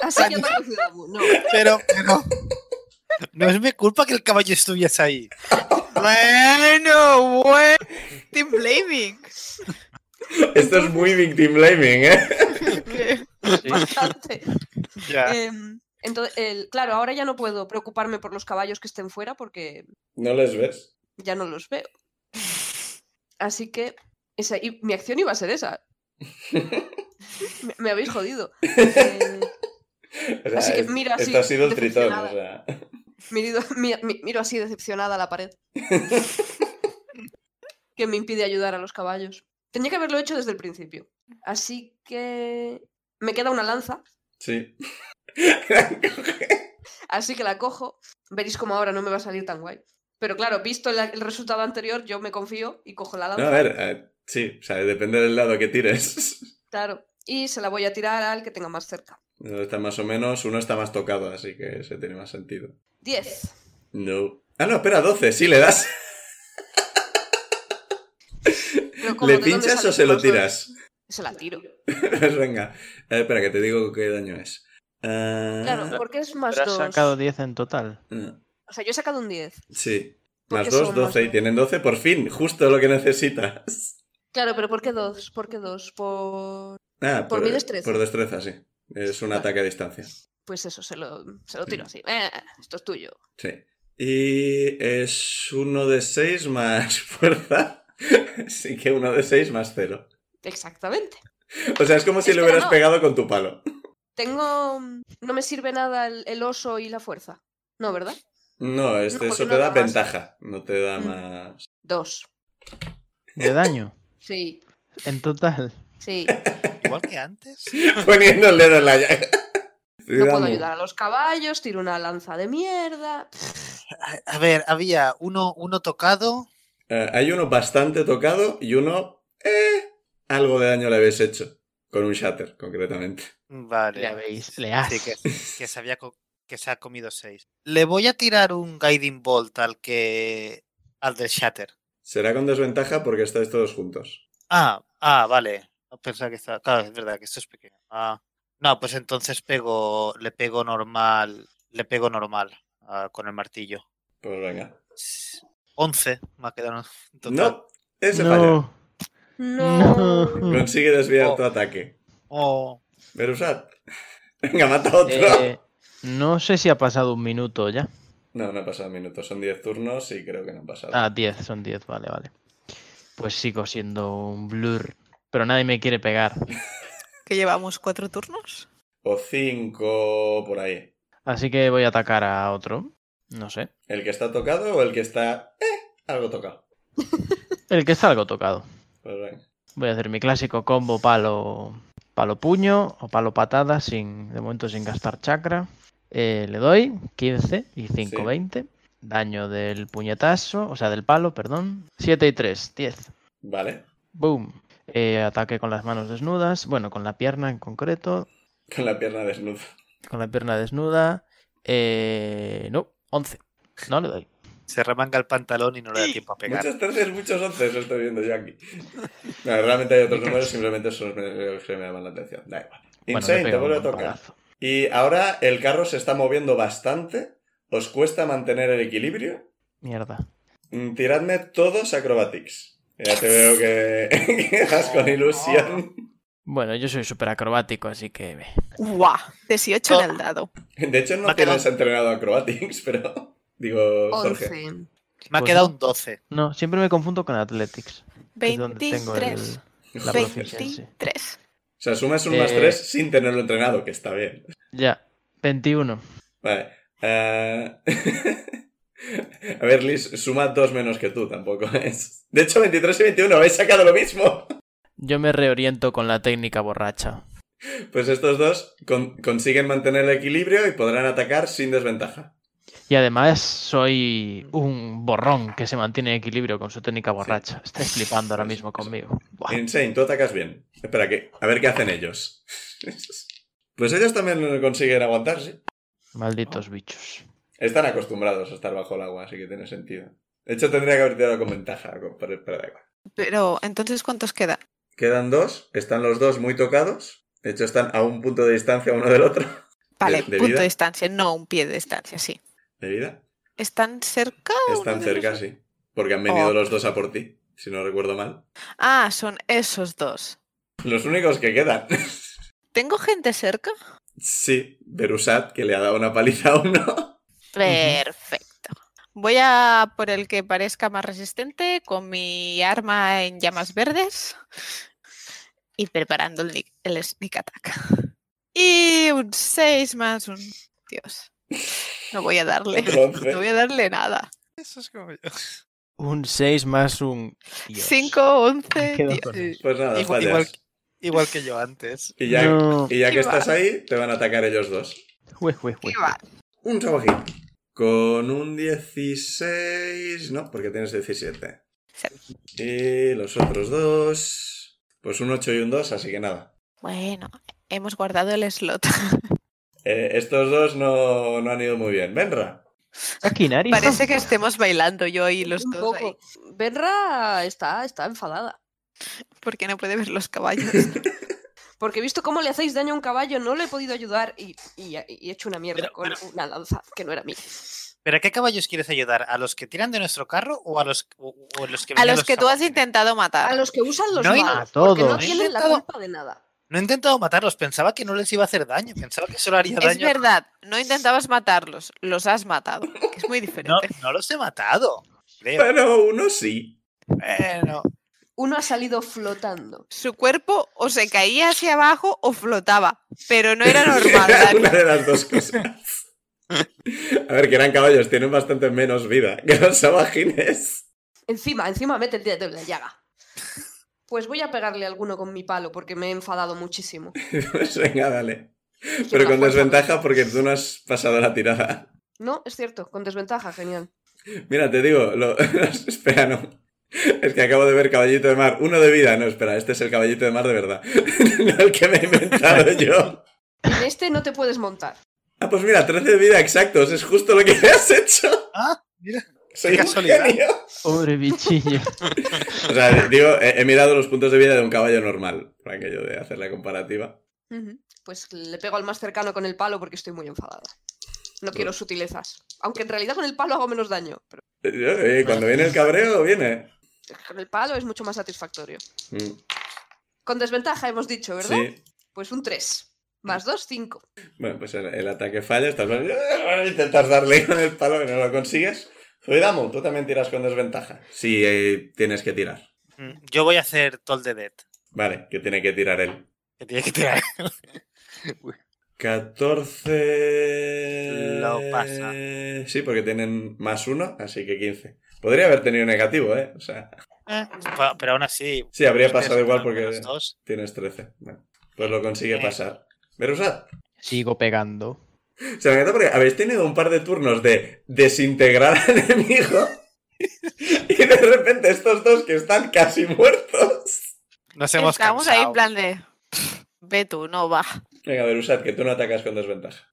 [SPEAKER 6] Así que ataca a Zuidamu, no.
[SPEAKER 3] Pero, pero. No es mi culpa que el caballo estuviese ahí. Bueno, bueno.
[SPEAKER 5] Team blaming.
[SPEAKER 1] Esto es muy victim blaming, ¿eh?
[SPEAKER 6] Bastante.
[SPEAKER 3] Ya.
[SPEAKER 2] Eh.
[SPEAKER 6] Em, entonces, el- claro, ahora ya no puedo preocuparme por los caballos que estén fuera porque
[SPEAKER 1] No les ves.
[SPEAKER 6] ya no los veo. Así que esa, y mi acción iba a ser esa. Me, me habéis jodido. Eh,
[SPEAKER 1] O sea,
[SPEAKER 6] Así que
[SPEAKER 1] es-
[SPEAKER 6] mira así,
[SPEAKER 1] Esto ha sido el tritón, o
[SPEAKER 6] decepcionada.
[SPEAKER 1] sea.
[SPEAKER 6] miro, mi- mi- miro así decepcionada a la pared. que me impide ayudar a los caballos. Tenía que haberlo hecho desde el principio. Así que me queda una lanza,
[SPEAKER 1] Sí.
[SPEAKER 6] así que la cojo. Veréis como ahora no me va a salir tan guay. Pero claro, visto el, el resultado anterior, yo me confío y cojo la lanza.
[SPEAKER 1] No, a ver, eh, sí, o sea, depende del lado que tires.
[SPEAKER 6] Claro. Y se la voy a tirar al que tenga más cerca.
[SPEAKER 1] Uno está más o menos, uno está más tocado, así que se tiene más sentido.
[SPEAKER 6] 10.
[SPEAKER 1] No. Ah, no, espera, 12, sí le das.
[SPEAKER 6] Pero ¿cómo?
[SPEAKER 1] ¿Le
[SPEAKER 6] ¿De dónde
[SPEAKER 1] pinchas
[SPEAKER 6] sale
[SPEAKER 1] o se lo
[SPEAKER 6] más doble?
[SPEAKER 1] tiras?
[SPEAKER 6] Se la tiro.
[SPEAKER 1] Pues venga, A ver, espera, que te digo qué daño es. Ah,
[SPEAKER 6] Claro, porque es más
[SPEAKER 2] Pero has
[SPEAKER 6] 2.
[SPEAKER 2] sacado 10 en total.
[SPEAKER 1] ah,
[SPEAKER 6] O sea, yo he sacado un 10.
[SPEAKER 1] Sí.
[SPEAKER 6] Porque
[SPEAKER 1] Más 2,
[SPEAKER 6] son más
[SPEAKER 1] 12. Y
[SPEAKER 6] dos.
[SPEAKER 1] tienen 12 por fin, justo lo que necesitas.
[SPEAKER 6] Claro, pero ¿por qué 2? ¿Por qué 2? Por...
[SPEAKER 1] Ah,
[SPEAKER 6] Por mi destreza.
[SPEAKER 1] Por destreza, sí. Es un
[SPEAKER 6] Vale.
[SPEAKER 1] ataque a distancia.
[SPEAKER 6] Pues eso, se lo, se lo tiro
[SPEAKER 1] Mm.
[SPEAKER 6] así. Eh, esto es tuyo.
[SPEAKER 1] Sí. Y es uno de 6 más fuerza. Así que uno de 6 más 0.
[SPEAKER 6] Exactamente.
[SPEAKER 1] O sea, es como si le
[SPEAKER 6] Espera,
[SPEAKER 1] hubieras
[SPEAKER 6] no.
[SPEAKER 1] pegado con tu palo.
[SPEAKER 6] Tengo... No me sirve nada el, el oso y la fuerza. No, ¿verdad?
[SPEAKER 1] No, este,
[SPEAKER 6] No,
[SPEAKER 1] eso
[SPEAKER 6] no
[SPEAKER 1] te
[SPEAKER 6] da
[SPEAKER 1] da
[SPEAKER 6] más.
[SPEAKER 1] ventaja. No te da
[SPEAKER 6] Mm.
[SPEAKER 1] más.
[SPEAKER 6] 2.
[SPEAKER 2] De daño.
[SPEAKER 6] Sí,
[SPEAKER 2] En total.
[SPEAKER 6] sí.
[SPEAKER 3] Igual que antes.
[SPEAKER 1] Poniendo el dedo en la llaga.
[SPEAKER 6] No puedo ayudar a los caballos, tiro una lanza de mierda.
[SPEAKER 3] A- A ver, había uno, uno tocado.
[SPEAKER 1] Eh, hay uno bastante tocado y uno. Eh, algo de daño le habéis hecho. Con un shatter, concretamente.
[SPEAKER 3] Vale.
[SPEAKER 2] Le veis, le has.
[SPEAKER 3] Sí, que, que se había co- que se ha comido seis. Le voy a tirar un guiding bolt al que. al del shatter.
[SPEAKER 1] Será con desventaja porque estáis todos juntos.
[SPEAKER 3] Ah, ah, vale. Pensaba que estaba. Claro, es verdad que esto es pequeño. Ah. No, pues entonces pego. Le pego normal. Le pego normal ah, con el martillo.
[SPEAKER 1] Pues venga.
[SPEAKER 3] S- 11 me ha quedado en total.
[SPEAKER 1] No, ese falla.
[SPEAKER 2] No.
[SPEAKER 6] No.
[SPEAKER 4] Mm.
[SPEAKER 1] Consigue desviar
[SPEAKER 3] Oh.
[SPEAKER 1] tu ataque.
[SPEAKER 3] Oh,
[SPEAKER 1] Verusat. Venga, mata a otro.
[SPEAKER 2] Eh, no sé si ha pasado un minuto ya.
[SPEAKER 1] No, no ha pasado minutos. Son 10 turnos y creo que no han pasado.
[SPEAKER 2] Ah, 10, son 10, vale, vale. Pues sigo siendo un blur. Pero nadie me quiere pegar.
[SPEAKER 5] Que llevamos cuatro turnos.
[SPEAKER 1] O 5 por ahí.
[SPEAKER 2] Así que voy a atacar a otro.
[SPEAKER 4] No sé.
[SPEAKER 1] ¿El que está tocado o el que está... Eh, algo tocado.
[SPEAKER 4] El que está algo tocado.
[SPEAKER 1] Pues venga.
[SPEAKER 4] Voy a hacer mi clásico combo palo, palo puño o palo patada, sin, de momento sin gastar chakra. Eh, le doy 15 y 5,
[SPEAKER 1] Sí.
[SPEAKER 4] 20. Daño del puñetazo, o sea, del palo, perdón. 7 y 3, 10.
[SPEAKER 1] Vale.
[SPEAKER 4] Boom. Eh, ataque con las manos desnudas, bueno, con la pierna en concreto,
[SPEAKER 1] Con la pierna desnuda.
[SPEAKER 4] con la pierna desnuda. Eh, no, 11. No le doy.
[SPEAKER 3] Se remanga el pantalón y no le da tiempo a pegar.
[SPEAKER 1] Muchos tercios, muchos once, lo estoy viendo yo aquí. No, realmente hay otros números, simplemente son los que me llaman la atención. Da igual.
[SPEAKER 4] Bueno, le
[SPEAKER 1] Insane,
[SPEAKER 4] pego
[SPEAKER 1] te vuelve a
[SPEAKER 4] un
[SPEAKER 1] tocar.
[SPEAKER 4] palazo.
[SPEAKER 1] Y ahora el carro se está moviendo bastante. Os cuesta mantener el equilibrio.
[SPEAKER 4] Mierda.
[SPEAKER 1] Mm, Tiradme todos acrobatics. Ya te veo que, que vas con ilusión.
[SPEAKER 4] Bueno, yo soy súper acrobático, así que... ve.
[SPEAKER 5] ¡Guau! 18 en
[SPEAKER 1] Ah.
[SPEAKER 5] el dado.
[SPEAKER 1] De hecho, no
[SPEAKER 3] Va que no.
[SPEAKER 1] tienes entrenado acrobatics, pero. Digo, Jorge.
[SPEAKER 6] 11.
[SPEAKER 3] Me ha
[SPEAKER 4] Pues
[SPEAKER 3] quedado
[SPEAKER 4] no.
[SPEAKER 3] un 12.
[SPEAKER 4] No, siempre me confundo con Athletics. que es donde tengo el-
[SPEAKER 5] 23.
[SPEAKER 1] la
[SPEAKER 4] proficiencia.
[SPEAKER 5] 23.
[SPEAKER 1] O sea, sumas un más
[SPEAKER 4] Eh,
[SPEAKER 1] tres sin tenerlo entrenado, que está bien.
[SPEAKER 4] Ya, 21.
[SPEAKER 1] Vale. eh, A ver, Liz, suma dos menos que tú, tampoco es. De hecho, 23 y 21, habéis sacado lo mismo.
[SPEAKER 4] Yo me reoriento con la técnica borracha.
[SPEAKER 1] Pues estos dos con- consiguen mantener el equilibrio y podrán atacar sin desventaja.
[SPEAKER 4] Y además soy un borrón que se mantiene en equilibrio con su técnica borracha. Estáis flipando ahora mismo conmigo. Buah.
[SPEAKER 1] Insane, tú atacas bien. Espera, que, a ver qué hacen ellos. Pues ellos también consiguen aguantar, sí.
[SPEAKER 4] Malditos bichos.
[SPEAKER 1] Están acostumbrados a estar bajo el agua, así que tiene sentido. De hecho, tendría que haber tirado con ventaja, con- pero, pero da igual.
[SPEAKER 5] Pero, ¿entonces cuántos queda?
[SPEAKER 1] Quedan dos, están los dos muy tocados. De hecho, están a un punto de distancia uno del otro.
[SPEAKER 5] Vale,
[SPEAKER 1] de
[SPEAKER 5] punto
[SPEAKER 1] vida.
[SPEAKER 5] de distancia, no un pie de distancia, sí.
[SPEAKER 1] ¿De vida?
[SPEAKER 5] ¿Están cerca? Ah, uno
[SPEAKER 1] Están
[SPEAKER 5] del
[SPEAKER 1] cerca,
[SPEAKER 5] otro?
[SPEAKER 1] sí. Porque han venido
[SPEAKER 5] Oh.
[SPEAKER 1] los dos a por ti, si no recuerdo mal.
[SPEAKER 5] Ah, son esos dos.
[SPEAKER 1] Los únicos que quedan.
[SPEAKER 5] ¿Tengo gente cerca?
[SPEAKER 1] sí, Berusat, que le ha dado una paliza a uno.
[SPEAKER 5] Perfecto. Voy a por el que parezca más resistente con mi arma en llamas verdes y preparando el, ni- el sneak attack. Y un 6 más un... Dios. No voy a darle.
[SPEAKER 1] Entonces,
[SPEAKER 5] No voy a darle nada.
[SPEAKER 3] Eso es como yo.
[SPEAKER 4] Un 6 más un... Dios.
[SPEAKER 5] 5, 11.
[SPEAKER 4] Quedo con
[SPEAKER 1] pues nada,
[SPEAKER 3] Igual,
[SPEAKER 1] fallas.
[SPEAKER 3] igual, igual que yo antes.
[SPEAKER 1] Y ya,
[SPEAKER 4] No.
[SPEAKER 1] y ya que
[SPEAKER 5] Qué
[SPEAKER 1] estás
[SPEAKER 5] va.
[SPEAKER 1] ahí, te van a atacar ellos dos.
[SPEAKER 4] Jue, jue, jue.
[SPEAKER 5] ¿Qué va?
[SPEAKER 1] Un trabajín. Con un 16... No, porque tienes 17.
[SPEAKER 5] Sí.
[SPEAKER 1] Y los otros dos... Pues un 8 y un 2, así que nada.
[SPEAKER 5] Bueno, hemos guardado el slot.
[SPEAKER 1] Eh, estos dos no, no han ido muy bien. Benra.
[SPEAKER 4] Aquí, nariz.
[SPEAKER 5] Parece que estemos bailando yo y los
[SPEAKER 6] Un
[SPEAKER 5] dos ahí,
[SPEAKER 6] poco. Benra está, está enfadada.
[SPEAKER 5] porque no puede ver los caballos.
[SPEAKER 6] Porque he visto cómo le hacéis daño a un caballo, no le he podido ayudar y, y- y he hecho una mierda
[SPEAKER 3] Pero-
[SPEAKER 6] con una lanza que no era mía.
[SPEAKER 3] ¿Pero a qué caballos quieres ayudar? ¿A los que tiran de nuestro carro o a los, o- o los que
[SPEAKER 5] A
[SPEAKER 3] venían
[SPEAKER 5] los que tú has
[SPEAKER 3] jabalíes?
[SPEAKER 5] intentado
[SPEAKER 6] A
[SPEAKER 5] matar.
[SPEAKER 6] los que usan los
[SPEAKER 3] No hay-
[SPEAKER 6] malos,
[SPEAKER 4] A
[SPEAKER 6] porque no
[SPEAKER 4] todos.
[SPEAKER 6] tienen la
[SPEAKER 3] Intentado-
[SPEAKER 6] culpa de nada.
[SPEAKER 3] No he intentado matarlos, pensaba que no les iba a hacer daño, pensaba que solo haría
[SPEAKER 5] Es
[SPEAKER 3] daño.
[SPEAKER 5] verdad, no intentabas matarlos, los has matado, que es muy
[SPEAKER 3] No,
[SPEAKER 5] diferente.
[SPEAKER 3] no los he matado. Creo.
[SPEAKER 1] Bueno, uno sí.
[SPEAKER 3] Bueno,
[SPEAKER 6] Uno ha salido flotando.
[SPEAKER 5] Su cuerpo o se caía hacia abajo o flotaba, pero no era normal.
[SPEAKER 1] Era
[SPEAKER 5] Dani.
[SPEAKER 1] una de las dos cosas. A ver, que eran caballos, tienen bastante menos vida que los abajines.
[SPEAKER 6] Encima, encima mete el dedo en la llaga. Pues voy a pegarle alguno con mi palo porque me he enfadado muchísimo.
[SPEAKER 1] Pues venga, dale. Pero
[SPEAKER 6] una
[SPEAKER 1] con
[SPEAKER 6] fuerza.
[SPEAKER 1] desventaja porque tú no has pasado la tirada.
[SPEAKER 6] No, es cierto, con desventaja, genial.
[SPEAKER 1] Mira, te digo, lo- espera, no. Es que acabo de ver caballito de mar. Uno de vida. No, espera, este es el caballito de mar de verdad. No el que me he inventado yo.
[SPEAKER 6] En este no te puedes montar.
[SPEAKER 1] Ah, pues mira, 13 de vida exactos. Es justo lo que has hecho.
[SPEAKER 3] ah, mira.
[SPEAKER 1] Soy un
[SPEAKER 3] casualidad.
[SPEAKER 1] genio.
[SPEAKER 4] Pobre bichillo.
[SPEAKER 1] O sea, digo, he, he mirado los puntos de vida de un caballo normal, para aquello de hacer la comparativa.
[SPEAKER 6] Ujú. Pues le pego al más cercano con el palo porque estoy muy enfadada. No quiero sutilezas. Aunque en realidad con el palo hago menos daño. Pero
[SPEAKER 1] Eh, eh, cuando viene el cabreo, viene.
[SPEAKER 6] con el palo es mucho más satisfactorio.
[SPEAKER 1] Mm,
[SPEAKER 6] Con desventaja hemos dicho, ¿verdad?
[SPEAKER 1] Sí.
[SPEAKER 6] Pues un 3. Más 2, 5.
[SPEAKER 1] Bueno, pues el, el ataque falla, estás Eh, intentas darle con el palo y no lo consigues. Zuidamo, tú también tiras con desventaja. Sí, eh, tienes que tirar.
[SPEAKER 3] Mm, Yo voy a hacer Toll the Dead.
[SPEAKER 1] Vale, que tiene que tirar él.
[SPEAKER 3] Que tiene que tirar.
[SPEAKER 1] 14.
[SPEAKER 3] Lo pasa.
[SPEAKER 1] Sí, porque tienen más uno, así que 15. Podría haber tenido negativo, ¿eh? O sea,
[SPEAKER 3] Eh, pa- pero aún así.
[SPEAKER 1] Sí, habría
[SPEAKER 3] ustedes
[SPEAKER 1] pasado igual
[SPEAKER 3] sacaron
[SPEAKER 1] porque-
[SPEAKER 3] menos dos.
[SPEAKER 1] tienes 13. Bueno, pues lo consigue
[SPEAKER 3] Eh.
[SPEAKER 1] pasar. Verusat.
[SPEAKER 8] Sigo pegando.
[SPEAKER 1] Se me encanta porque habéis tenido un par de turnos de desintegrar al enemigo. Y de repente estos dos que están casi muertos.
[SPEAKER 3] Nos hemos
[SPEAKER 5] Estamos ahí en
[SPEAKER 3] cansado.
[SPEAKER 5] plan de. Ve tú, no va.
[SPEAKER 1] Venga, Verusat, que tú no atacas con desventaja.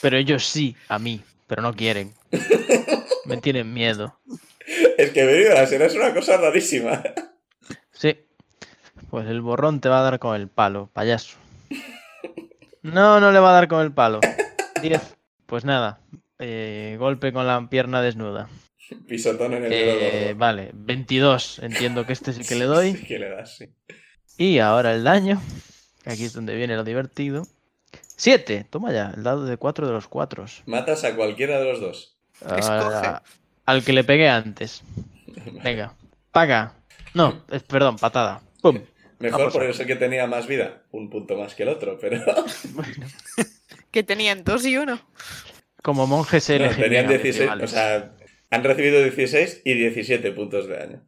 [SPEAKER 4] Pero ellos sí, a mí, pero no quieren. Me tienen miedo.
[SPEAKER 1] Es que Verusat es una cosa rarísima.
[SPEAKER 4] Sí. Pues el borrón te va a dar con el palo, payaso. No, no le va a dar con el palo. 10. Pues nada. eh, golpe con la pierna desnuda.
[SPEAKER 1] Pisotón en el
[SPEAKER 4] Eh,
[SPEAKER 1] dedo gordo.
[SPEAKER 4] vale, 22. Entiendo que este sí que le doy.
[SPEAKER 1] Sí, que le das, sí.
[SPEAKER 4] Y ahora el daño. que Aquí es donde viene lo divertido. 7. Toma ya, el dado de 4 de los 4.
[SPEAKER 1] Matas a cualquiera de los dos.
[SPEAKER 4] Ahora, Ah, al que le pegué antes. Venga, paga. No, es- perdón, patada. Pum.
[SPEAKER 1] Mejor
[SPEAKER 4] Ah, pues,
[SPEAKER 1] porque es el que tenía más vida. Un punto más que el otro, pero.
[SPEAKER 4] Bueno,
[SPEAKER 5] Que tenían dos y uno.
[SPEAKER 4] como monje se
[SPEAKER 1] No,
[SPEAKER 4] eligen
[SPEAKER 1] tenían
[SPEAKER 4] bien a los
[SPEAKER 1] 16. O
[SPEAKER 4] rivales.
[SPEAKER 1] sea, han recibido 16 y 17 puntos de daño.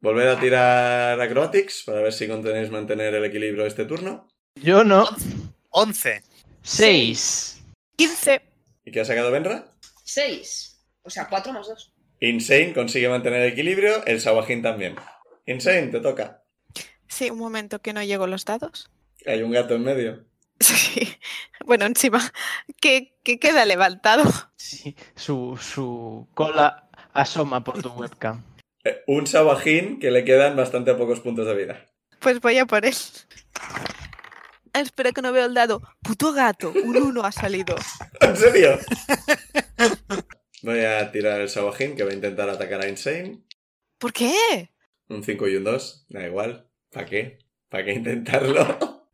[SPEAKER 1] Volver a tirar acrobatics para ver si contenéis mantener el equilibrio este turno.
[SPEAKER 4] Yo no.
[SPEAKER 3] 11.
[SPEAKER 4] 6.
[SPEAKER 5] 15.
[SPEAKER 1] ¿Y qué ha sacado Benra?
[SPEAKER 9] 6. O sea, 4 más 2.
[SPEAKER 1] Insane consigue mantener el equilibrio, el Sawajín también. Insane, te toca.
[SPEAKER 5] Sí, un momento que no llego los dados.
[SPEAKER 1] Hay un gato en medio.
[SPEAKER 5] Sí. Bueno, encima. Que, que queda levantado.
[SPEAKER 4] Sí, su, su cola asoma por tu webcam.
[SPEAKER 1] Eh, un Sawajín que le quedan bastante pocos puntos de vida.
[SPEAKER 5] Pues voy a por él. Ah, Espera que no veo el dado. Puto gato. Un uno ha salido.
[SPEAKER 1] ¿En serio? Voy a tirar el Sawajín que va a intentar atacar a Insane.
[SPEAKER 5] ¿Por qué?
[SPEAKER 1] Un 5 y un 2, da igual. ¿Para qué? ¿Para qué intentarlo?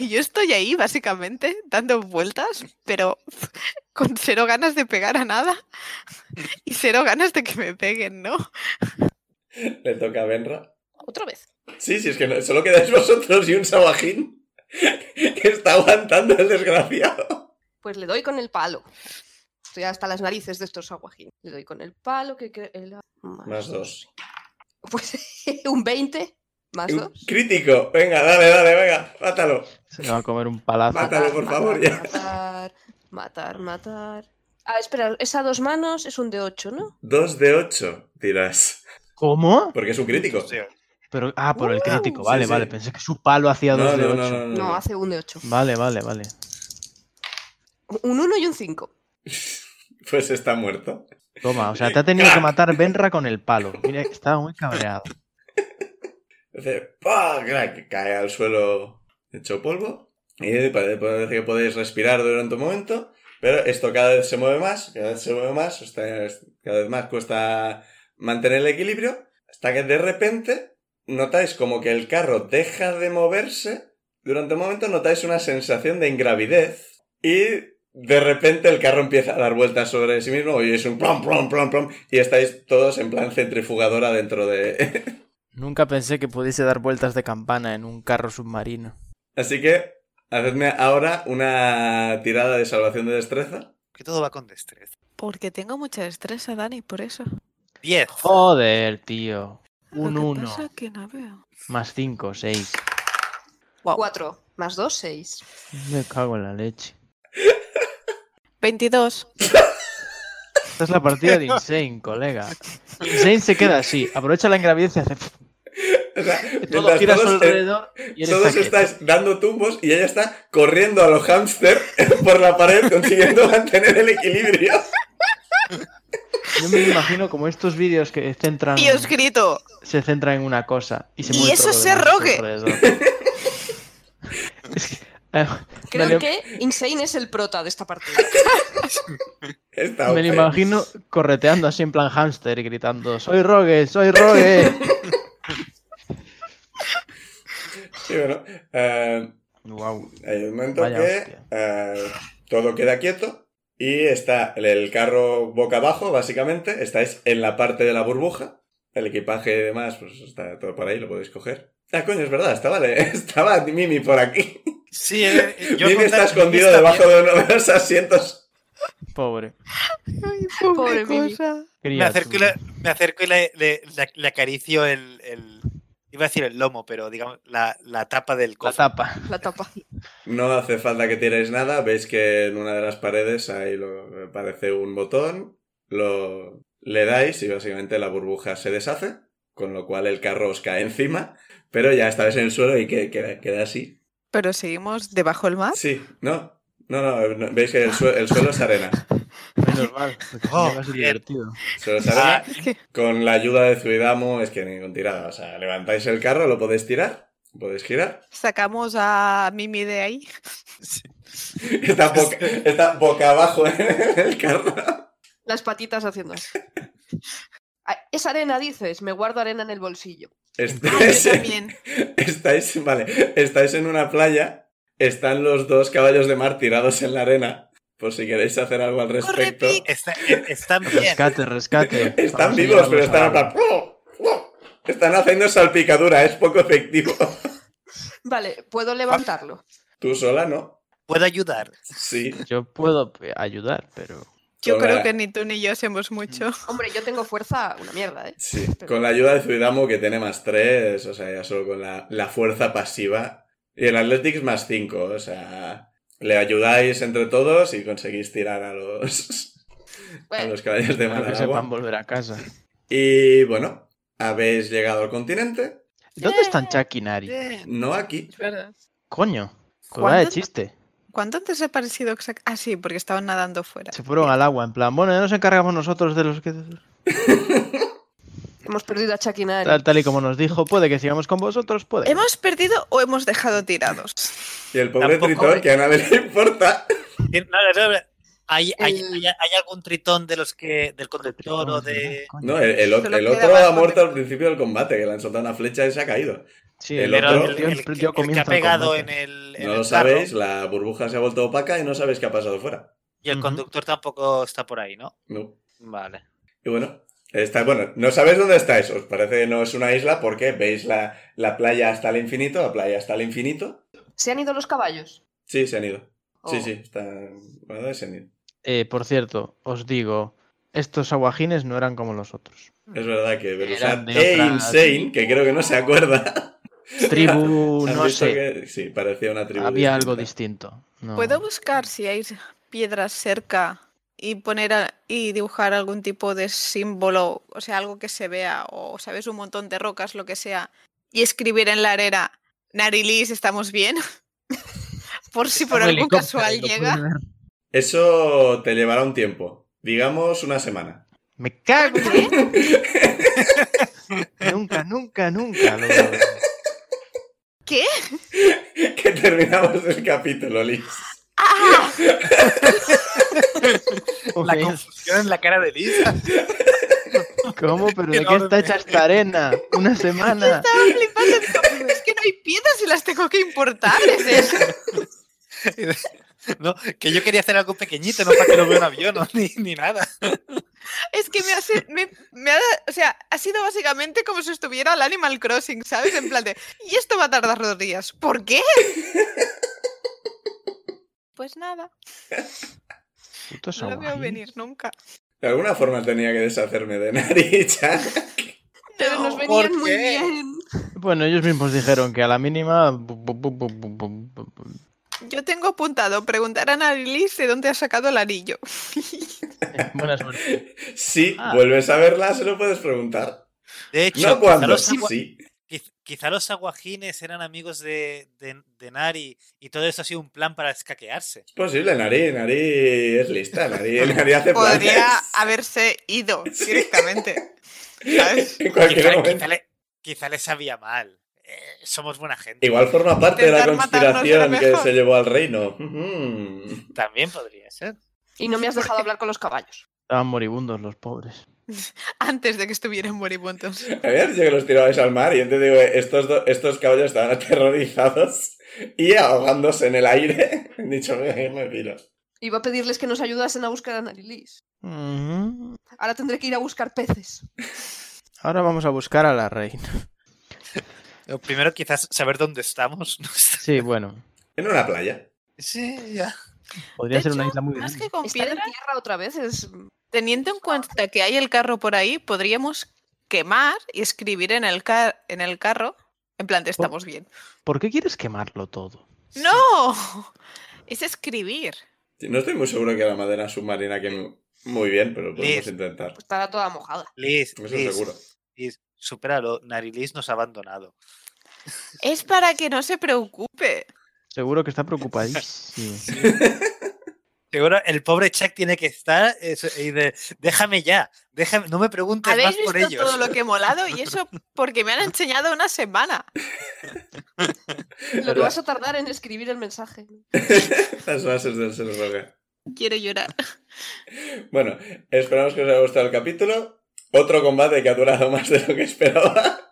[SPEAKER 5] Yo estoy ahí, básicamente, dando vueltas, pero con cero ganas de pegar a nada. Y cero ganas de que me peguen, ¿no?
[SPEAKER 1] Le toca a Benra.
[SPEAKER 6] Otra vez.
[SPEAKER 1] Sí, sí, es que no- solo quedáis vosotros y un Sawajín que está aguantando el desgraciado.
[SPEAKER 6] Pues le doy con el palo. Estoy hasta las narices de estos aguajín. Le doy con el palo que... cre- el-
[SPEAKER 1] Más 2.
[SPEAKER 6] Pues un 20 más
[SPEAKER 1] Un
[SPEAKER 6] 2.
[SPEAKER 1] crítico. Venga, dale, dale, venga. Mátalo.
[SPEAKER 4] Se le va a comer un palazo.
[SPEAKER 1] Mata. Mátalo, por favor, ya.
[SPEAKER 6] Matar, matar, matar. Ah, espera, es a dos manos, es un de 8, ¿no?
[SPEAKER 1] 2 de 8, dirás.
[SPEAKER 4] ¿Cómo?
[SPEAKER 1] Porque es un crítico.
[SPEAKER 3] Sí.
[SPEAKER 4] Pero, ah, por el crítico.
[SPEAKER 1] Sí,
[SPEAKER 4] Vale,
[SPEAKER 1] sí.
[SPEAKER 4] vale. Pensé que su palo hacía
[SPEAKER 1] No,
[SPEAKER 4] 2
[SPEAKER 1] no,
[SPEAKER 4] de
[SPEAKER 1] no,
[SPEAKER 4] 8.
[SPEAKER 1] no, no,
[SPEAKER 6] No,
[SPEAKER 1] no.
[SPEAKER 6] hace un de 8.
[SPEAKER 4] Vale, vale, vale.
[SPEAKER 6] Un 1 y un 5.
[SPEAKER 1] Pues está muerto.
[SPEAKER 4] Toma, o sea, te ha tenido que matar Benra con el palo. Mira, que estaba muy cabreado.
[SPEAKER 1] Dice, ¡pah! Crack, Cae al suelo hecho polvo. Y parece que podéis respirar durante un momento. Pero esto cada vez se mueve más, cada vez se mueve más, está- cada vez más cuesta mantener el equilibrio. Hasta que de repente notáis como que el carro deja de moverse. Durante un momento notáis una sensación de ingravidez. Y de repente el carro empieza a dar vueltas sobre sí mismo. Y es un plom, plom, plom, plom. Y estáis todos en plan centrifugadora dentro de,
[SPEAKER 8] Nunca pensé que pudiese dar vueltas de campana en un carro submarino.
[SPEAKER 1] Así que hacedme ahora una tirada de salvación de destreza.
[SPEAKER 3] Que todo va con destreza.
[SPEAKER 5] Porque tengo mucha destreza, Dani, por eso.
[SPEAKER 3] 10.
[SPEAKER 4] Joder, tío. Un
[SPEAKER 5] Lo que
[SPEAKER 4] 1
[SPEAKER 5] pasa que no veo.
[SPEAKER 4] más 5, 6.
[SPEAKER 6] 4 más 2, 6.
[SPEAKER 4] Me cago en la leche.
[SPEAKER 5] 22.
[SPEAKER 4] Esta es la partida de Insane, colega. Insane se queda así. Aprovecha la ingravidez y hace.
[SPEAKER 1] O sea,
[SPEAKER 4] Todo
[SPEAKER 1] mientras
[SPEAKER 4] gira a su
[SPEAKER 1] todos, eh,
[SPEAKER 4] alrededor y él
[SPEAKER 1] todos
[SPEAKER 4] está quieto.
[SPEAKER 1] estáis dando tumbos y ella está corriendo a los hámster por la pared consiguiendo mantener el equilibrio.
[SPEAKER 4] Yo me imagino como estos vídeos que centran,
[SPEAKER 5] Dios grito.
[SPEAKER 4] se centran en una cosa. Y, se
[SPEAKER 5] Y
[SPEAKER 4] mueve
[SPEAKER 5] eso
[SPEAKER 4] todo lo
[SPEAKER 5] se
[SPEAKER 4] demás a su
[SPEAKER 5] rogue.
[SPEAKER 4] alrededor. Es que, eh,
[SPEAKER 6] Creo
[SPEAKER 4] me lo-
[SPEAKER 6] que Insane es el prota de esta partida.
[SPEAKER 1] Está
[SPEAKER 4] Me lo
[SPEAKER 1] ok.
[SPEAKER 4] imagino correteando así en plan hámster y gritando: ¡Soy Rogue! ¡Soy Rogue!
[SPEAKER 1] Sí, bueno, eh,
[SPEAKER 4] wow.
[SPEAKER 1] hay un momento
[SPEAKER 4] Vaya
[SPEAKER 1] que
[SPEAKER 4] hostia.
[SPEAKER 1] eh, todo queda quieto y está el- el carro boca abajo, básicamente. Estáis en la parte de la burbuja. El equipaje y demás, pues está todo por ahí, lo podéis coger. Ah, coño, es verdad, estaba, estaba Mimi por aquí.
[SPEAKER 3] Sí, eh, eh, yo
[SPEAKER 1] Mimi
[SPEAKER 3] con
[SPEAKER 1] está
[SPEAKER 3] Dani-
[SPEAKER 1] escondido
[SPEAKER 3] Mimi está
[SPEAKER 1] debajo
[SPEAKER 3] bien.
[SPEAKER 1] de uno de los asientos.
[SPEAKER 4] Pobre.
[SPEAKER 6] Pobre Mimi.
[SPEAKER 3] Me acerco y,
[SPEAKER 4] Criatura.
[SPEAKER 3] le, me acerco y le, le- le- le acaricio el, el- Iba a decir el lomo, pero digamos, la, la tapa del
[SPEAKER 4] La
[SPEAKER 3] cofre.
[SPEAKER 4] tapa.
[SPEAKER 6] La tapa.
[SPEAKER 1] No hace falta que tiréis nada. Veis que en una de las paredes ahí lo, aparece un botón. Lo, le dais y básicamente la burbuja se deshace. Con lo cual el carro os cae encima. Pero ya estáis en el suelo y que, queda- queda así.
[SPEAKER 5] Pero seguimos debajo del mar.
[SPEAKER 1] Sí, no. No, no, no, veis que el, sue- el suelo es arena.
[SPEAKER 4] Menos mal. porque
[SPEAKER 3] Oh,
[SPEAKER 4] si no va a ser
[SPEAKER 3] bien.
[SPEAKER 4] divertido.
[SPEAKER 1] El suelo es
[SPEAKER 5] Ah.
[SPEAKER 1] arena. Con la ayuda de Zuidamo es que ni con tirada. O sea, levantáis el carro, lo podéis tirar, podéis girar.
[SPEAKER 5] Sacamos a Mimi de ahí.
[SPEAKER 1] Está boca, está boca abajo en el carro.
[SPEAKER 6] Las patitas haciendo así. Ah, Es arena, dices. Me guardo arena en el bolsillo.
[SPEAKER 1] Estáis,
[SPEAKER 5] Yo
[SPEAKER 1] en-
[SPEAKER 5] también.
[SPEAKER 1] estáis, vale, estáis en una playa, están los dos caballos de mar tirados en la arena, por si queréis hacer algo al respecto.
[SPEAKER 5] Pic.
[SPEAKER 3] Está- eh, están bien.
[SPEAKER 4] Rescate, rescate.
[SPEAKER 1] Están
[SPEAKER 4] Vamos a
[SPEAKER 1] vivos, pero
[SPEAKER 4] llevarlos
[SPEAKER 1] están...
[SPEAKER 4] a
[SPEAKER 1] en plan, ¡plop! ¡plop! Están haciendo salpicadura, es poco efectivo.
[SPEAKER 6] Vale,
[SPEAKER 1] Ah.
[SPEAKER 6] puedo levantarlo.
[SPEAKER 1] Tú sola, ¿no?
[SPEAKER 3] Puedo ayudar.
[SPEAKER 1] Sí.
[SPEAKER 4] Yo puedo eh, ayudar, pero.
[SPEAKER 5] Yo
[SPEAKER 1] Hola.
[SPEAKER 5] creo que ni tú ni yo
[SPEAKER 4] Mm.
[SPEAKER 5] hacemos mucho.
[SPEAKER 6] Hombre, yo tengo fuerza, una mierda, ¿eh?
[SPEAKER 1] Sí,
[SPEAKER 6] Pero-
[SPEAKER 1] con la ayuda de Zuidamo que tiene más 3, o sea, ya solo con la, la fuerza pasiva. Y el Athletics más 5, o sea, le ayudáis entre todos y conseguís tirar a los, a
[SPEAKER 6] Bueno,
[SPEAKER 1] los caballos de
[SPEAKER 4] Para que sepan
[SPEAKER 1] Managua.
[SPEAKER 4] volver a casa.
[SPEAKER 1] Y bueno, habéis llegado al continente,
[SPEAKER 4] ¿Dónde están Chucky y Nari?
[SPEAKER 1] no aquí.
[SPEAKER 4] Coño. Cuidado de
[SPEAKER 5] ¿Cuándo,
[SPEAKER 4] chiste.
[SPEAKER 5] cuándo han desaparecido exact- Ah, sí, porque estaban nadando fuera.
[SPEAKER 4] Se fueron al agua, en plan, bueno, ya nos encargamos nosotros de los que.
[SPEAKER 6] hemos perdido a Chakinari.
[SPEAKER 4] Tal, tal y como nos dijo, puede que sigamos con vosotros, puede. que no.
[SPEAKER 5] ¿Hemos perdido o hemos dejado tirados?
[SPEAKER 1] Y el pobre
[SPEAKER 3] Tampoco
[SPEAKER 1] Tritón,
[SPEAKER 3] hay.
[SPEAKER 1] que a nadie le importa.
[SPEAKER 3] Eh, No, no, no, ¿Hay, hay,
[SPEAKER 6] El-
[SPEAKER 3] hay- hay algún tritón de los que del conductor o de
[SPEAKER 4] Coño.
[SPEAKER 1] No, el, el ot-
[SPEAKER 5] Solo
[SPEAKER 1] el
[SPEAKER 5] queda
[SPEAKER 1] otro ha
[SPEAKER 5] abajo de-
[SPEAKER 1] muerto al principio del combate, que le han soltado una flecha y se ha caído.
[SPEAKER 4] Sí,
[SPEAKER 1] el
[SPEAKER 4] el,
[SPEAKER 1] otro-
[SPEAKER 4] otro.
[SPEAKER 1] el-
[SPEAKER 4] yo-
[SPEAKER 3] que-
[SPEAKER 4] yo
[SPEAKER 3] el que
[SPEAKER 4] comienzo
[SPEAKER 3] ha
[SPEAKER 4] el
[SPEAKER 3] pegado
[SPEAKER 4] combate.
[SPEAKER 3] en el, en
[SPEAKER 1] No
[SPEAKER 3] el
[SPEAKER 1] lo
[SPEAKER 3] carro?
[SPEAKER 1] sabéis, la burbuja se ha vuelto opaca y no sabéis qué ha pasado fuera.
[SPEAKER 3] y el
[SPEAKER 4] Ujú.
[SPEAKER 3] conductor tampoco está por ahí, ¿no?
[SPEAKER 1] No.
[SPEAKER 3] Vale.
[SPEAKER 1] Y bueno, está, bueno, no sabéis dónde estáis. Os parece que no es una isla porque veis la, la playa hasta el infinito, la playa hasta el infinito.
[SPEAKER 6] ¿Se han ido los caballos?
[SPEAKER 1] Sí, se han ido. Sí,
[SPEAKER 6] Oh.
[SPEAKER 1] sí, están. Bueno, se han ido.
[SPEAKER 4] Eh, por cierto, os digo, estos aguajines no eran como los otros.
[SPEAKER 1] Es
[SPEAKER 3] Mm.
[SPEAKER 1] verdad que
[SPEAKER 4] Eran
[SPEAKER 1] Berusat
[SPEAKER 4] de
[SPEAKER 1] e
[SPEAKER 4] otra-
[SPEAKER 1] Insane, que creo que no se acuerda.
[SPEAKER 4] Tribu,
[SPEAKER 1] ¿Has
[SPEAKER 4] no
[SPEAKER 1] visto
[SPEAKER 4] sé.
[SPEAKER 1] que- Sí, parecía una tribu.
[SPEAKER 4] Había algo
[SPEAKER 1] distinta.
[SPEAKER 4] distinto. No.
[SPEAKER 5] ¿Puedo buscar si hay piedras cerca y poner a- y dibujar algún tipo de símbolo, o sea, algo que se vea, o sabes, un montón de rocas, lo que sea, y escribir en la arena, Narilis, ¿estamos bien? por si por
[SPEAKER 4] Un
[SPEAKER 5] algún
[SPEAKER 4] helicóptero,
[SPEAKER 5] casual
[SPEAKER 4] lo puedes
[SPEAKER 5] llega.
[SPEAKER 4] ver.
[SPEAKER 1] Eso te llevará un tiempo. Digamos una semana.
[SPEAKER 4] Me
[SPEAKER 5] Ah,
[SPEAKER 4] cago en... Nunca, nunca, nunca. lo-
[SPEAKER 1] Que terminamos el capítulo, Liz.
[SPEAKER 5] ¡Ah!
[SPEAKER 3] La
[SPEAKER 4] Ok,
[SPEAKER 3] confusión en la cara de Lisa.
[SPEAKER 4] ¿Cómo? ¿Pero de qué
[SPEAKER 3] Enorme.
[SPEAKER 4] está hecha esta arena? Una semana.
[SPEAKER 5] Estaba flipando, digo, "Pues es que no hay piedras y las tengo que importar, ¿es eso?
[SPEAKER 3] No, que yo quería hacer algo pequeñito, no para que lo vea un avión no, ni, ni nada.
[SPEAKER 5] Es que me hace. Me, me ha, o sea, ha sido básicamente como si estuviera el Animal Crossing, ¿sabes? En plan de. Y esto va a tardar dos días. ¿Por qué? Pues nada,
[SPEAKER 4] Putos
[SPEAKER 5] no lo veo
[SPEAKER 4] aguajines.
[SPEAKER 5] venir nunca.
[SPEAKER 1] De alguna forma tenía que deshacerme de Naricha.
[SPEAKER 6] Pero nos
[SPEAKER 3] No,
[SPEAKER 6] venían
[SPEAKER 3] ¿por
[SPEAKER 6] muy
[SPEAKER 3] qué?
[SPEAKER 6] bien.
[SPEAKER 4] Bueno, ellos mismos dijeron que a la mínima. bu- bu- bu- bu- bu- bu- bu- bu-
[SPEAKER 5] Yo tengo apuntado preguntar a Narilis de dónde ha sacado el anillo.
[SPEAKER 4] Buena suerte.
[SPEAKER 1] Si
[SPEAKER 4] Ah.
[SPEAKER 1] vuelves a verla, se lo puedes preguntar.
[SPEAKER 3] De hecho,
[SPEAKER 1] No cuando,
[SPEAKER 3] los
[SPEAKER 1] sí,
[SPEAKER 3] agua-
[SPEAKER 1] sí.
[SPEAKER 3] Quiz- Quizá los aguajines eran amigos de, de- de Nari y todo eso ha sido un plan para escaquearse.
[SPEAKER 1] Es posible, Nari, Nari es lista, Nari, Nari hace
[SPEAKER 5] Podría
[SPEAKER 1] planes.
[SPEAKER 5] haberse ido directamente. ¿sabes?
[SPEAKER 1] En
[SPEAKER 3] Quizá,
[SPEAKER 1] cualquier momento.
[SPEAKER 3] quizá le- quizá les sabía mal. Eh, somos buena gente.
[SPEAKER 1] Igual forma parte de la
[SPEAKER 5] Intentar matarnos era
[SPEAKER 1] conspiración que
[SPEAKER 5] mejor.
[SPEAKER 1] se llevó al reino. Hmm. Ujú.
[SPEAKER 3] También podría ser.
[SPEAKER 6] Y no me has dejado hablar con los caballos.
[SPEAKER 4] Estaban moribundos los pobres.
[SPEAKER 5] Antes de que estuvieran moribundos.
[SPEAKER 1] Había dicho que los tirabais al mar y yo te digo, eh, estos, do- estos caballos estaban aterrorizados y ahogándose en el aire. He dicho, "Me- me piro".
[SPEAKER 6] Iba a pedirles que nos ayudasen a buscar a Narilis.
[SPEAKER 4] Ujú.
[SPEAKER 6] Ahora tendré que ir a buscar peces.
[SPEAKER 4] Mm-hmm. Ahora vamos a buscar a la reina.
[SPEAKER 3] Lo primero, quizás saber dónde estamos. No sé.
[SPEAKER 4] Sí, bueno.
[SPEAKER 1] En una playa.
[SPEAKER 3] Sí, ya.
[SPEAKER 2] Podría
[SPEAKER 5] De
[SPEAKER 2] ser una
[SPEAKER 5] hecho,
[SPEAKER 2] isla muy
[SPEAKER 5] Más
[SPEAKER 2] grande.
[SPEAKER 5] que con
[SPEAKER 6] Estar en
[SPEAKER 5] piedra,
[SPEAKER 6] tierra otra vez es...
[SPEAKER 5] teniendo en cuenta que hay el carro por ahí, podríamos quemar y escribir en el, car- en el carro. En plan, de estamos bien.
[SPEAKER 2] ¿Por qué quieres quemarlo todo?
[SPEAKER 5] ¡No! Es escribir.
[SPEAKER 1] No estoy muy seguro que la madera submarina que muy bien, pero podemos
[SPEAKER 3] Liz.
[SPEAKER 1] intentar.
[SPEAKER 6] Estará toda mojada.
[SPEAKER 3] Liz,
[SPEAKER 1] Eso
[SPEAKER 3] Liz,
[SPEAKER 1] seguro.
[SPEAKER 3] Liz, supéralo. Narilis nos ha abandonado.
[SPEAKER 5] Es para que no se preocupe.
[SPEAKER 2] Seguro que está preocupadísimo.
[SPEAKER 3] Seguro el pobre Chuck tiene que estar eso, y de, déjame ya, déjame, no me preguntes más
[SPEAKER 5] Habéis
[SPEAKER 3] por
[SPEAKER 5] visto
[SPEAKER 3] ellos.
[SPEAKER 5] todo lo que he molado y eso porque me han enseñado una semana.
[SPEAKER 6] Lo que vas a tardar en escribir el mensaje.
[SPEAKER 1] Las bases del ser rogue.
[SPEAKER 5] Quiero llorar.
[SPEAKER 1] Bueno, esperamos que os haya gustado el capítulo. Otro combate que ha durado más de lo que esperaba.